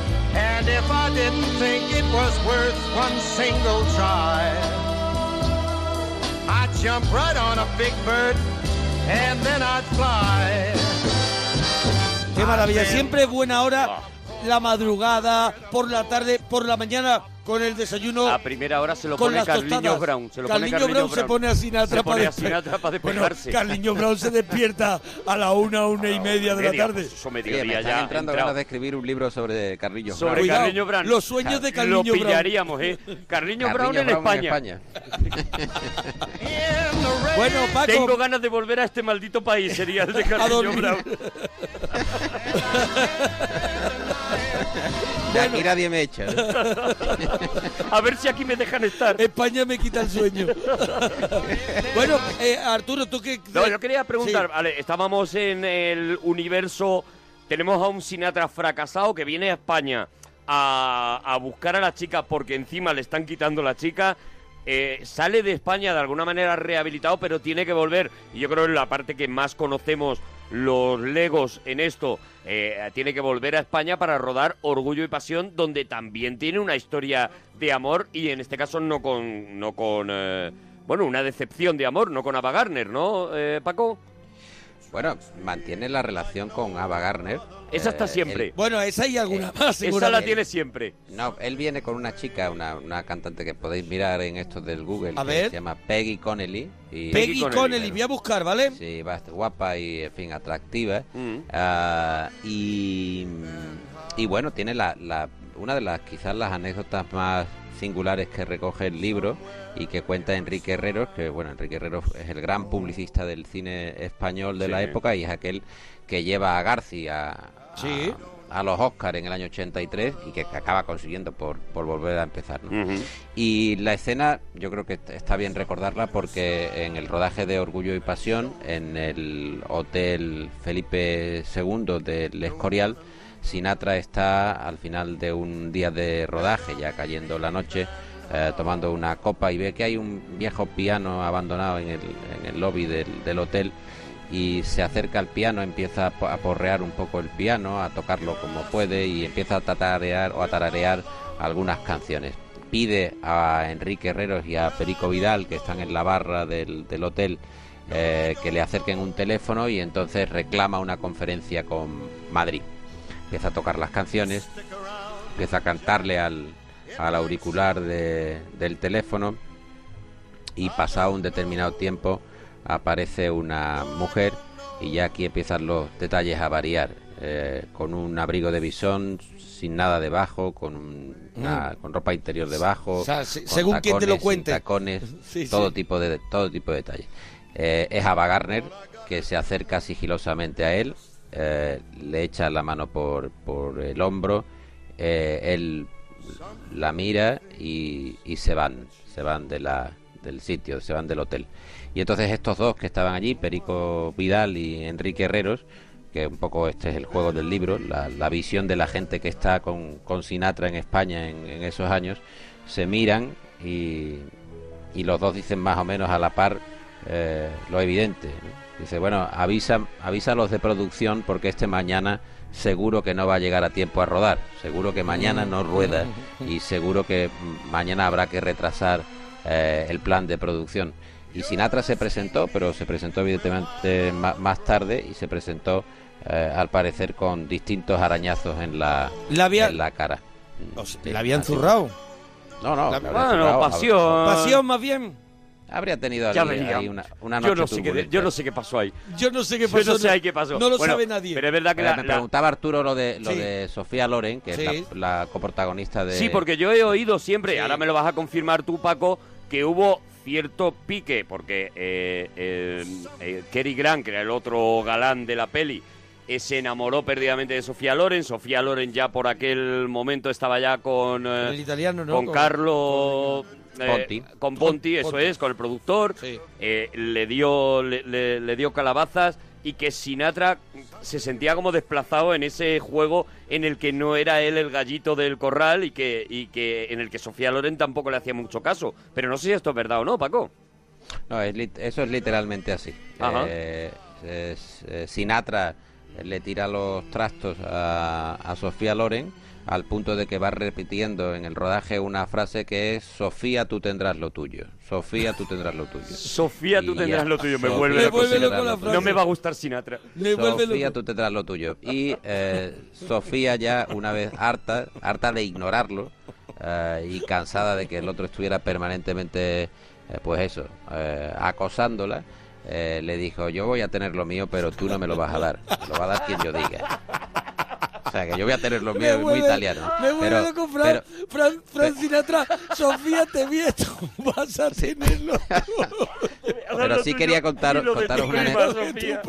And if I didn't think it was worth one single try, I'd jump right on a big bird and then I'd fly. Qué maravilla, siempre buena Ah. hora, la madrugada, por la tarde, por la mañana, con el desayuno. A primera hora se lo con pone las Carliños tostadas. Brown. Se lo Carliños pone Brown se pone a Sinatra para Se pone a despe- Sinatra para Bueno, despejarse. Carliños Brown se despierta a la una, una y media de la media, tarde. pues eso mediodía Oye, me están ya, entrando entrao. ganas de escribir un libro sobre Carrillo Sobre Brown. Carliño Brown. Los sueños de Carliño Lo Brown. pillaríamos, ¿eh? Carliño, Carliño Brown, en, Brown en España. Bueno, Paco. Tengo ganas de volver a este maldito país, sería el de Carliño dormir. Brown. De aquí nadie me echa. ¿eh? A ver si aquí me dejan estar. España me quita el sueño. bueno, eh, Arturo, tú que... No, yo quería preguntar, Sí. vale, estábamos en el universo, tenemos a un Sinatra fracasado que viene a España a, a buscar a la chica porque encima le están quitando la chica, eh, sale de España de alguna manera rehabilitado, pero tiene que volver. Y yo creo que es la parte que más conocemos los Legos en esto. eh, tiene que volver a España para rodar Orgullo y Pasión, donde también tiene una historia de amor y en este caso no con, no con eh, bueno, una decepción de amor, no con Ava Gardner, ¿no, eh, Paco? Bueno, mantiene la relación con Ava Eh, Garner. Esa está siempre. Bueno, esa y alguna más, Esa la seguramente. tiene siempre. Eh, No, él viene con una chica, una, una cantante que podéis mirar en esto del Google. A que ver. Se llama Peggy Connelly. y- Peggy Connelly, voy a buscar, ¿vale? Sí, bastante guapa y, en fin, atractiva. Ah, y, y bueno, tiene la, la- una de las quizás las anécdotas más singulares que recoge el libro y que cuenta Enrique Herreros, que bueno, Enrique Herreros es el gran publicista del cine español de la Sí. época y es aquel que lleva a Garci a, a- a los Oscars en el año 83 y que acaba consiguiendo por, por volver a empezar. ¿no? Y la escena, yo creo que est- está bien recordarla porque en el rodaje de Orgullo y Pasión, en el Hotel Felipe II del Escorial, Sinatra está al final de un día de rodaje, ya cayendo la noche, eh, tomando una copa y ve que hay un viejo piano abandonado en el, en el lobby del, del hotel y se acerca al piano, empieza a po- a porrear un poco el piano, a tocarlo como puede y empieza a tatarear o a tararear algunas canciones. Pide a Enrique Herreros y a Perico Vidal, que están en la barra del, del hotel, eh, que le acerquen un teléfono y entonces reclama una conferencia con Madrid. Empieza a tocar las canciones, empieza a cantarle al, al auricular de- del teléfono y pasado un determinado tiempo aparece una mujer y ya aquí empiezan los detalles a variar eh, con un abrigo de bisón sin nada debajo con un- una- Ah, con ropa interior debajo Mm. O sea, se- con según quien te lo tacones, sin cuente. tacones Sí, todo sí. tipo de todo tipo de detalles Eh, es Ava Gardner que se acerca sigilosamente a él eh, le echa la mano por, por el hombro eh, él la mira y, y se van, se van de la, del sitio, se van del hotel. Y entonces estos dos que estaban allí, Perico Vidal y Enrique Herreros, que un poco este es el juego del libro, la, la visión de la gente que está con, con Sinatra en España en, en esos años, se miran y, y los dos dicen más o menos a la par eh, lo evidente. ¿no? Dice, bueno, avisa, avisa a los de producción porque este mañana seguro que no va a llegar a tiempo a rodar, seguro que mañana no rueda y seguro que mm, mañana habrá que retrasar eh, el plan de producción. Y Sinatra se presentó, pero se presentó evidentemente ma- más tarde y se presentó eh, al parecer con distintos arañazos en la, en la cara. ¿La habían zurrado? No, no. Ah, La- la habrían Bueno, zurrado. pasión. Pasión más bien. Habría tenido ahí, Ya venía. ahí una, una yo, noche no sé qué, turbulenta. yo no sé qué pasó ahí. Yo no sé qué Yo pasó, no sé no- ahí qué pasó. no lo Bueno, sabe nadie. Pero es verdad que Pero la- me la- preguntaba Arturo lo de lo Sí. de Sofía Loren, que Sí. es la, la coprotagonista de Sí, porque yo he oído siempre, ahora me lo vas a confirmar tú, Paco, que hubo cierto pique, porque eh, eh, eh, Cary Grant, que era el otro galán de la peli, eh, se enamoró perdidamente de Sofía Loren. Sofía Loren ya por aquel momento estaba ya con, eh, El italiano, ¿no? con, Con- Carlo... eh, con- Ponti. Con Ponti, eso Ponti. es, con el productor. Eh, le, dio, le, le- le dio calabazas y que Sinatra se sentía como desplazado en ese juego en el que no era él el gallito del corral y que, y que en el que Sofía Loren tampoco le hacía mucho caso. Pero no sé si esto es verdad o no, Paco. No, es lit- eso es literalmente así. Ajá. Eh, es- eh, Sinatra le tira los trastos a, a Sofía Loren al punto de que va repitiendo en el rodaje una frase que es Sofía, tú tendrás lo tuyo. Sofía, tú tendrás lo tuyo. Sofía, tú Y tendrás ya. lo tuyo. Me Sofía, vuelve tú loco tendrás Sinatra. lo tuyo. No me va a gustar Sinatra. Sofía, tú tendrás lo tuyo. Y eh, Sofía ya una vez harta, harta de ignorarlo eh, y cansada de que el otro estuviera permanentemente, eh, pues eso, eh, acosándola, eh, le dijo, yo voy a tener lo mío, pero tú no me lo vas a dar. Me lo va a dar quien yo diga. O sea, que yo voy a tener lo mío, es muy italiano. Me vuelve Pero- loco, Fran, pero- Fran, Fran Sinatra. Sofía, te vi esto. Vas a tenerlo. Pero sí quería contar, contaros una anécdota.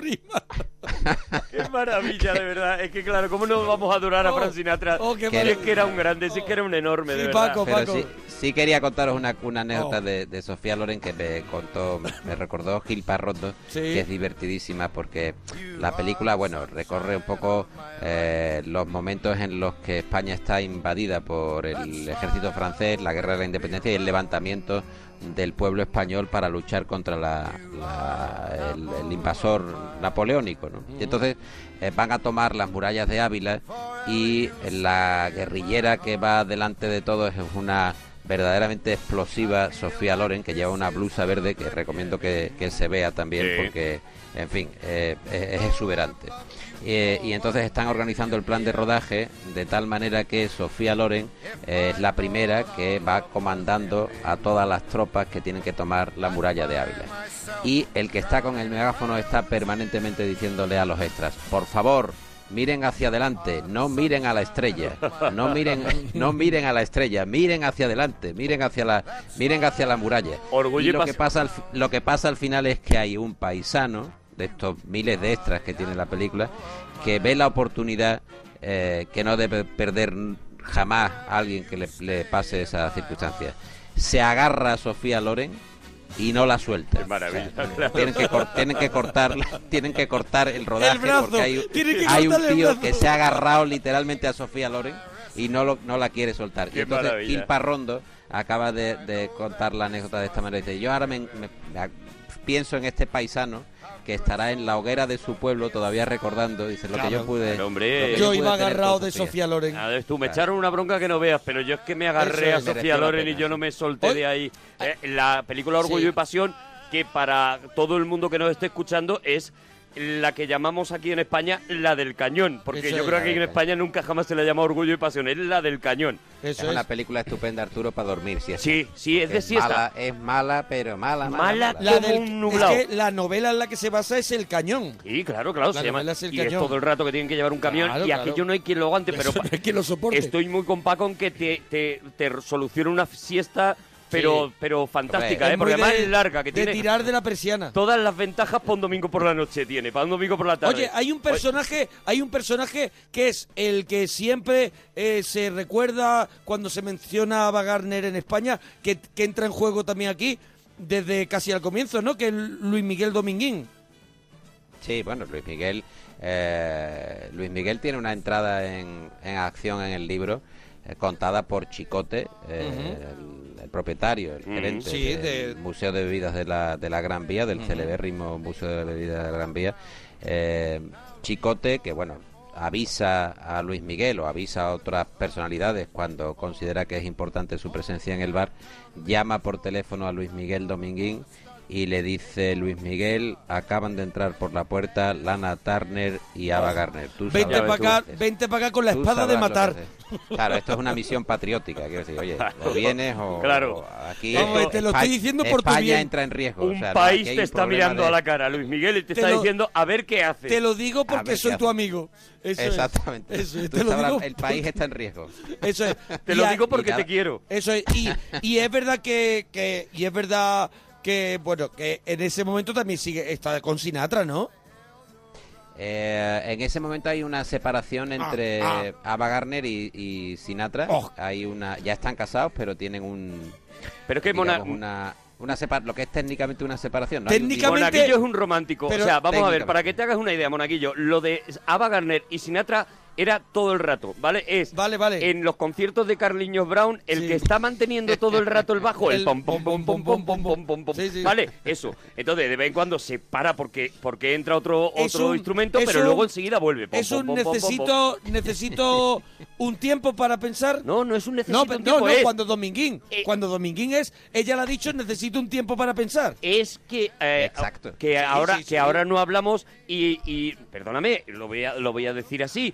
Qué maravilla, de verdad. Es que claro, ¿cómo no vamos a adorar a Fran Sinatra? Oh, qué Si es maravilla. que era un grande, si es que era un enorme, de verdad. Pero Sí, sí quería contaros una, una anécdota Oh. de, de Sofía Loren que me contó, me recordó Gil Parrondo, Sí. que es divertidísima porque La película, bueno, recorre un poco eh, los momentos en los que España está invadida por el ejército francés, la guerra de la independencia y el levantamiento del pueblo español para luchar contra la, la- el, el invasor napoleónico. ¿no? Y entonces eh, van a tomar las murallas de Ávila y la guerrillera que va delante de todos es una verdaderamente explosiva Sofía Loren que lleva una blusa verde que recomiendo que, que se vea también Sí. porque en fin eh, es es exuberante Eh, y entonces están organizando el plan de rodaje de tal manera que Sofía Loren eh, es la primera que va comandando a todas las tropas que tienen que tomar la muralla de Ávila y el que está con el megáfono está permanentemente diciéndole a los extras por favor miren hacia adelante no miren a la estrella no miren no miren a la estrella miren hacia adelante miren hacia la miren hacia la muralla Orgullo y y lo pas- que pasa al fi- lo que pasa al final es que hay un paisano de estos miles de extras que tiene la película que ve la oportunidad eh, que no debe perder jamás a alguien que le, le pase esa circunstancia se agarra a Sofía Loren y no la suelta. O sea, claro. tienen, que cor- tienen que cortar, tienen que cortar el rodaje El brazo, porque hay, tienen que hay un cortarle el tío brazo. que se ha agarrado literalmente a Sofía Loren y no lo- no la quiere soltar. Y Qué entonces maravilla. Gil Parrondo acaba de, de contar la anécdota de esta manera. Dice, yo ahora me, me- me ac- pienso en este paisano que estará en la hoguera de su pueblo todavía recordando, dice, lo que yo Claro. pude... Claro, lo que hombre. pude tener con Loren. A ver, tú me echaron una bronca que no veas, pero yo es que me agarré Eso a es. Sofía Mereció la Loren y pena, yo no me solté de ahí. Eh, la película Orgullo Sí. y Pasión, que para todo el mundo que nos esté escuchando es la que llamamos aquí en España la del cañón, porque Eso yo es. creo que aquí en España nunca jamás se le llama Orgullo y Pasión, es la del cañón. es una película estupenda, Arturo, para dormir. Si sí, sí, es de siesta. Mala, es mala, pero mala. Mala, La del- Es que la novela en la que se basa es El Cañón. Sí, claro, claro, La se llama. novela es El y es Cañón. todo el rato que tienen que llevar un camión Claro, y claro. aquello no hay quien lo aguante, pero pa- Estoy muy con Paco en que te, te, te soluciona una siesta, pero, Sí. pero fantástica, Es ¿eh? Porque muy además de- es larga, que de tiene tirar de la persiana. todas las ventajas para un domingo por la noche tiene, para un domingo por la tarde. Oye, hay un personaje, hay un personaje que es el que siempre eh, se recuerda cuando se menciona a Ava Gardner en España, que, que entra en juego también aquí desde casi al comienzo, ¿no? Que es Luis Miguel Dominguín. Sí, bueno, Luis Miguel, eh, Luis Miguel tiene una entrada en, en acción en el libro eh, contada por Chicote, eh, el, el propietario, el Ujú. gerente Sí, del Museo de Bebidas de la, de la Gran Vía, del Ujú. celebérrimo Museo de Bebidas de la Gran Vía. Eh, Chicote, que bueno, avisa a Luis Miguel o avisa a otras personalidades cuando considera que es importante su presencia en el bar, llama por teléfono a Luis Miguel Dominguín y le dice Luis Miguel, acaban de entrar por la puerta Lana Turner y Ava Garner. Tú Vente sabrás- para tú- acá, vente para acá con la tú espada de sabrás lo que matar. haces. Claro, esto es una misión patriótica, quiero decir, oye, o vienes o, Claro. o aquí Vamos, te lo estoy Espa- diciendo por tu España bien. entra en riesgo. Un o sea, no, país aquí hay te un está problema mirando de- a la cara, Luis Miguel, y te, Te está lo- diciendo a ver qué hace. Te lo digo A ver porque qué soy tu hace. amigo. Eso es. Exactamente. Eso es, Tú te lo sabrás, digo el país porque- está en riesgo. Eso es. Te lo Y a- digo y porque nada. te quiero. Eso es. Y, y es verdad que, que- Y es verdad que, bueno, que en ese momento también sigue. Está con Sinatra, ¿no? Eh, en ese momento hay una separación entre ah. Oh. Ava Garner y, y Sinatra. Hay una, ya están casados, pero tienen un. Pero es que digamos, mona- una, una separ- lo que es técnicamente una separación. ¿no? Hay un- Monaguillo es un romántico. Pero- o sea, vamos a ver, Técnicamente. para que te hagas una idea, Monaguillo, lo de Ava Garner y Sinatra era todo el rato, ¿vale? Es vale, vale. en los conciertos de Carliños Brown el que está manteniendo todo el rato el bajo, el, El pom pom pom pom pom pom pom pom, pom. ¿vale? Eso. Entonces, de vez en cuando se para porque porque entra otro Es otro un- instrumento, es pero un- luego enseguida vuelve. Pom, es pom, un pom, pom, pom, necesito, necesito un tiempo para pensar. No, no es un necesito No, un pero- tiempo, no, es- Eh. cuando Dominguín. Cuando Dominguín es, ella le ha dicho, necesito un tiempo para pensar. Es que. Exacto. que ahora que ahora no hablamos y, y, perdóname lo voy a lo voy a decir así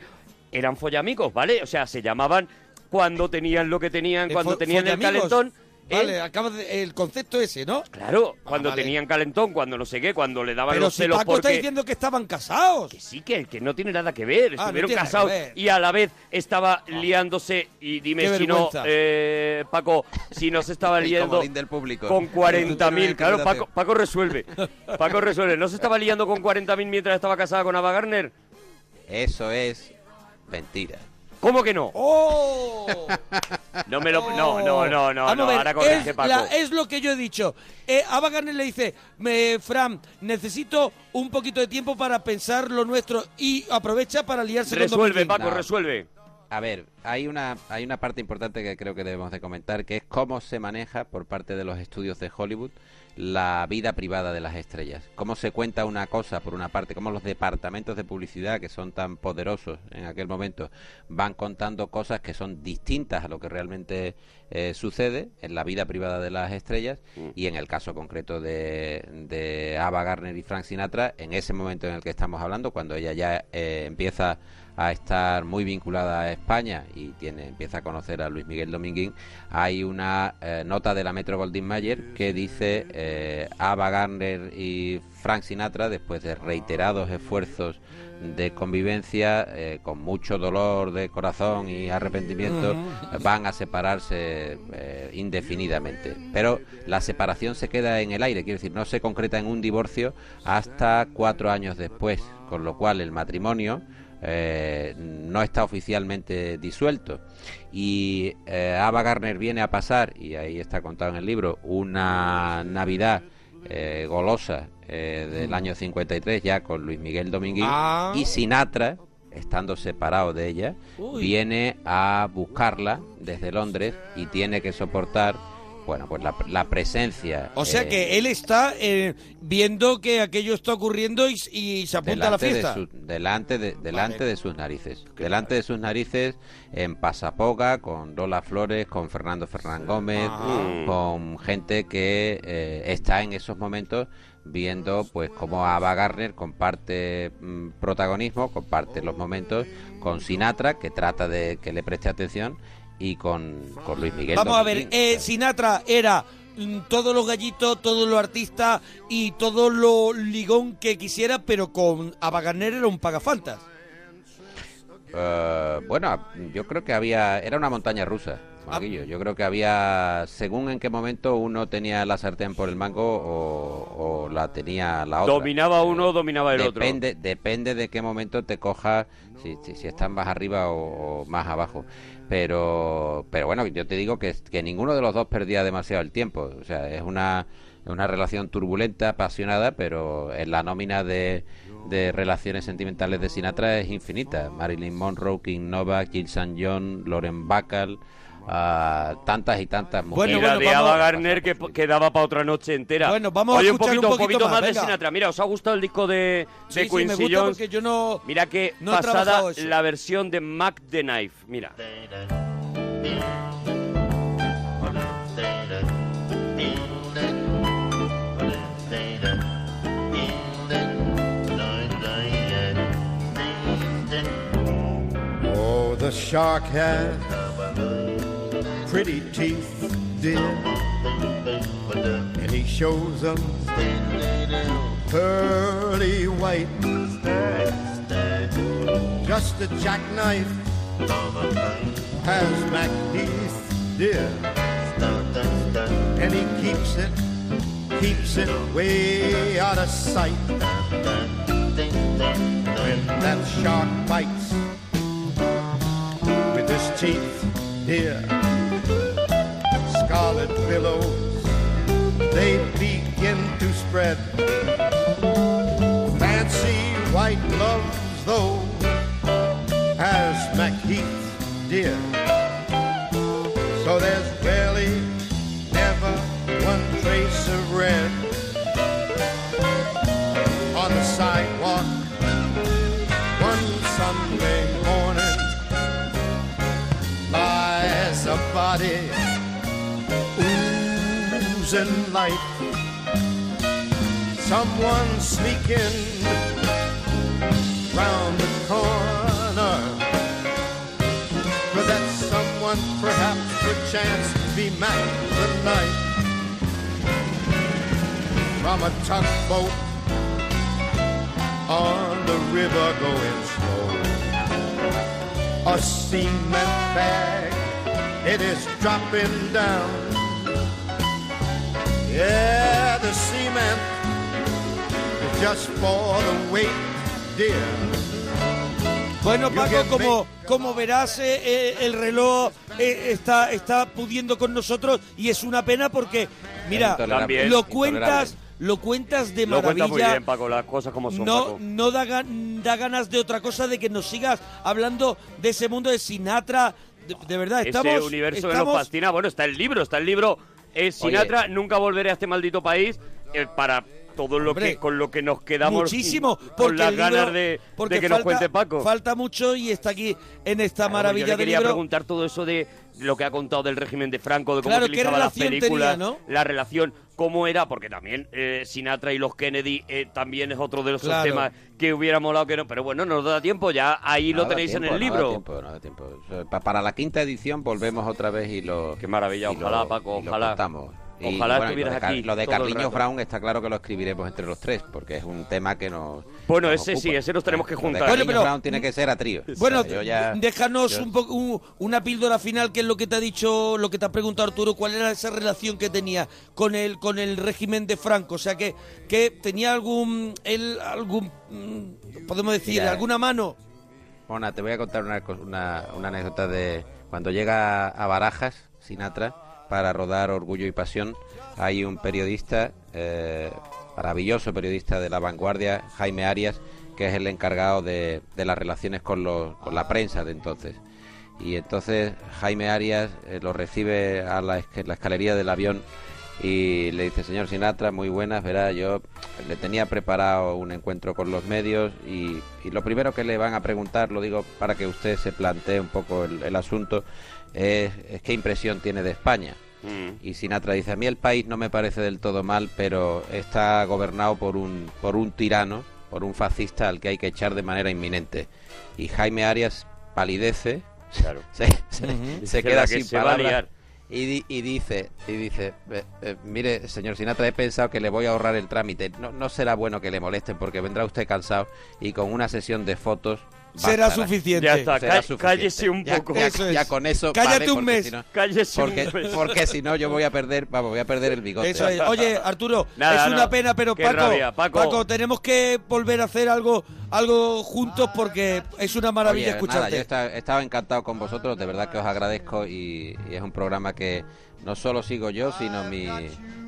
eran follamigos vale o sea se llamaban cuando tenían lo que tenían Eh, cuando fo- tenían el follamigos. calentón ¿eh? Vale, acabas de- el concepto ese, ¿no? claro Ah, cuando vale. tenían calentón cuando no sé qué cuando le daban Pero los si celos Paco está porque diciendo que estaban casados. Que sí, que, que no tiene nada que ver. Ah, no Estuvieron tiene nada que casados ver. Ah. y a la vez estaba liándose. Y dime Qué si no, vergüenza. eh, Paco, si no se estaba El liando comodín del público. con 40.000. Tú Claro, tienes Paco, Paco resuelve. Paco resuelve. ¿No se estaba liando con 40.000 mientras estaba casada con Ava Garner? Eso es mentira. ¿Cómo que no? ¡Oh! No me lo. No, no, no, no. Vamos no a ver, ahora es, corrige, Paco. la- es lo que yo he dicho. Eh, Ava Gardner le dice, me, Fran, necesito un poquito de tiempo para pensar lo nuestro y aprovecha para liarse con Don Pekín. No. A ver, hay una, hay una parte importante que creo que debemos de comentar, que es cómo se maneja por parte de los estudios de Hollywood la vida privada de las estrellas. Cómo se cuenta una cosa, por una parte, cómo los departamentos de publicidad, que son tan poderosos en aquel momento, van contando cosas que son distintas a lo que realmente eh, sucede en la vida privada de las estrellas y en el caso concreto de, de Ava Garner y Frank Sinatra, en ese momento en el que estamos hablando, cuando ella ya eh, empieza a estar muy vinculada a España y tiene, empieza a conocer a Luis Miguel Dominguín, hay una eh, nota de la Metro Goldwyn Mayer que dice eh, Ava Gardner y Frank Sinatra, después de reiterados esfuerzos de convivencia, eh, con mucho dolor de corazón y arrepentimiento, Ujú. van a separarse eh, indefinidamente. Pero la separación se queda en el aire, quiero decir, no se concreta en un divorcio hasta cuatro años después, con lo cual el matrimonio eh, no está oficialmente disuelto. Y eh, Ava Garner viene a pasar, y ahí está contado en el libro, una Navidad eh, golosa eh, del año 53 ya con Luis Miguel Dominguín Ah. y Sinatra, estando separado de ella, Uy. viene a buscarla desde Londres y tiene que soportar, bueno, pues la, la presencia. O sea eh, que él está eh, viendo que aquello está ocurriendo y, y se apunta a la delante fiesta. De su- delante de, delante de sus narices. Delante de sus narices en Pasapoga, con Lola Flores, con Fernando Fernán Gómez, Ah. con gente que eh, está en esos momentos viendo pues cómo Ava Gardner comparte mm, protagonismo, comparte los momentos con Sinatra, que trata de que le preste atención, y con, con Luis Miguel. Vamos a Dominguín. ver, eh, Sinatra era mm, todos los gallitos, todos los artistas y todo lo ligón que quisiera, pero con Ava Gardner era un pagafantas. Eh, bueno, yo creo que había. Era una montaña rusa, Juanquillo. Yo creo que había. Según en qué momento uno tenía la sartén por el mango o, o la tenía la otra. Dominaba uno, dominaba el otro. depende, Depende de qué momento te cojas, si, si, si estás más arriba o, o más abajo. Pero, pero bueno, yo te digo que, que ninguno de los dos perdía demasiado el tiempo. O sea, es una, una relación turbulenta, apasionada, pero en la nómina de, de relaciones sentimentales de Sinatra es infinita. Marilyn Monroe, King Novak, Jill St. John, Lauren Bacall, ah, tantas y tantas mujeres. Bueno, de Ava Garner que que daba para otra noche entera. Bueno, vamos a Oye, escuchar un un poquito, poquito poquito más, más, de venga. Sinatra. Mira, ¿os ha gustado el disco de, de Sí, sí, Quincy me gusta Jones? porque yo no. Mira que no he pasada trabajado eso. la versión de Mac the Knife. Mira. Oh, the shark has pretty teeth, dear. uh, And he shows them pearly white. Just a jackknife has back teeth, dear. And he keeps it, keeps it way out of sight. When that shark bites, with his teeth here. Scarlet billows, they begin to spread. Fancy white gloves, though, has MacHeath, dear. So there's barely never one trace of red on the sidewalk. One Sunday morning, lies a body oozing light. Someone sneaking round the corner. For that someone perhaps perchance be Mac the Knight. From a tugboat on the river going slow. A cement bag, it is dropping down. Yeah, the cement, just for the weight, dear. Bueno, Paco, como, como verás, eh, eh, el reloj eh, está, está pudiendo con nosotros y es una pena porque, mira, También. lo cuentas, lo cuentas de Lo cuenta muy maravilla. bien, Paco, las cosas como son. No, Paco. no da, gan- da ganas de otra cosa de que nos sigas hablando de ese mundo de Sinatra. De, de verdad, estamos. Ese universo que estamos- nos fascina. Bueno, está el libro, está el libro. eh, Sinatra, nunca volveré a este maldito país. eh, para todo lo Hombre, que con lo que nos quedamos. muchísimo porque Con las el libro- ganas de, porque de que nos falta- cuente Paco. falta mucho y está aquí en esta Claro, maravilla yo le de quería libro preguntar todo eso de lo que ha contado del régimen de Franco, de cómo Claro, ¿qué utilizaba las relación tenía, películas, no? la relación, cómo era, porque también eh, Sinatra y los Kennedy eh, también es otro de los Claro. temas que hubiera molado que no, pero bueno, no nos da tiempo, ya ahí lo No da tenéis en tiempo, el no da libro. tiempo, no da tiempo. Eh, pa- Para la quinta edición volvemos otra vez y lo. Qué maravilla, ojalá, Paco, ojalá. Ojalá estuvieras lo de, Car- aquí Lo de todo el Carliños rato. Brown está claro que lo escribiremos entre los tres, porque es un tema que nos. Bueno, nos ese sí, ocupa. ese nos Pues tenemos que Lo de juntar. Carliños Brown tiene que ser a trío. Bueno, O sea, yo ya- déjanos yo- un poco un- una píldora final que es lo que te ha dicho, lo que te ha preguntado Arturo, cuál era esa relación que tenía con el con el régimen de Franco, o sea que que tenía algún él algún mm, podemos decir Mira, alguna mano. Mona, te voy a contar una, cos- una, una anécdota de cuando llega a Barajas, Sinatra, para rodar Orgullo y Pasión, hay un periodista, eh, maravilloso periodista de la vanguardia, Jaime Arias, que es el encargado de, de las relaciones con, los, con la prensa de entonces. Y entonces Jaime Arias eh, lo recibe a la, esca- la escalería del avión y le dice, señor Sinatra, muy buenas, verá, yo le tenía preparado un encuentro con los medios y, y lo primero que le van a preguntar, lo digo para que usted se plantee un poco el, el asunto, es, es qué impresión tiene de España. Y Sinatra dice, a mí el país no me parece del todo mal, pero está gobernado por un, por un tirano, por un fascista al que hay que echar de manera inminente. Y Jaime Arias palidece, se, se- Ujú. se Dice la queda que sin se va a palabras. liar. Y, di- y dice, y dice "Eh, eh, mire, señor Sinatra, he pensado que le voy a ahorrar el trámite. No, no será bueno que le molesten porque vendrá usted cansado y con una sesión de fotos... Será bastará". suficiente. Ya está, Será cá- suficiente. cállese un Ya- poco. Ya, Eso es. ya con eso... Cállate vale, un porque mes. si no- Cállese un porque, mes. Porque si no yo voy a perder, vamos, voy a perder el bigote. Eso es. Oye, Arturo, Nada, es una no. pena, pero Qué Paco, rabia, Paco. tenemos que volver a hacer algo algo juntos porque es una maravilla Oye, escucharte. nada, yo esta- estaba encantado con vosotros, de verdad que os agradezco y, y es un programa que no solo sigo yo, sino mi,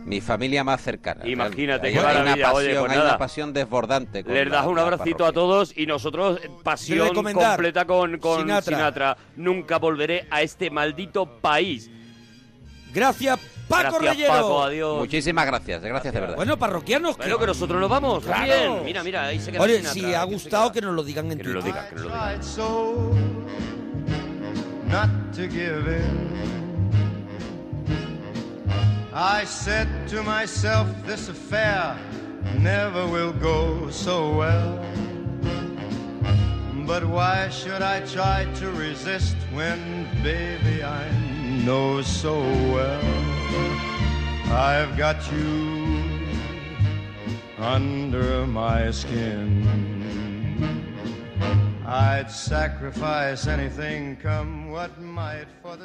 mi familia más cercana. Imagínate, Hay- qué hay una maravilla, oye, pasión- pues hay nada. una pasión desbordante. con Les la- das un la abracito a todos y nosotros eh, De pasión recomendar. completa con, con Sinatra. Sinatra. Nunca volveré a este maldito país. Gracias, Paco Reyero. Paco, adiós. Muchísimas gracias, gracias de verdad. Bueno, parroquianos, Bueno, que nosotros nos vamos. Claro. Bien, mira, mira, ahí se queda Oye, Sinatra. si ha gustado que nos lo digan en Twitter. tried so not to give in. I said to myself, this affair never will go so well. But why should I try to resist when, baby, I know so well I've got you under my skin? I'd sacrifice anything come what might for the